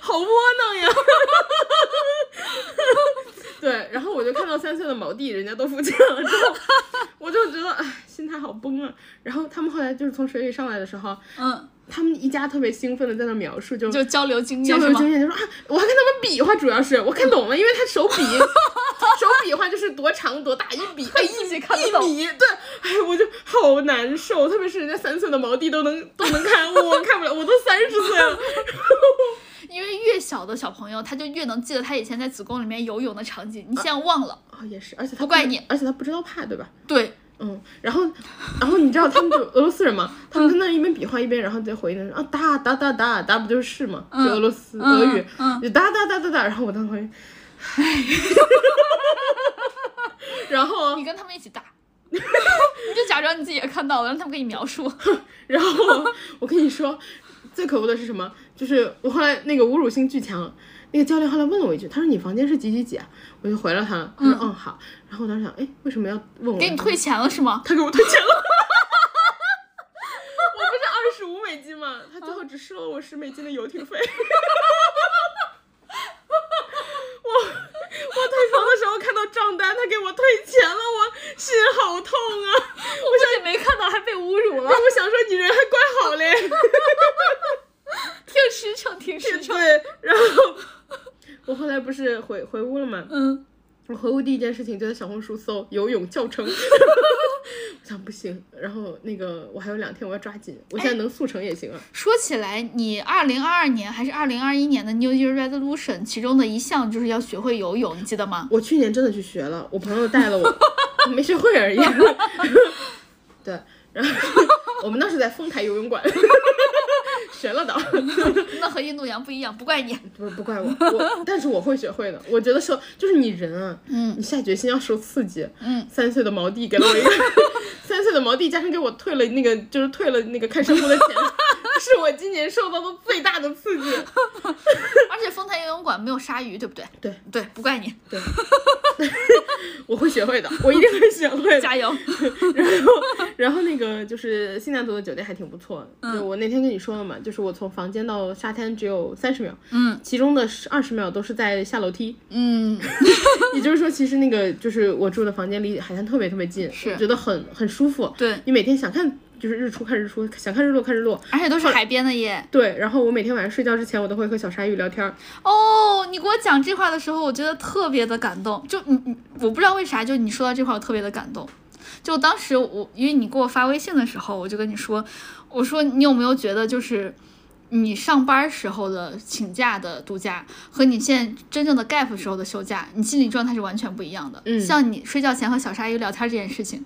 Speaker 1: 好窝囊呀。 对，然后我就看到三岁的毛弟，人家都浮潜了之后，我就觉得哎，心态好崩啊。然后他们后来就是从水里上来的时候，
Speaker 2: 嗯，
Speaker 1: 他们一家特别兴奋的在那描述，就
Speaker 2: 就交流经
Speaker 1: 交
Speaker 2: 验
Speaker 1: 流
Speaker 2: 是吗
Speaker 1: 经？验，就说啊，我还跟他们比划，主要是我看懂了，因为他 手比手比划就是多长多大一比，哎，一
Speaker 2: 自己
Speaker 1: 米
Speaker 2: 看得
Speaker 1: 一
Speaker 2: 懂
Speaker 1: 米，对，哎，我就好难受，特别是人家三岁的毛弟都能都能看，我看不了，我都三十岁 了，
Speaker 2: 因为越小的小朋友，他就越能记得他以前在子宫里面游泳的场景，你现在忘了。
Speaker 1: 哦，也是，而且他
Speaker 2: 不怪你，
Speaker 1: 而且他不知道怕，对吧？
Speaker 2: 对，
Speaker 1: 嗯，然后，然后你知道他们就俄罗斯人嘛，他
Speaker 2: 嗯
Speaker 1: 们在那一边比划一边，然后再回应那种啊哒哒哒哒哒不就是是嘛，就俄罗斯、
Speaker 2: 嗯
Speaker 1: 俄语，
Speaker 2: 嗯哎
Speaker 1: 就哒哒哒哒哒，然后我当时回，唉， 然后
Speaker 2: 你跟他们一起打， 你就假装你自己也看到了，让他们给你描述。
Speaker 1: 然后我跟你说，最可恶的是什么？就是我后来那个侮辱性巨强，那个教练后来问了我一句，他说你房间是几几几啊？我就回了他，他说嗯好，然后我当时想，哎，为什么要问我？
Speaker 2: 给你退钱了是吗？
Speaker 1: 他给我退钱了。 我不是二十五美金吗？他最后只收了我十美金的游艇 费。我我退房的时候看到账单，他给我退钱了，我心好痛啊！
Speaker 2: 我不仅没看到，还被侮辱了，
Speaker 1: 我想说你人还怪好嘞。
Speaker 2: 挺实诚，挺实 诚。
Speaker 1: 对，然后我后来不是回回屋了吗？
Speaker 2: 嗯，
Speaker 1: 我回屋第一件事情就在小红书搜游泳教程，我 想不行，然后那个我还有两天，我要抓紧，我现在能速成也行啊。
Speaker 2: 说起来，你二零二二年还是二零二一年的 New Year Resolution 其中的一项就是要学会游泳，你记得吗？
Speaker 1: 我去年真的去学了，我朋友带了我， 我没学会而已。 对，然后 我们当时在丰台游泳馆学了 的，
Speaker 2: 那和印度洋不一样，不怪你。
Speaker 1: 不不怪我，我但是我会学会的。我觉得受就是你人啊，
Speaker 2: 嗯
Speaker 1: 你下决心要受刺激。
Speaker 2: 嗯，
Speaker 1: 三岁的毛弟给了 我一个三岁的毛弟，加上给我退了那个就是退了那个看珊瑚的钱，是我今年受到的最大的刺激。
Speaker 2: 而且丰台游泳馆没有鲨鱼，对不对？
Speaker 1: 对
Speaker 2: 对，不怪你，
Speaker 1: 我会学会的，我一定会学会的。
Speaker 2: 加油。
Speaker 1: 然后，然后那个就是新南族的酒店还挺不错。就
Speaker 2: 嗯
Speaker 1: 我那天跟你说了嘛，就是我从房间到沙滩只有三十秒，
Speaker 2: 嗯
Speaker 1: 其中的二十秒都是在下楼梯。
Speaker 2: 嗯，
Speaker 1: 也就是说，其实那个就是我住的房间离海滩特别特别近，
Speaker 2: 是
Speaker 1: 我觉得很很舒服。
Speaker 2: 对，
Speaker 1: 你每天想看就是日出看日出，想看日落看日落。
Speaker 2: 而且都是海边的耶。
Speaker 1: 对，然后我每天晚上睡觉之前，我都会和小鲨鱼聊天儿。
Speaker 2: 哦，你给我讲这块的时候，我觉得特别的感动。就你你，我不知道为啥，就你说到这块，我特别的感动。就当时我，因为你给我发微信的时候，我就跟你说，我说你有没有觉得，就是你上班时候的请假的度假和你现在真正的 gap 时候的休假，你心理状态是完全不一样的。
Speaker 1: 嗯
Speaker 2: 像你睡觉前和小鲨鱼聊天这件事情，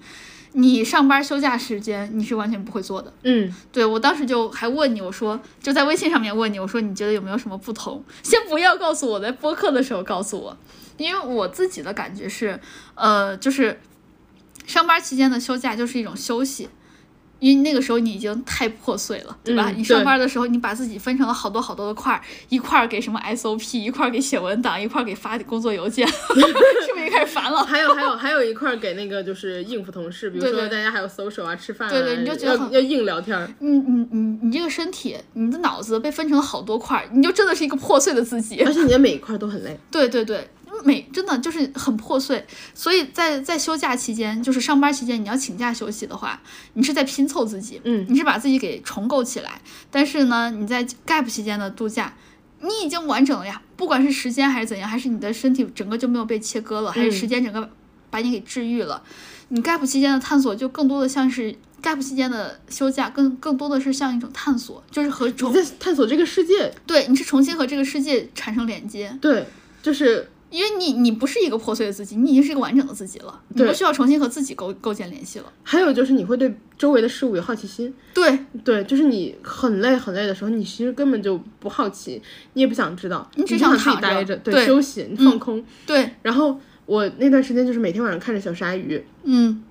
Speaker 2: 你上班休假时间你是完全不会做的。
Speaker 1: 嗯，
Speaker 2: 对我当时就还问你，我说就在微信上面问你，我说你觉得有没有什么不同？先不要告诉我，在播客的时候告诉我，因为我自己的感觉是，呃，就是上班期间的休假就是一种休息。因为那个时候你已经太破碎了，对吧？
Speaker 1: 嗯
Speaker 2: 你上
Speaker 1: 对
Speaker 2: 班的时候，你把自己分成了好多好多的块儿，一块儿给什么 SOP，一块儿给写文档，一块儿给发工作邮件， 是不是也开始烦了？
Speaker 1: 还有还有还有一块儿给那个就是应付同事，比如
Speaker 2: 对
Speaker 1: 说
Speaker 2: 对
Speaker 1: 大家还有 social 啊、吃饭啊，
Speaker 2: 对对你就觉得
Speaker 1: 要
Speaker 2: 很
Speaker 1: 要硬聊天儿。
Speaker 2: 你你你你这个身体，你的脑子被分成了好多块儿，你就真的是一个破碎的自己。
Speaker 1: 而且你的每一块儿都很累，
Speaker 2: 对对对，每真的就是很破碎，所以在在休假期间，就是上班期间，你要请假休息的话，你是在拼凑自己，
Speaker 1: 嗯
Speaker 2: 你是把自己给重构起来。但是呢，你在 gap 期间的度假，你已经完整了呀，不管是时间还是怎样，还是你的身体整个就没有被切割了，还是
Speaker 1: 嗯
Speaker 2: 时间整个把你给治愈了。你 gap 期间的探索就更多的像是 gap 期间的休假，更更多的是像一种探索，就是和
Speaker 1: 你
Speaker 2: 重
Speaker 1: 在探索这个世界。
Speaker 2: 对你是重新和这个世界产生连接。
Speaker 1: 对，就是
Speaker 2: 因为你你不是一个破碎的自己，你已经是一个完整的自己了，你
Speaker 1: 对
Speaker 2: 不需要重新和自己构构建联系了。
Speaker 1: 还有就是你会对周围的事物有好奇心。
Speaker 2: 对
Speaker 1: 对，就是你很累很累的时候，你其实根本就不好奇，你也不想知道，
Speaker 2: 你
Speaker 1: 你
Speaker 2: 只
Speaker 1: 想
Speaker 2: 想
Speaker 1: 自己
Speaker 2: 躺着
Speaker 1: 待着，对，
Speaker 2: 对嗯
Speaker 1: 休息，你放空。
Speaker 2: 对，
Speaker 1: 然后我那段时间就是每天晚上看着小鲨鱼，
Speaker 2: 嗯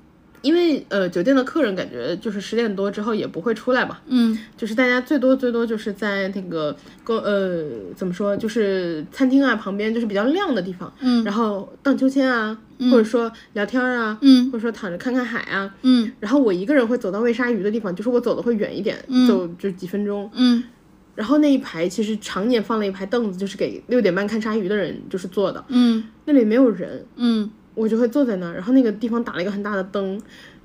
Speaker 1: 因为呃酒店的客人感觉就是十点多之后也不会出来嘛，
Speaker 2: 嗯
Speaker 1: 就是大家最多最多就是在那个公呃怎么说，就是餐厅啊旁边就是比较亮的地方，
Speaker 2: 嗯
Speaker 1: 然后荡秋千啊，或者说聊天啊，
Speaker 2: 嗯
Speaker 1: 或者说躺着看看海啊。
Speaker 2: 嗯
Speaker 1: 然后我一个人会走到喂鲨鱼的地方，就是我走的会远一点，走就几分钟。
Speaker 2: 嗯
Speaker 1: 然后那一排其实常年放了一排凳子，就是给六点半看鲨鱼的人就是坐的，
Speaker 2: 嗯
Speaker 1: 那里没有人，
Speaker 2: 嗯
Speaker 1: 我就会坐在那儿，然后那个地方打了一个很大的灯，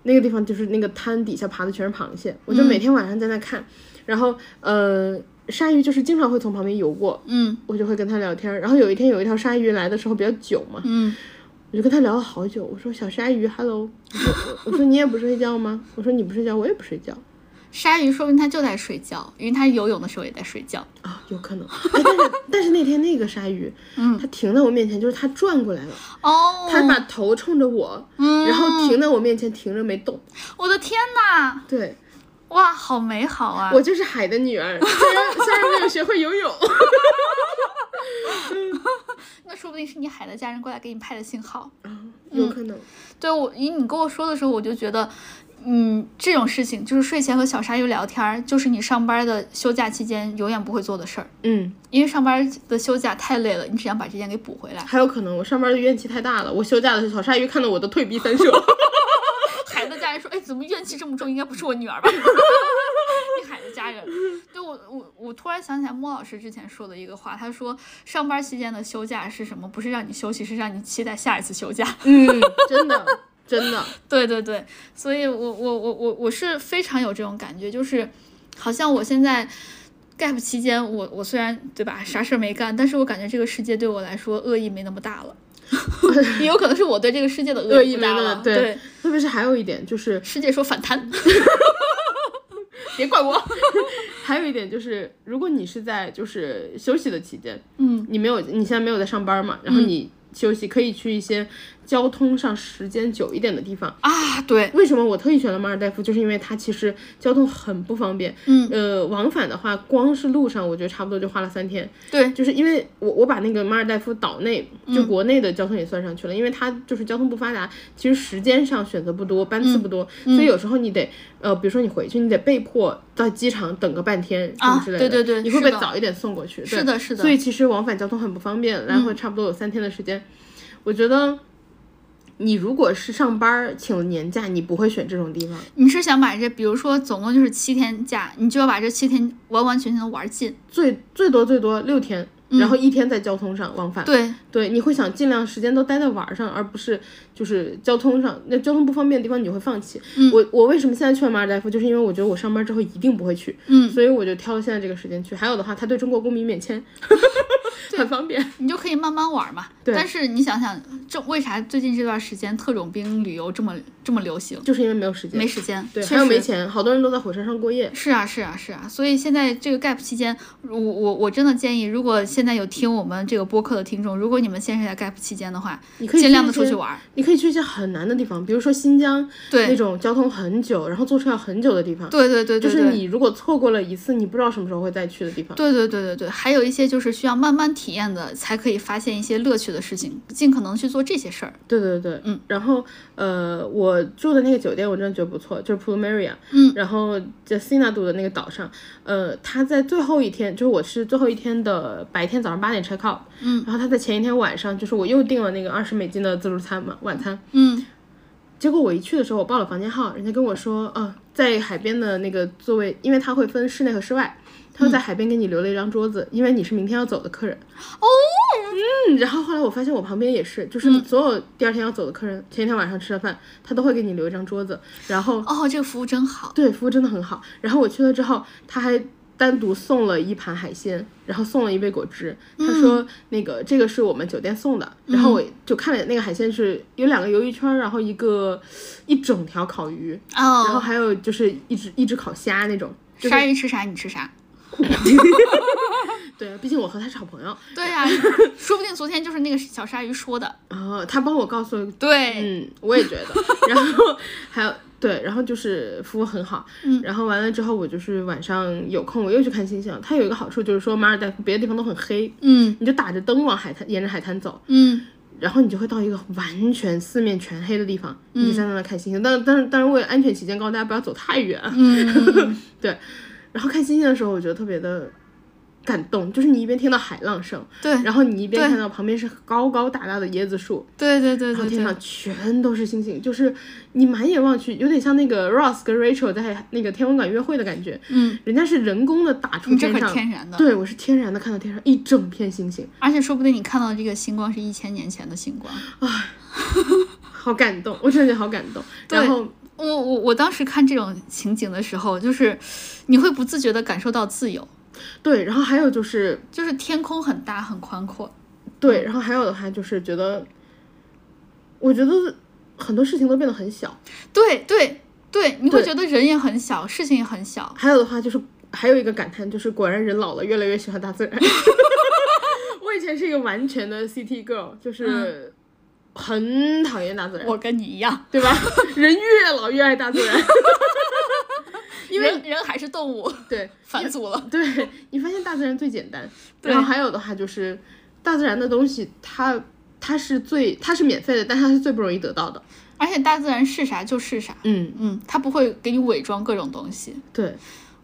Speaker 1: 那个地方就是那个滩底下爬的全是螃蟹，我就每天晚上在那看，然后呃，鲨鱼就是经常会从旁边游过，
Speaker 2: 嗯
Speaker 1: 我就会跟它聊天儿，然后有一天有一条鲨鱼来的时候比较久嘛，
Speaker 2: 嗯
Speaker 1: 我就跟他聊了好久，我说小鲨鱼，hello，我说我我说你也不睡觉吗？我说你不睡觉，我也不睡觉
Speaker 2: 鲨鱼说明它就在睡觉，因为它游泳的时候也在睡觉。
Speaker 1: 啊，有可能，哎但是但是那天那个鲨鱼，
Speaker 2: 嗯
Speaker 1: 它停在我面前，就是它转过来了，
Speaker 2: 哦，
Speaker 1: 它把头冲着我，
Speaker 2: 嗯，
Speaker 1: 然后停在我面前停着没动，
Speaker 2: 我的天呐，
Speaker 1: 对。
Speaker 2: 哇，好美好啊！
Speaker 1: 我就是海的女儿，虽然虽然没有学会游泳，
Speaker 2: 那说不定是你海的家人过来给你拍的信号。
Speaker 1: 有可能。
Speaker 2: 对我，因为你跟我说的时候，我就觉得，嗯，这种事情就是睡前和小鲨鱼聊天儿，就是你上班的休假期间永远不会做的事儿，
Speaker 1: 嗯，
Speaker 2: 因为上班的休假太累了，你只想把这件给补回来。
Speaker 1: 还有可能我上班的怨气太大了，我休假的时候，小鲨鱼看到我都退避三舍。
Speaker 2: 海的家人说：“哎，怎么怨气这么重？应该不是我女儿吧？” 你海的家人，对我我我突然想起来莫老师之前说的一个话，他说上班期间的休假是什么？不是让你休息，是让你期待下一次休假。
Speaker 1: 嗯，真的真的，
Speaker 2: 对对对，所以我我我我我是非常有这种感觉，就是好像我现在 gap 期间，我我虽然对吧啥事儿没干，但是我感觉这个世界对我来说恶意没那么大了， 也有可能是我对这个世界的
Speaker 1: 恶
Speaker 2: 意
Speaker 1: 意
Speaker 2: 不
Speaker 1: 没
Speaker 2: 大
Speaker 1: 那
Speaker 2: 了。
Speaker 1: 么 对特别是还有一点就是，
Speaker 2: 世界说反弹， 别怪我。
Speaker 1: 还有一点就是，如果你是在就是休息的期间，
Speaker 2: 嗯
Speaker 1: 你没有你现在没有在上班嘛，然后你休息可以去一些交通上时间久一点的地方。
Speaker 2: 啊，对，
Speaker 1: 为什么我特意选了马尔代夫？就是因为它其实交通很不方便。
Speaker 2: 嗯
Speaker 1: 呃，往返的话，光是路上我觉得差不多就花了三天。
Speaker 2: 对，
Speaker 1: 就是因为我我把那个马尔代夫岛内
Speaker 2: 嗯
Speaker 1: 就国内的交通也算上去了，因为它就是交通不发达，其实时间上选择不多，班
Speaker 2: 嗯
Speaker 1: 次不多，所以有时候你得呃，比如说你回去，你得被迫到机场等个半天什
Speaker 2: 啊
Speaker 1: 么之类的，
Speaker 2: 对对对
Speaker 1: 你会
Speaker 2: 是
Speaker 1: 被
Speaker 2: 的
Speaker 1: 早一点送过去。对
Speaker 2: 是的是的嗯
Speaker 1: 所以其实往返交通很不方便，来回差不多有三天的时间，我觉得。你如果是上班儿请了年假，你不会选这种地方。
Speaker 2: 你是想把这，比如说总共就是七天假，你就要把这七天完完全全的玩尽。
Speaker 1: 最最多最多六天，
Speaker 2: 嗯
Speaker 1: 然后一天在交通上往返。
Speaker 2: 对，
Speaker 1: 对，你会想尽量时间都待在玩儿上，而不是就是交通上。那交通不方便的地方你会放弃。
Speaker 2: 嗯
Speaker 1: 我我为什么现在去了马尔代夫，就是因为我觉得我上班之后一定不会去，
Speaker 2: 嗯
Speaker 1: 所以我就挑了现在这个时间去。还有的话，他对中国公民免 签，很方便。
Speaker 2: 你就可以慢慢玩嘛。
Speaker 1: 对
Speaker 2: 但是你想想，这为啥最近这段时间特种兵旅游这么这么流行？
Speaker 1: 就是因为没有时间，
Speaker 2: 没时间，
Speaker 1: 对，
Speaker 2: 确
Speaker 1: 还有没
Speaker 2: 实
Speaker 1: 钱，好多人都在火车上过夜。
Speaker 2: 是啊，是啊，是啊，所以现在这个 gap 期间，我我我真的建议，如果现在有听我们这个播客的听众，如果你们现在在 gap 期间的话，
Speaker 1: 你可以
Speaker 2: 尽量的
Speaker 1: 一
Speaker 2: 出去
Speaker 1: 些
Speaker 2: 玩儿。
Speaker 1: 你可以去一些很难的地方，比如说新疆
Speaker 2: 对
Speaker 1: 那种交通很久，然后坐车要很久的地方。
Speaker 2: 对对对对
Speaker 1: 就
Speaker 2: 对，
Speaker 1: 是你如果错过了一次，你不知道什么时候会再去的地方。
Speaker 2: 对对对对对，还有一些就是需要慢慢体验的，才可以发现一些乐趣的事情，尽可能去做做这些事儿。
Speaker 1: 对对对，
Speaker 2: 嗯。
Speaker 1: 然后呃，我住的那个酒店我真的觉得不错，就是 Plumeria。
Speaker 2: 嗯
Speaker 1: 然后在 c i n a 度的那个岛上，呃，他在最后一天，就是我是最后一天的白天早上八点 check out，
Speaker 2: 嗯
Speaker 1: 然后他在前一天晚上，就是我又订了那个二十美金的自助餐嘛，晚餐。
Speaker 2: 嗯
Speaker 1: 结果我一去的时候，我报了房间号，人家跟我说，呃，在海边的那个座位，因为他会分室内和室外，他就在海边给你留了一张桌子，因为你是明天要走的客人。
Speaker 2: 哦，
Speaker 1: 嗯，然后后来我发现我旁边也是，就是所有第二天要走的客人，前一天晚上吃了饭，他都会给你留一张桌子，然后
Speaker 2: 哦，这个服务真好。
Speaker 1: 对，服务真的很好。然后我去了之后，他还单独送了一盘海鲜，然后送了一杯果汁。他说、
Speaker 2: 嗯
Speaker 1: 那个这个是我们酒店送的。然后我就看了那个海鲜是有两个鱿鱼圈儿，然后一个一整条烤鱼，然后
Speaker 2: 哦，
Speaker 1: 还有就是一只一只烤虾那种。就是
Speaker 2: 鲨鱼吃啥你 吃啥。
Speaker 1: 对，毕竟我和他是好朋友。
Speaker 2: 对呀、说不定昨天就是那个小鲨鱼说的。
Speaker 1: 然后他帮我告诉
Speaker 2: 对，
Speaker 1: 嗯，我也觉得。然 后还有对，然后就是服务很好。
Speaker 2: 嗯
Speaker 1: 然后完了之后，我就是晚上有空，我又去看星星。它有一个好处就是说，马尔代夫别的地方都很黑，
Speaker 2: 嗯
Speaker 1: 你就打着灯往海滩，沿着海滩走，
Speaker 2: 嗯
Speaker 1: 然后你就会到一个完全四面全黑的地方，
Speaker 2: 嗯
Speaker 1: 你就在那儿看星星。但但是但是为了安全起见，告诉大家不要走太远。
Speaker 2: 嗯，
Speaker 1: 对，然后看星星的时候，我觉得特别的。感动，就是你一边听到海浪声，
Speaker 2: 对
Speaker 1: 然后你一边
Speaker 2: 对
Speaker 1: 看到旁边是高高大大的椰子树，
Speaker 2: 对对对
Speaker 1: 然
Speaker 2: 对
Speaker 1: 后天
Speaker 2: 对
Speaker 1: 上，全都是星星，就是你满眼望去，有点像那个 Ross 跟 Rachel 在那个天文馆约会的感觉。
Speaker 2: 嗯，
Speaker 1: 人家是人工的打出
Speaker 2: 你这
Speaker 1: 天
Speaker 2: 可
Speaker 1: 上，
Speaker 2: 是天然的。
Speaker 1: 对我是天然的看到天上一整片星星，
Speaker 2: 而且说不定你看到的这个星光是一千年前的星光。
Speaker 1: 好感动，我真的觉得好感动。然后
Speaker 2: 我我我当时看这种情景的时候，就是你会不自觉地感受到自由，
Speaker 1: 对，然后还有就是
Speaker 2: 就是天空很大很宽阔。
Speaker 1: 对，然后还有的话就是觉得，我觉得很多事情都变得很小，
Speaker 2: 对对对，你会
Speaker 1: 对
Speaker 2: 觉得人也很小，事情也很小。
Speaker 1: 还有的话就是，还有一个感叹就是，果然人老了越来越喜欢大自然。 我以前是一个完全的 CT girl，就是很讨厌大自然，
Speaker 2: 我跟你一样，
Speaker 1: 对吧？ 人越老越爱大自然， 因为
Speaker 2: 人人还是动物，
Speaker 1: 对
Speaker 2: 反祖了。
Speaker 1: 对，你发现大自然最简单。
Speaker 2: 对
Speaker 1: 然后还有的话就是，大自然的东西它。它是最，它是免费的，但它是最不容易得到的。
Speaker 2: 而且大自然是啥就是啥，
Speaker 1: 嗯，
Speaker 2: 嗯，它不会给你伪装各种东西。
Speaker 1: 对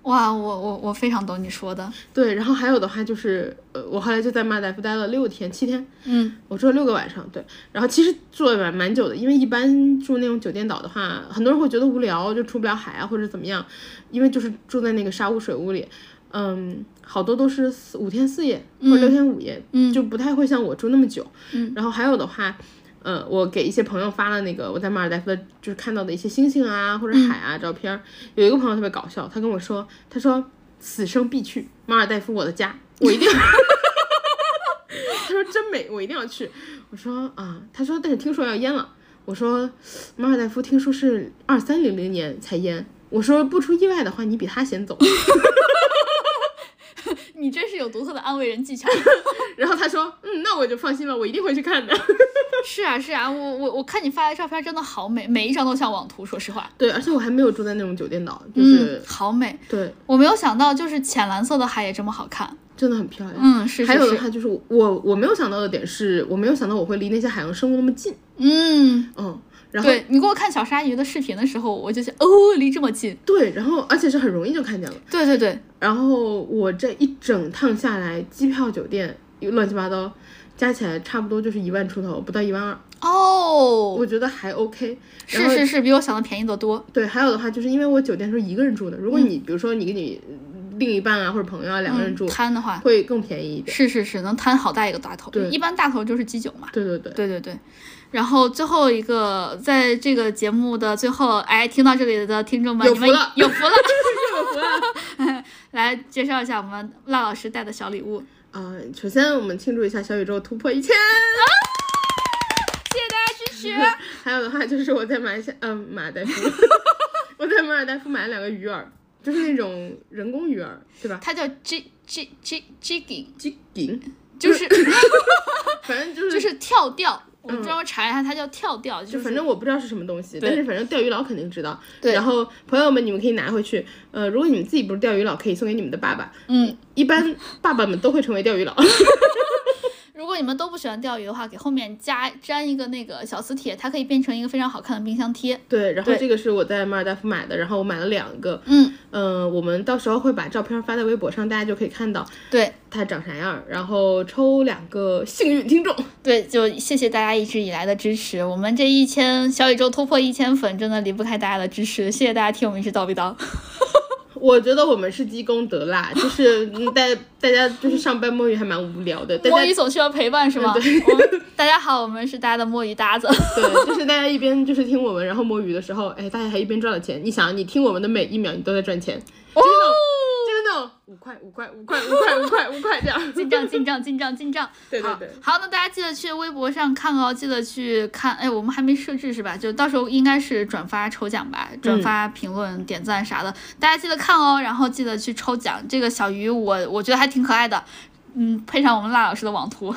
Speaker 2: 哇，我我我非常懂你说的，
Speaker 1: 对。然后还有的话就是，呃，我后来就在马尔代夫待了六天七天，
Speaker 2: 嗯
Speaker 1: 我住了六个晚上，对，然后其实住了蛮蛮久的，因为一般住那种酒店岛的话，很多人会觉得无聊，就出不了海啊或者怎么样，因为就是住在那个沙屋水屋里，嗯，好多都是四五天四夜或者六天五夜，
Speaker 2: 嗯
Speaker 1: 就不太会像我住那么久，
Speaker 2: 嗯，
Speaker 1: 然后还有的话。呃，我给一些朋友发了那个我在马尔代夫的，就是看到的一些星星啊或者
Speaker 2: 嗯
Speaker 1: 海啊、照片儿。有一个朋友特别搞笑，他跟我说，他说此生必去马尔代夫，我的家，我一定他说真美，我一定要去。我说啊，他说但是听说要淹了。我说马尔代夫听说是二三零零年才淹。我说不出意外的话，你比他先走。
Speaker 2: 你真是有独特的安慰人技 巧。
Speaker 1: 然后他说，嗯，那我就放心了，我一定会去看的。
Speaker 2: 是啊是啊，我我我看你发的照片真的好美，每一张都像网图，说实话，
Speaker 1: 对，而且我还没有住在那种酒店岛，就是、
Speaker 2: 嗯，好美。
Speaker 1: 对，
Speaker 2: 我没有想到，就是浅蓝色的海也这么好看。
Speaker 1: 真的很漂亮。
Speaker 2: 嗯，是
Speaker 1: 还有
Speaker 2: 是
Speaker 1: 的
Speaker 2: 是，
Speaker 1: 话就是我我没有想到的点是，我没有想到我会离那些海洋生物那么近。
Speaker 2: 嗯，
Speaker 1: 嗯，然后
Speaker 2: 对你给我看小鲨鱼的视频的时候，我就想，哦，离这么近。
Speaker 1: 对，然后而且是很容易就看见了。
Speaker 2: 对对对，
Speaker 1: 然后我这一整趟下来，机票、酒店乱七八糟，加起来差不多就是一万出头，不到一万二，
Speaker 2: 哦，
Speaker 1: 我觉得还 OK。然
Speaker 2: 是
Speaker 1: 后
Speaker 2: 是是，比我想的便宜得多。
Speaker 1: 对，还有的话就是因为我酒店是一个人住的，如果你、比如说你跟你另一半啊或者朋友啊两个人住，
Speaker 2: 摊嗯的话，
Speaker 1: 会更便宜一点。
Speaker 2: 是是是，能摊好大一个大头。
Speaker 1: 对
Speaker 2: 一般大头就是鸡酒嘛。
Speaker 1: 对对对，
Speaker 2: 对对对，然后最后一个，在这个节目的最后，哎，听到这里的听众们，
Speaker 1: 有
Speaker 2: 你
Speaker 1: 福
Speaker 2: 们
Speaker 1: 了
Speaker 2: 有福 了，
Speaker 1: 又有福了。
Speaker 2: 来介绍一下我们赖老师带的小礼物，
Speaker 1: 啊、首先我们庆祝一下小宇宙突破一千，
Speaker 2: 谢谢大家支 持。
Speaker 1: 还有的话就是我在马来西亚，嗯、马尔代夫， 我在马尔代夫买了两个鱼饵，就是那种人工鱼饵，对吧？
Speaker 2: 它叫 J J J Jigging，
Speaker 1: 鸡顶，
Speaker 2: 就是
Speaker 1: 反正就是
Speaker 2: 就是跳吊。我专门查了一下，它叫跳吊，就
Speaker 1: 嗯就是反正我不知道是什么东西，
Speaker 2: 嗯对
Speaker 1: 但是反正钓鱼佬肯定知道。
Speaker 2: 对
Speaker 1: 然后朋友们，你们可以拿回去。呃，如果你们自己不是钓鱼佬，可以送给你们的爸爸。
Speaker 2: 嗯，
Speaker 1: 一般爸爸们都会成为钓鱼佬。
Speaker 2: 如果你们都不喜欢钓鱼的话，给后面加粘一个那个小磁铁，它可以变成一个非常好看的冰箱贴。
Speaker 1: 对，然后这个是我在马尔代夫买的，然后我买了两个，
Speaker 2: 嗯
Speaker 1: 嗯、我们到时候会把照片发在微博上，大家就可以看到
Speaker 2: 对
Speaker 1: 它长啥样儿，然后抽两个幸运听众。
Speaker 2: 对，就谢谢大家一直以来的支持，我们这一千小宇宙突破一千粉，真的离不开大家的支持，谢谢大家听我们一直叨逼叨。
Speaker 1: 我觉得我们是积功德啦，就是 嗯大大家就是上班摸鱼还蛮无聊的，大
Speaker 2: 摸
Speaker 1: 家
Speaker 2: 鱼总需要陪伴是吗？我们大家好，我们是大家的摸鱼搭 子。
Speaker 1: 对，就是大家一边就是听我们，然后摸鱼的时候，哎，大家还一边赚了钱。你想，你听我们的每一秒，你都在赚钱，
Speaker 2: 哦，
Speaker 1: 就是那种五块、五块、五块、五块、五块、五块这样。
Speaker 2: 进账进账进账进账。
Speaker 1: 对对
Speaker 2: 好
Speaker 1: 对，
Speaker 2: 好，那大家记得去微博上看哦，记得去看。哎，我们还没设置是吧？就到时候应该是转发抽奖吧，转发、评论、点赞啥的，大家记得看哦，然后记得去抽奖。这个小鱼我我觉得还挺可爱的，嗯，配上我们辣老师的网图，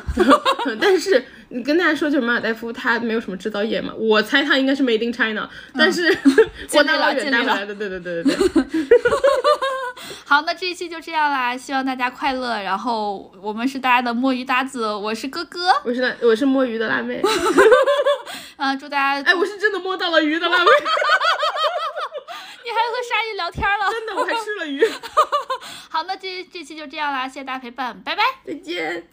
Speaker 1: 嗯但是你跟大家说，就是马尔代夫它没有什么制造业嘛，我猜它应该是 Made in China，但 是我
Speaker 2: 尽力
Speaker 1: 大
Speaker 2: 嗯了
Speaker 1: 老远
Speaker 2: 尽
Speaker 1: 带
Speaker 2: 力
Speaker 1: 回
Speaker 2: 了
Speaker 1: 来的，对对对对对。
Speaker 2: 好，那这一期就这样啦，希望大家快乐。然后我们是大家的摸鱼搭子，我是哥哥，
Speaker 1: 我是那我是摸鱼的辣 妹，
Speaker 2: 呃，祝大家，
Speaker 1: 哎，我是真的摸到了鱼的辣妹，
Speaker 2: 你还和鲨鱼聊天了。
Speaker 1: 真的我还吃了鱼。
Speaker 2: 好，那这这期就这样啦，谢谢大家陪伴，拜拜。
Speaker 1: 再见。